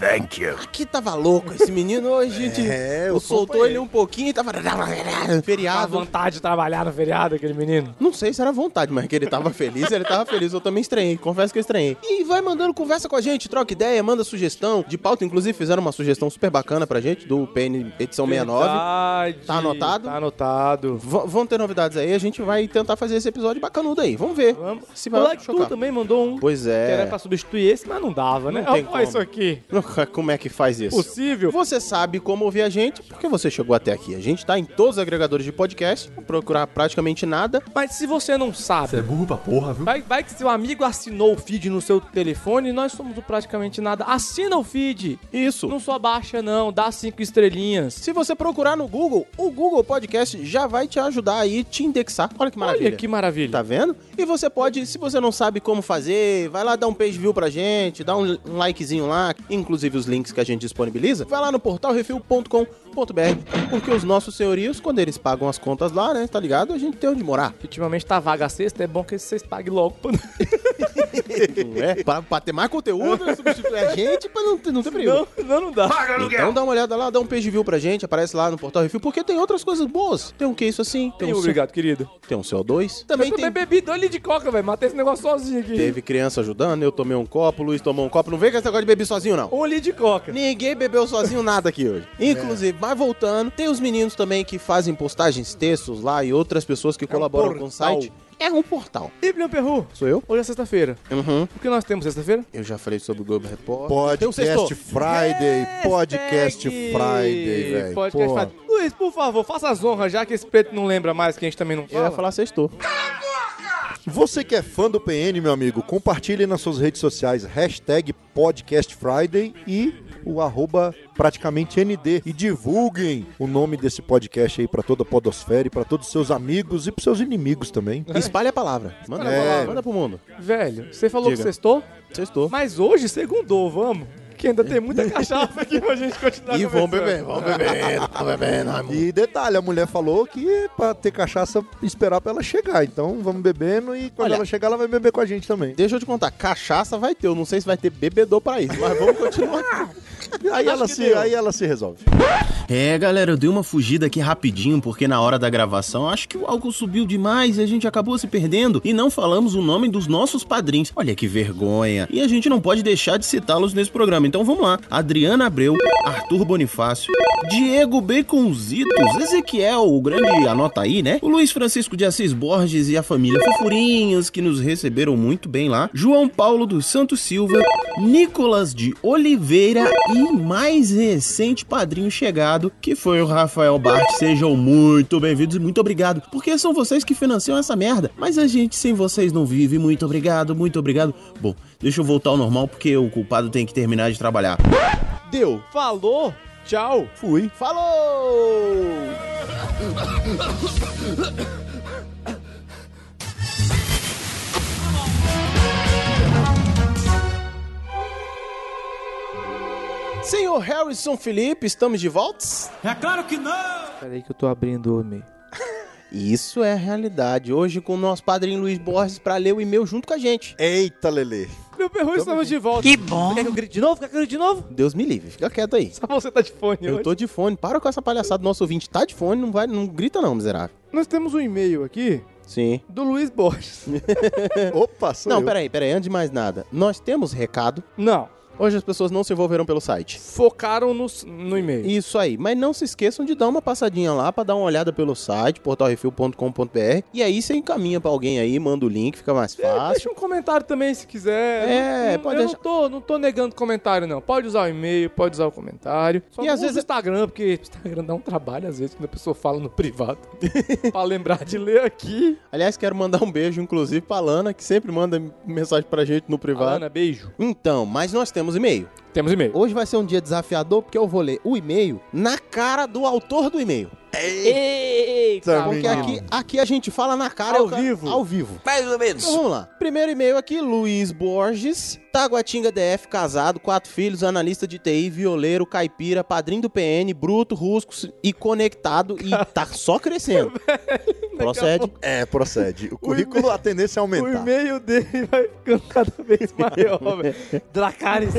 A: Thank you. Aqui tava louco esse menino
C: <laughs>
A: hoje, gente.
D: É,
A: eu
D: eu
A: soltou
D: acompanhei.
A: ele um pouquinho e tava. <laughs>
C: Tava
A: Feriado.
C: vontade de trabalhar no feriado, aquele menino.
A: Não sei se era vontade, mas que ele tava feliz, ele tava feliz. Eu também estranhei, confesso que eu estranhei. E vai mandando conversa com a gente, troca ideia, manda sugestão de pauta. Inclusive, fizeram uma sugestão super bacana pra gente do PN Edição 69.
C: Verdade.
A: Tá anotado?
C: Tá anotado.
A: V- vão ter novidades aí, a gente vai tentar fazer esse episódio bacanudo aí. Vamos ver.
C: Vamos.
A: Se
C: o
A: vai
C: Like Tu
A: chocar.
C: também mandou um.
A: Pois
C: Que era
A: é.
C: pra substituir esse, mas não dava, né?
A: Não tem
C: Ah,
A: como.
C: Olha isso aqui.
A: <laughs> Como é que faz isso?
C: Possível.
A: Você sabe como ouvir a gente, porque você chegou até aqui. A gente tá em todos os agregadores de podcast, não procurar praticamente nada.
C: Mas se você não sabe. Você é
A: burro pra porra, viu?
C: Vai, vai que seu amigo assinou o feed no seu telefone e nós somos o praticamente nada. Assina o feed.
A: Isso.
C: Não só baixa, não. Dá cinco estrelinhas.
A: Se você procurar no Google, o Google Podcast já vai te ajudar aí, te indexar. Olha que maravilha.
C: Olha que maravilha.
A: Tá vendo? E você pode, se você não sabe como fazer, vai lá dar um page view pra gente, dá um um likezinho lá, inclusive os links que a gente disponibiliza. Vai lá no portalrefil.com.br, porque os nossos senhorios, quando eles pagam as contas lá, né, tá ligado? A gente tem onde morar.
C: Ultimamente tá vaga a sexta, é bom que vocês paguem logo.
A: Não
C: pra- <laughs>
A: é? pra, pra ter mais conteúdo, né, substituir a gente, pra não, ter- não ter perigo.
C: Não, não, não dá.
A: Então dá uma olhada lá, dá um page view pra gente, aparece lá no Portal Refil, porque tem outras coisas boas. Tem um que isso assim, tem,
C: Tem
A: um
C: um obrigado, querido.
A: Tem um CO2. Também
C: Também eu
A: tem.
C: também bebi dois litros de coca, velho. Matei esse negócio sozinho aqui.
A: Teve criança ajudando, eu tomei um copo, o Luiz tomou um copo. Não vem com esse negócio de beber sozinho, não.
C: Um litro de coca.
A: Ninguém bebeu sozinho nada aqui hoje. Inclusive, mas voltando, tem os meninos também que fazem postagens, textos lá e outras pessoas que colaboram com o
C: portal.
A: site. É um portal.
C: E, Bruno Perru,
A: Sou eu?
C: hoje é sexta-feira.
A: Uhum.
C: O que nós temos sexta-feira?
A: Eu já falei sobre o Globo Repórter. Tem um
D: Podcast
A: sexto.
D: Friday, Podcast Friday, velho.
C: Podcast
D: Porra.
C: Friday. Luiz, por favor, faça as honras, já que esse preto não lembra mais, que a gente também não
A: Eu ia
C: fala.
A: falar sextou.
D: Você que é fã do PN, meu amigo, compartilhe nas suas redes sociais hashtag Podcast Friday e o arroba praticamente ND. E divulguem o nome desse podcast aí pra toda a podosfera e pra todos os seus amigos e pros seus inimigos também.
A: Espalha a palavra. Manda,
D: Espalha a palavra.
A: manda pro mundo.
C: Velho, você falou
A: Diga.
C: que sextou,
A: Sextou.
C: mas hoje segundou, vamos. Que ainda tem muita cachaça aqui pra gente continuar
A: E vamos
C: conversando.
A: beber, vamos beber, tá bebendo, Raimundo.
D: E detalhe, a mulher falou que é pra ter cachaça, esperar pra ela chegar. Então vamos bebendo e quando
A: Olha.
D: ela chegar, ela vai beber com a gente também.
A: Deixa eu te contar, cachaça vai ter, eu não sei se vai ter bebedor pra isso, mas vamos continuar.
D: <laughs> Aí, ela
A: que
D: se,
A: deu.
D: aí ela se resolve.
A: É, galera, eu dei uma fugida aqui rapidinho, porque na hora da gravação acho que o álcool subiu demais e a gente acabou se perdendo e não falamos o nome dos nossos padrinhos. Olha que vergonha. E a gente não pode deixar de citá-los nesse programa. Então vamos lá. Adriana Abreu, Arthur Bonifácio, Diego Baconzitos, Ezequiel, o grande anota aí, né? O Luiz Francisco de Assis Borges e a família Fofurinhos, que nos receberam muito bem lá. João Paulo dos Santos Silva, Nicolas de Oliveira e mais recente padrinho chegado, que foi o Rafael Bart. Sejam muito bem-vindos e muito obrigado, porque são vocês que financiam essa merda. Mas a gente sem vocês não vive. Muito obrigado, muito obrigado. Bom, deixa eu voltar ao normal, porque o culpado tem que terminar de trabalhar. Deu.
C: Falou, tchau.
A: Fui. Falou! Senhor Harrison Felipe, estamos de volta?
B: É claro que não!
C: Peraí que eu tô abrindo o e-mail.
A: Isso é a realidade. Hoje com o nosso padrinho Luiz Borges pra ler o e-mail junto com a gente.
D: Eita, Lelê.
C: Meu perru, estamos de volta. Que bom. Quer que eu grite de novo? Quer que eu grite de novo? <laughs>
A: Deus me livre, fica quieto aí.
C: Só você tá de fone
A: Eu
C: hoje.
A: tô de fone, para com essa palhaçada. Nosso ouvinte tá de fone, não vai, não grita não, miserável.
C: Nós temos um e-mail aqui
A: Sim.
C: do Luiz Borges.
D: Opa, sou
A: Não,
D: eu.
A: peraí, peraí, antes de mais nada. Nós temos recado.
C: Não.
A: Hoje as pessoas não se envolveram pelo site.
C: Focaram no, no e-mail.
A: Isso aí. Mas não se esqueçam de dar uma passadinha lá pra dar uma olhada pelo site, portalrefil.com.br. E aí você encaminha pra alguém aí, manda o link, fica mais fácil.
C: <laughs> Deixa um comentário também se quiser.
A: É,
C: Não- não-
A: pode
C: eu
A: deixar.
C: não, tô, não tô negando comentário, não. Pode usar o e-mail, pode usar o comentário. Só
A: E
C: não
A: às
C: usa
A: vezes-
C: o Instagram, porque o Instagram dá um trabalho, às vezes, quando a pessoa fala no <laughs> privado. pra lembrar de ler aqui.
A: Aliás, quero mandar um beijo, inclusive, pra Lana, que sempre manda mensagem pra gente no privado.
C: Alana, beijo.
A: Então, mas nós temos e-mail.
C: Temos e-mail.
A: Hoje vai ser um dia desafiador, porque eu vou ler o e-mail na cara do autor do e-mail.
C: Eita,
A: Porque aqui, aqui a gente fala na cara.
C: Ao
A: eu ca-
C: vivo.
A: Ao vivo.
G: Mais ou menos.
A: Então vamos lá. Primeiro e-mail aqui, Luiz Borges, Taguatinga DF, casado, quatro filhos, analista de TI, violeiro, caipira, padrinho do PN, bruto, rusco e conectado e tá só
C: <laughs>
A: crescendo. Procede.
D: É, procede. <laughs> O currículo, a tendência é
C: O
D: aumentar.
C: e-mail dele vai ficando cada vez maior, velho.
A: <laughs>
C: Dracarys.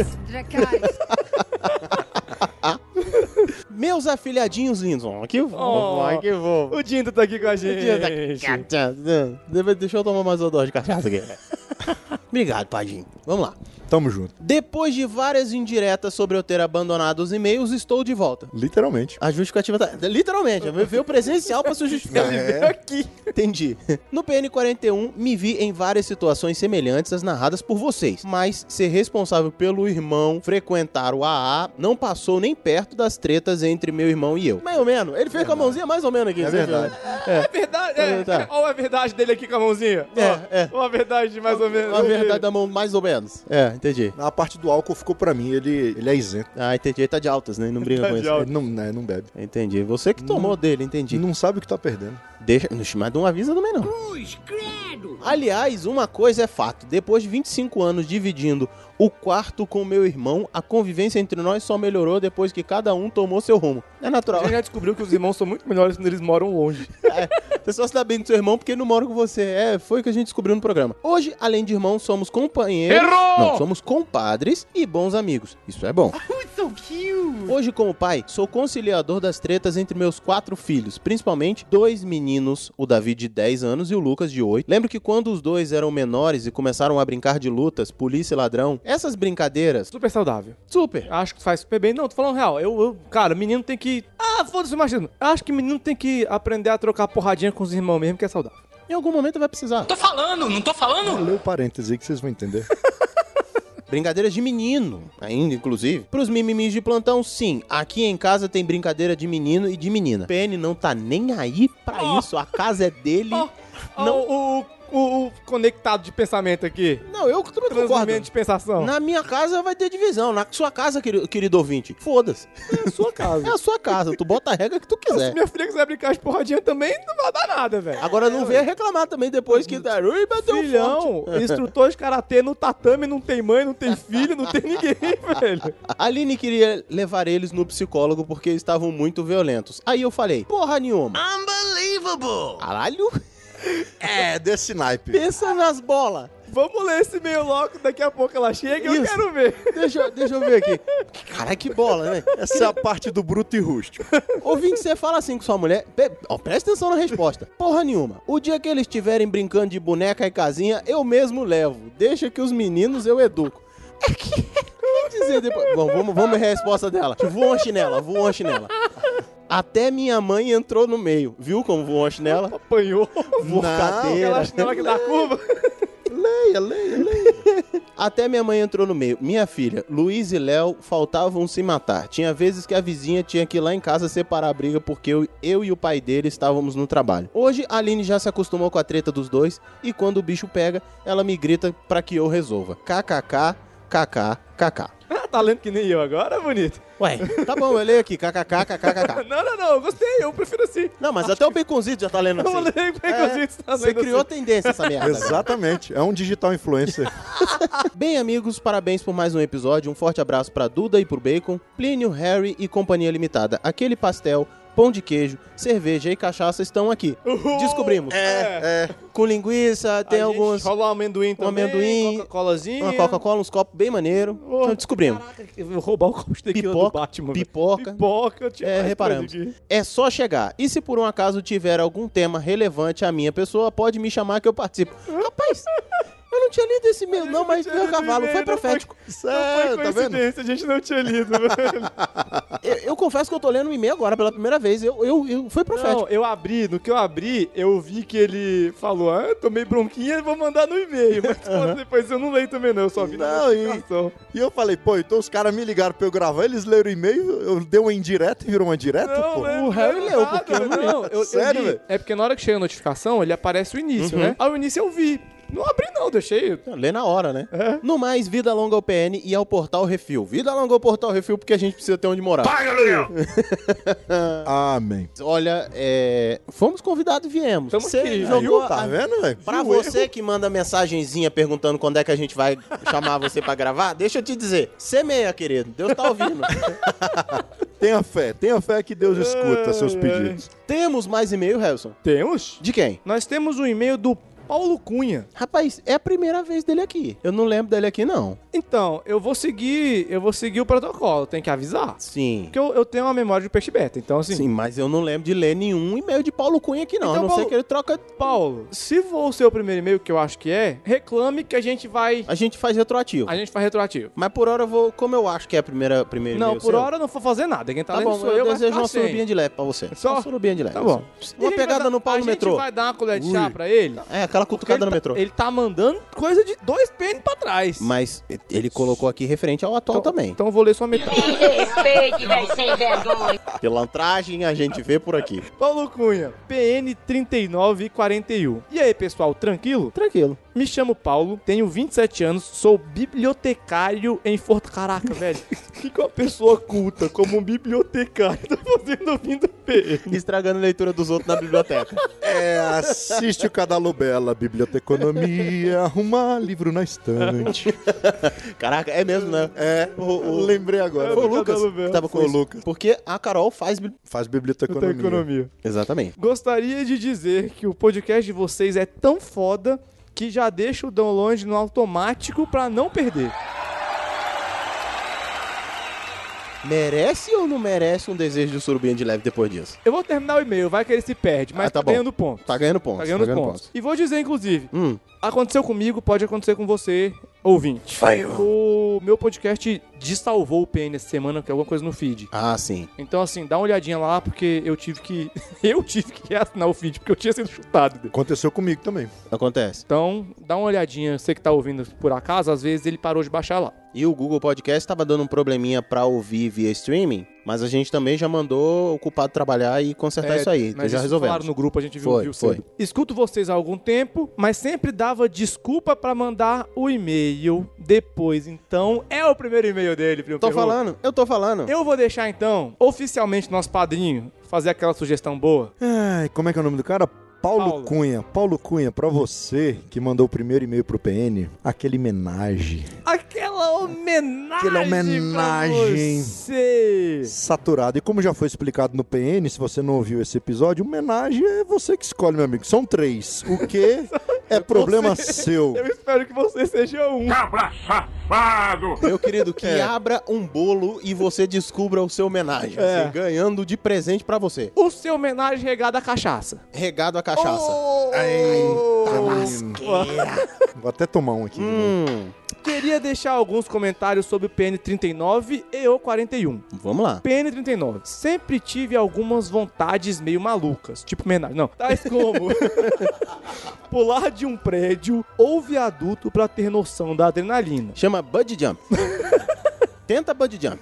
A: Meus afilhadinhos lindos. Oh, que bom,
C: Oh,
A: que bom.
C: O Dindo tá aqui com a gente.
A: Deixa eu tomar mais uma dose de cachaça aqui. <laughs> Obrigado, Padinho. Vamos lá.
D: Tamo junto.
A: Depois de várias indiretas sobre eu ter abandonado os e-mails, estou de volta.
D: Literalmente.
A: A justificativa tá. Literalmente, veio presencial pra se justificar.
D: Ele veio
A: aqui. É. Entendi. No PN41, me vi em várias situações semelhantes às narradas por vocês, mas ser responsável pelo irmão frequentar o AA não passou nem perto das tretas entre meu irmão e eu. Mais ou menos. Ele fez com a mãozinha mais ou menos aqui.
D: É
A: você viu,
D: verdade.
A: né?
C: É verdade, é.
A: Tá.
C: Olha a verdade dele aqui com a mãozinha.
A: É, é.
C: Olha a verdade mais ou menos.
A: A verdade da mão mais ou menos. É, entendi.
D: A parte do álcool ficou pra mim, ele, ele é isento.
A: Ah, entendi. Ele tá de altas, Hum. né? Não briga
D: Tá
A: com
D: de
A: isso.
D: álcool. Ele não, né, não bebe.
A: Entendi. Você que tomou dele, entendi.
D: Não sabe o que tá perdendo.
A: Deixa. Oxi, Mas não avisa também, não. Aliás, uma coisa é fato: depois de 25 anos dividindo o quarto com meu irmão, a convivência entre nós só melhorou depois que cada um tomou seu rumo. É natural.
C: A gente já descobriu que os irmãos são muito melhores quando eles moram longe.
A: <laughs> Você só se dá bem com seu irmão porque ele não mora com você. É, foi o que a gente descobriu no programa. Hoje, além de irmãos, somos companheiros.
F: Errou!
A: Não, somos compadres e bons amigos. Isso é bom. Hoje, como pai, sou conciliador das tretas entre meus quatro filhos, principalmente dois meninos, o Davi de 10 anos e o Lucas de 8. Lembro que quando os dois eram menores e começaram a brincar de lutas, polícia e ladrão, essas brincadeiras.
C: Super saudável.
A: Super.
C: Acho que faz super bem. Não, tô falando real. Eu, eu- cara, menino tem que. Ah, foda-se o machismo. Eu Acho que menino tem que aprender a trocar porradinha com os irmãos mesmo, que é saudável.
A: Em algum momento vai precisar.
C: Tô falando, não tô falando.
D: Leu o parêntese aí que vocês vão entender.
A: Brincadeiras de menino, ainda, inclusive. Pros mimimis de plantão, sim. Aqui em casa tem brincadeira de menino e de menina. PN não tá nem aí pra isso. A casa é dele.
C: Não. O, o- o- o conectado de pensamento aqui.
A: Não, eu também concordo.
C: Transmimento de pensação.
A: Na minha casa vai ter divisão. Na sua casa, querido, querido ouvinte, foda-se.
C: É a sua casa.
A: É a sua casa. Tu bota a regra que tu
C: <laughs> Se
A: quiser.
C: minha filha quiser brincar de porradinha também, não vai dar nada, velho.
A: Agora não venha reclamar também depois que der. Ui, bateu
C: Filhão,
A: forte.
C: instrutor de karatê no tatame, não tem mãe, não tem filho, não tem ninguém, <laughs> velho.
A: A Aline queria levar eles no psicólogo porque estavam muito violentos. Aí eu falei, porra nenhuma.
G: Unbelievable!
A: Caralho,
D: é, desse naipe.
A: pensa nas bolas.
C: Vamos ler esse meio logo, daqui a pouco ela chega e eu
A: Isso.
C: quero ver.
A: Deixa, eu- deixa eu ver aqui. Caralho, que bola, né?
D: Essa é a parte do bruto e rústico.
A: Ouvinte, você fala assim com sua mulher. Pe- ó, presta atenção na resposta. Porra nenhuma. O dia que eles estiverem brincando de boneca e casinha, eu mesmo levo. Deixa que os meninos eu educo. É que- Quer dizer depois. Bom, vamos, vamos ver a resposta dela. Voou uma chinela, voou uma chinela. Até minha mãe entrou no meio. Viu como voou uma chinela?
C: Apanhou.
A: Voou
D: Não,
A: cadeira.
C: Aquela chinela que dá curva.
A: Leia, leia, leia. Até minha mãe entrou no meio. Minha filha, Luiz e Léo faltavam se matar. Tinha vezes que a vizinha tinha que ir lá em casa separar a briga porque eu, eu e o pai dele estávamos no trabalho. Hoje, a Aline já se acostumou com a treta dos dois e quando o bicho pega, ela me grita pra que eu resolva. KKK, KK, KK.
C: Ah, <laughs> tá lendo que nem eu agora, bonito.
A: Ué, tá bom, eu leio aqui. KKK, KKK.
C: Não, não, não, eu gostei, eu prefiro assim.
A: Não, mas até o Baconzito já tá lendo
C: Eu
A: assim.
C: leio bem com a gente, tá
A: Você
C: lendo
A: criou
C: assim.
A: tendência essa merda. né? velho.
D: Exatamente. É um digital influencer.
A: Bem, amigos, parabéns por mais um episódio. Um forte abraço pra Duda e pro Bacon, Plínio, Harry e Companhia Limitada. Aquele pastel, pão de queijo, cerveja e cachaça estão aqui.
C: assim. Uhul!
A: Descobrimos.
D: É,
A: Com linguiça, tem
C: A gente
A: alguns.
C: Rola um amendoim
A: Um
C: também.
A: amendoim,
C: Coca-colazinha.
A: uma Coca-Cola, uns copos bem maneiro.
C: Oh,
A: então descobrimos.
C: Caraca, eu vou roubar o copo de tequila do
A: Pipoca,
C: Batman. velho.
A: pipoca.
C: Pipoca, eu tinha
A: É,
C: mais
A: reparamos.
C: coisa aqui.
A: É só chegar. E se por um acaso
C: <laughs>
A: tiver algum tema relevante à minha pessoa, pode me chamar que eu participo. Rapaz, eu não tinha lido esse mesmo, não, mas meu cavalo. Foi profético. É,
C: Sério, tá vendo? A gente não tinha lido. <laughs>
A: eu, eu confesso que eu tô lendo o e-mail agora pela primeira vez. Eu, eu, eu, foi profético.
C: Não, eu abri, no que eu abri, eu vi que ele falou, ah, eu tomei bronquinha, vou mandar no e-mail. <laughs> Mas
D: Aham.
C: depois eu não leio também não, eu só vi na
D: Não, e,
C: notificação.
D: e eu falei, pô, então os caras me ligaram pra eu gravar, eles leram o e-mail, eu dei uma indireta e virou uma direta,
C: Não,
A: Tipo,
D: pô.
C: né?
D: o Harry
C: Não,
D: leu,
C: nada,
D: porque eu não li.
C: não, eu- eu
D: Sério,
C: li.
D: velho?
C: É porque na hora que chega a notificação, ele aparece o início,
A: Uhum.
C: né? Ao início eu vi. Não abri não, deixei.
A: Lê na hora, né?
D: É.
A: No mais, vida longa ao PN e ao Portal Refil. Vida longa ao Portal Refil, porque a gente precisa ter onde morar.
F: Paga aluguel!
D: Amém.
A: Olha, é... fomos convidados e viemos.
D: Tamo
A: Você
D: aqui.
A: jogou...
D: Viu? Tá
A: a-
D: vendo, velho?
A: Pra
D: Viu o
A: você
D: erro?
A: que manda mensagenzinha perguntando quando é que a gente vai chamar você pra gravar, deixa eu te dizer, semeia, querido. Deus tá
D: <laughs>
A: ouvindo.
D: Tenha fé, tenha fé que Deus escuta seus pedidos.
A: Temos mais e-mail, Harrison?
C: Temos?
A: De quem?
C: Nós temos um e-mail do Paulo Cunha.
A: Rapaz, é a primeira vez dele aqui. Eu não lembro dele aqui, não.
C: Então, eu vou seguir, eu vou seguir o protocolo, tem que avisar.
A: Sim.
C: Porque eu, eu tenho uma memória de peixe beta, então assim.
A: Sim, mas eu não lembro de ler nenhum e-mail de Paulo Cunha aqui, não.
D: Então,
A: a não
C: Paulo,
A: ser que ele troca...
C: Paulo, se for o seu primeiro e-mail, que eu acho que é, reclame que a gente vai.
A: A gente faz retroativo.
C: A gente faz retroativo.
A: Mas por hora eu vou... Como eu acho que é a primeira, primeiro
C: Não,
A: e-mail
C: por
A: seu,
C: hora eu não vou fazer nada. Quem tá,
A: Tá
C: lendo
A: bom,
C: sou
A: eu,
C: eu, vai
A: desejo
C: ficar
A: uma
C: sem.
A: surubinha de leve pra você.
C: Só?
A: Uma surubinha de leve.
C: Tá bom.
A: Uma
C: Ele vai
A: pegada
C: dar-
A: no pau no
C: A
A: metrô.
C: gente vai dar uma colher de
A: Ui.
C: chá pra ele.
A: É, aquela cutucada
C: ele
A: no
C: tá-
A: metrô.
C: Ele tá mandando coisa de dois pênis pra trás.
A: Mas ele colocou aqui referente ao atual também.
C: Então eu vou ler só
J: <laughs>
C: metade.
F: Respeite, velho, sem vergonha.
C: tá.
A: Pilantragem a gente vê por aqui.
C: Paulo Cunha, PN 39 e 41. E aí, pessoal, tranquilo?
A: Tranquilo.
C: Me chamo Paulo, tenho 27 anos, sou bibliotecário em Forte.
A: <laughs>
C: Caraca, velho. O que que uma pessoa culta como um
A: <laughs>
C: bibliotecário tá fazendo ouvindo PN?
A: Estragando a leitura dos outros na biblioteca.
D: É, assiste o Cadalobela, Biblioteconomia, arrumar livro
A: <laughs>
D: na estante.
A: Caraca, é mesmo, né?
D: É, lembrei
C: É,
D: agora.
A: Foi o Lucas
C: Cadalobela.
A: que tava com
D: Foi o
A: isso.
D: Lucas.
A: Porque a Carol faz... bi-
D: Faz biblioteconomia.
C: Biblioteconomia.
A: Exatamente.
C: Gostaria de dizer que o podcast de vocês é tão foda que já deixa o download no automático pra não perder.
A: Merece ou não merece um desejo de surubinha de leve depois disso?
C: Eu vou terminar o e-mail, vai que ele se perde, mas
A: Ah, tá
C: tá,
A: bom.
C: ganhando ponto.
A: Tá ganhando pontos.
C: Tá ganhando pontos. E vou dizer, inclusive,
A: Hum.
C: aconteceu comigo, pode acontecer com você, ouvinte.
A: Vai,
C: O meu podcast desalvou o PN essa semana, porque é alguma coisa no feed.
A: Ah, sim.
C: Então, assim, dá uma olhadinha lá, porque eu tive que. <laughs> eu tive que assinar o feed, porque eu tinha sido chutado.
D: Aconteceu comigo também.
A: Acontece.
C: Então, dá uma olhadinha, você que tá ouvindo por acaso, às vezes ele parou de baixar lá.
A: E o Google Podcast tava dando um probleminha pra ouvir via streaming, mas a gente também já mandou o culpado trabalhar e consertar Então
C: É,
A: isso aí.
C: mas
A: já
C: isso
A: resolvemos.
C: falaram no grupo, a gente viu-
A: foi,
C: viu
A: foi.
C: cedo. Escuto vocês há algum tempo, mas sempre dava desculpa pra mandar o e-mail depois. Então, é o primeiro e-mail dele, primo
A: Tô
C: Perru.
A: falando, eu tô falando.
C: Eu vou deixar então, oficialmente, nosso padrinho fazer aquela sugestão boa.
D: Ai, como é que é o nome do cara? Paulo,
C: Paulo.
D: Cunha. Paulo Cunha, pra você que mandou o primeiro e-mail pro PN, aquele homenagem.
C: Aquela homenagem.
D: Aquela homenagem.
C: Pra você.
D: Saturado. E como já foi explicado no PN, se você não ouviu esse episódio, homenagem é você que escolhe, meu amigo. São três.
C: <laughs>
D: O que é problema
C: Você- é
D: seu.
C: Eu espero que você seja um.
A: Meu querido,
C: <laughs>
A: que abra um bolo e você descubra o seu homenagem.
C: É.
A: assim, ganhando de presente pra você.
C: O seu homenagem regada à cachaça.
A: Regado a cachaça.
C: Oh!
D: Vou até tomar um aqui.
C: Hum. Queria deixar alguns comentários sobre o PN39 e um. o 41.
A: Vamos lá.
C: PN39. Sempre tive algumas vontades meio malucas. Tipo homenagem. Não. Tais como <laughs> pular de um prédio ou viaduto pra ter noção da adrenalina.
A: Chama Bud
C: <laughs>
A: Jump. Tenta Bud Jump.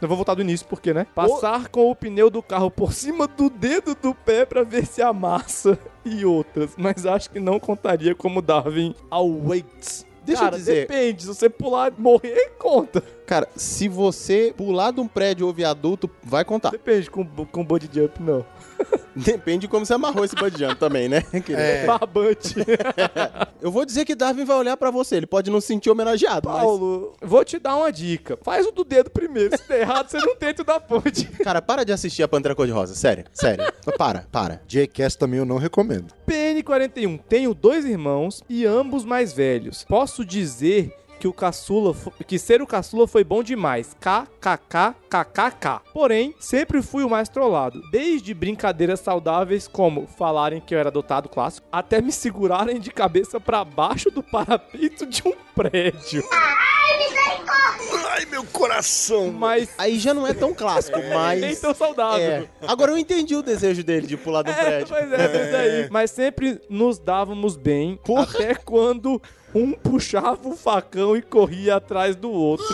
C: Eu vou voltar do início, porque, né? Passar com o pneu do carro por cima do dedo do pé pra ver se amassa e outras. Mas acho que não contaria como Darwin awaits.
A: Deixa eu
C: Cara,
A: dizer-
C: depende. Se você pular e morrer, conta.
A: Cara, se você pular de um prédio ou viaduto, vai contar.
C: Depende, com, com body jump, não.
A: Depende de como você amarrou esse Bud Jump também,
C: <laughs>
A: né? querido? <laughs>
D: É.
C: Barbante.
A: Eu vou dizer que Darwin vai olhar pra você. Ele pode não se sentir homenageado,
C: Paulo, vou te dar uma dica. Faz o do dedo primeiro. Se der errado, você não tenta o da ponte.
A: mas... Cara, para de assistir a Pantera Cor-de-Rosa. Sério,
C: <laughs>
A: sério. Para, para.
D: J-Cast também eu não recomendo.
C: PN41. Tenho dois irmãos e ambos mais velhos. Posso dizer que o caçula, fo- que ser o caçula foi bom demais. KKKKKK. Porém, sempre fui o mais trollado. Desde brincadeiras saudáveis como falarem que eu era adotado clássico, até me segurarem de cabeça pra baixo do parapeito de um prédio.
A: Ai, meu coração! Mas. Aí já não é tão clássico,
C: É,
A: mas.
C: nem tão saudável.
A: É. Agora eu entendi o desejo dele de pular do prédio.
C: Pois <laughs> é, é. isso aí. Mas sempre nos dávamos bem, até quando um puxava o facão e corria atrás do outro.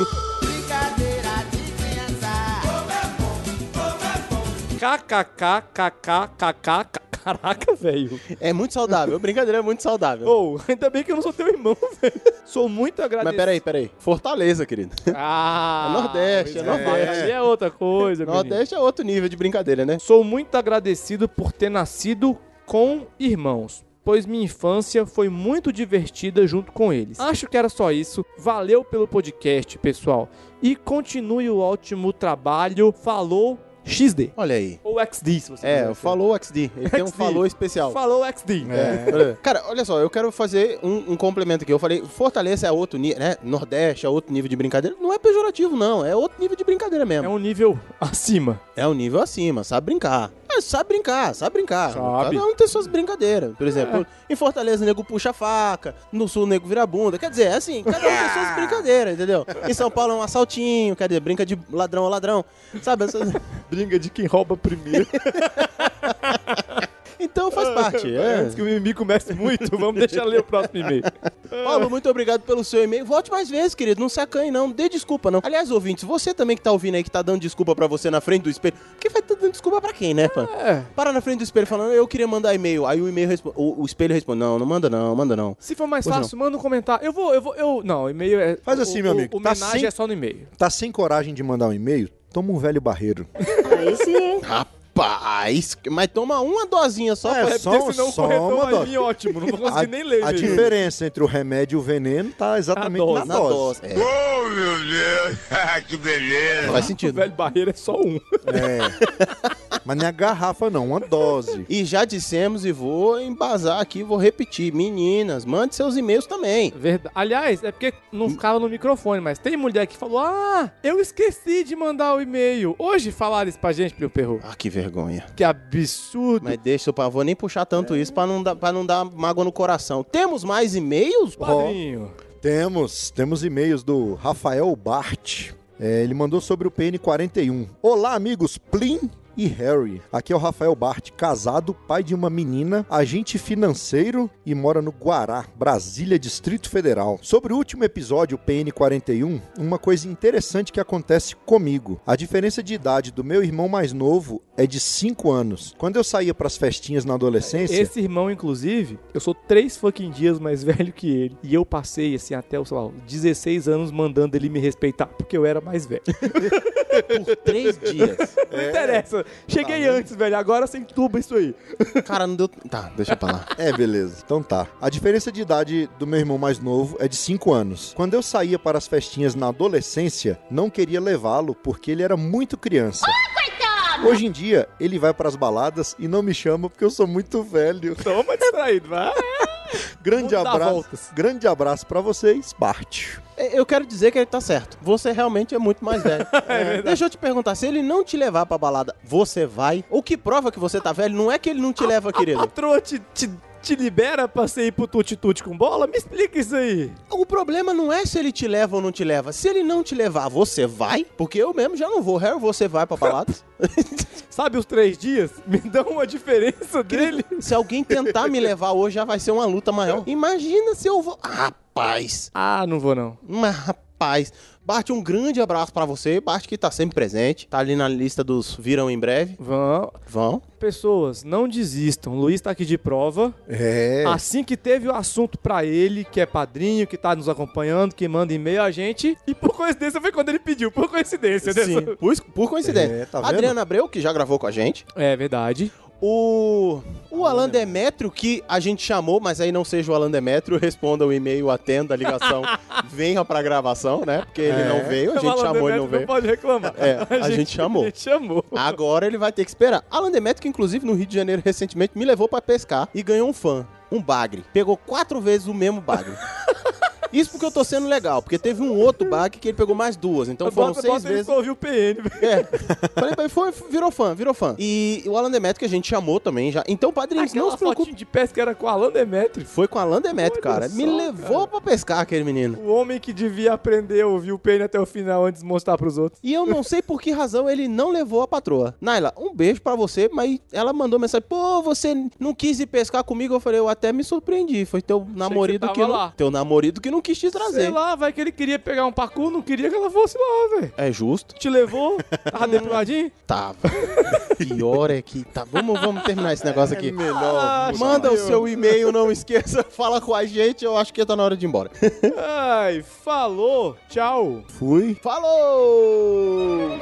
C: KKKKKKK. Caraca, velho.
A: É muito saudável. Brincadeira é muito saudável.
C: Ou, ainda bem que eu não sou teu irmão, <laughs> velho. Sou muito agradecido.
A: Mas peraí, peraí. Fortaleza, querido.
C: Ah,
A: É Nordeste, é
C: pois
A: Nordeste.
C: Aí é outra coisa,
A: Nordeste
C: é outro nível de brincadeira, né? Sou muito agradecido por ter nascido com irmãos, pois minha infância foi muito divertida junto com eles. Acho que era só isso. Valeu pelo podcast, pessoal. E continue o ótimo trabalho. Falou XD.
A: Olha aí.
C: Ou XD, se você
A: É,
C: quiser.
A: falou XD. Ele tem um
C: XD.
A: falou especial.
C: Falou XD.
A: É. Cara, olha só, eu quero fazer um, um complemento aqui. Eu falei, Fortaleza é outro nível, né? Nordeste é outro nível de brincadeira. Não é pejorativo, não. É outro nível de brincadeira mesmo. É um
C: nível acima.
A: É um nível acima, sabe brincar. É, sabe brincar, sabe É. brincar.
C: Sabe.
A: Cada um tem suas brincadeiras. Por exemplo, em Fortaleza, o nego puxa a faca. No Sul, o nego vira bunda. Quer dizer, é assim, cada um tem <laughs> suas brincadeiras, entendeu? Em São Paulo é um assaltinho, quer dizer, brinca de ladrão a ladrão. Sabe? <laughs> Essas...
C: brinca de quem rouba primeiro. <laughs>
A: então faz parte. É.
C: Antes que o mimimi comece muito, vamos deixar ler o próximo e-mail.
A: Paulo, muito obrigado pelo seu e-mail. Volte mais vezes, querido. Não sacanhe, não. Não dê desculpa, não. Aliás, ouvintes, você também que tá ouvindo aí, que tá dando desculpa pra você na frente do espelho. Porque vai tá dando desculpa pra quem, né, pô?
D: É.
A: Para na frente do espelho falando, eu queria mandar e-mail. Aí o e-mail responde. O, o espelho responde, não, não manda não, manda não.
C: Se for mais
A: Hoje
C: fácil, manda um comentário. Eu vou, eu vou, eu. Não, e-mail é.
D: Faz assim,
C: o-
D: meu
C: o-
D: amigo. Tá
C: Homenagem
D: sem-
C: é só no e-mail.
D: Tá sem coragem de mandar um e-mail? Toma um velho barreiro.
A: Aí sim. Rapaz, mas toma uma dosinha só
D: É,
A: pra
D: só- Porque senão o só corretor uma vai dose. vir
C: ótimo, não vou
D: A, a diferença entre o remédio e o veneno tá exatamente
A: dose,
D: na
A: na
D: dose.
A: dose,
D: É.
G: Oh, meu Deus! <laughs> Ah, que beleza!
A: Faz sentido.
C: velho barreiro é só um.
A: É.
D: Mas não é garrafa, não, uma dose.
A: E já dissemos e vou embasar aqui, vou repetir. Meninas, mande seus e-mails também.
C: Verdade. Aliás, é porque não ficava no microfone, mas tem mulher que falou: Ah, eu esqueci de mandar o e-mail. Hoje falaram isso pra gente, meu perro.
A: Ah, que vergonha.
C: Que absurdo.
A: Mas deixa, eu pa- vou nem puxar tanto isso pra não, dar, pra não dar mágoa no coração. Temos mais e-mails?
C: Padrinho.
D: Temos, temos e-mails do Rafael Bart. É, ele mandou sobre o PN41. Olá, amigos Plim e Harry. Aqui é o Rafael Bart, casado, pai de uma menina, agente financeiro e mora no Guará, Brasília, Distrito Federal. Sobre o último episódio, o PN41, uma coisa interessante que acontece comigo. A diferença de idade do meu irmão mais novo é de 5 anos. Quando eu saía pras festinhas na adolescência,
C: Esse irmão, inclusive, eu sou três fucking dias mais <laughs> velho que ele. E eu passei, assim, até, sei lá, 16 anos mandando ele me respeitar, porque eu era mais velho.
A: Por três dias.
C: Não <laughs> interessa. Cheguei antes, velho. Agora sem tuba isso aí.
A: Cara, não deu. Tá, deixa pra lá.
D: É, beleza. Então tá. A diferença de idade do meu irmão mais novo é de 5 anos. Quando eu saía para as festinhas na adolescência, não queria levá-lo porque ele era muito criança. Hoje em dia, ele vai para as baladas e não me chama porque eu sou muito velho. Então,
C: Toma distraído, vai. <laughs>
D: grande
A: Mundo dá
D: abraço.
A: voltas.
D: Grande abraço para vocês, Bart.
A: É, Eu quero dizer que ele tá certo. Você realmente <laughs> é muito mais velho. É. Deixa eu te perguntar, se ele não te levar pra balada, você vai? O que prova que você tá velho não é que ele não te leva,
C: A
A: querido.
C: patroa te, te, te libera pra você ir pro tutituti com bola? Me explica isso aí.
A: O problema não é se ele te leva ou não te leva. Se ele não te levar, você vai? Porque eu mesmo já não vou. Harry, você vai pra balada?
C: Sabe os três dias? <laughs> Me dá uma diferença dele.
A: Se alguém tentar me levar hoje, já vai ser uma luta maior. Imagina se eu vou. Rapaz.
C: Ah, não vou não.
A: Mas, rapaz. Bart, um grande abraço pra você. Bart que tá sempre presente. Tá ali na lista dos virão em breve.
C: Vão.
A: Vão.
C: Pessoas, não desistam. O Luiz tá aqui de prova.
D: É.
C: Assim que teve o assunto pra ele, que é padrinho, que tá nos acompanhando, que manda e-mail a gente. E por coincidência foi quando ele pediu. Por coincidência, né?
A: Sim, por, por coincidência.
D: É, tá vendo?
A: Adriano Abreu, que já gravou com a gente.
C: É verdade.
A: O, o Alan Demetrio, que a gente chamou, mas aí não seja o Alan Demetrio, <laughs> responda o e-mail, atenda a ligação, venha pra gravação, né? Porque ele
C: É.
A: não veio, a gente
C: Malandro
A: chamou e
C: Neto
A: não veio.
C: pode reclamar.
A: É, a, gente, chamou.
C: <laughs> A gente chamou.
A: Agora ele vai ter que esperar. Alan Demetrio, que inclusive no Rio de Janeiro recentemente
C: <laughs>
A: me levou pra pescar e ganhou um fã, um bagre. Pegou quatro vezes o mesmo bagre. Isso porque eu tô sendo legal, porque teve um outro baque que ele pegou mais duas, então
C: Eu
A: foram
C: boto-
A: seis
C: boto ele
A: vezes.
C: pra ouvir o PN.
A: É. Falei pra ele, foi, virou fã, virou fã. E o Alan Demetrio que a gente chamou também já. Então, padrinhos, não se preocupe.
C: de pesca era com o Alan Demetrio.
A: Foi com o Alan Demetrio,
C: Olha
A: cara. Me
C: só,
A: levou pra pescar aquele menino.
C: O homem que devia aprender a ouvir o PN até o final antes de mostrar pros outros.
A: E eu não sei por que razão ele não levou a patroa. Naila, um beijo pra você, mas ela mandou mensagem: pô, você não quis ir pescar comigo? Eu falei: eu até me surpreendi. Foi teu namorado que, não.
C: tava lá.
A: Teu namorado que não quis te trazer.
C: Sei lá, vai que ele queria pegar um pacu, não queria que ela fosse lá, velho.
A: É justo?
C: Te levou? Tava deprimadinho?
A: Tava. <laughs> Pior é que. Tá, vamos, vamos terminar esse negócio
C: É
A: aqui.
C: melhor
A: Manda o
C: mudar.
A: seu e-mail, não esqueça. <laughs> Fala com a gente, eu acho que tá na hora de ir embora.
C: Ai, falou, tchau.
A: Fui. Falou!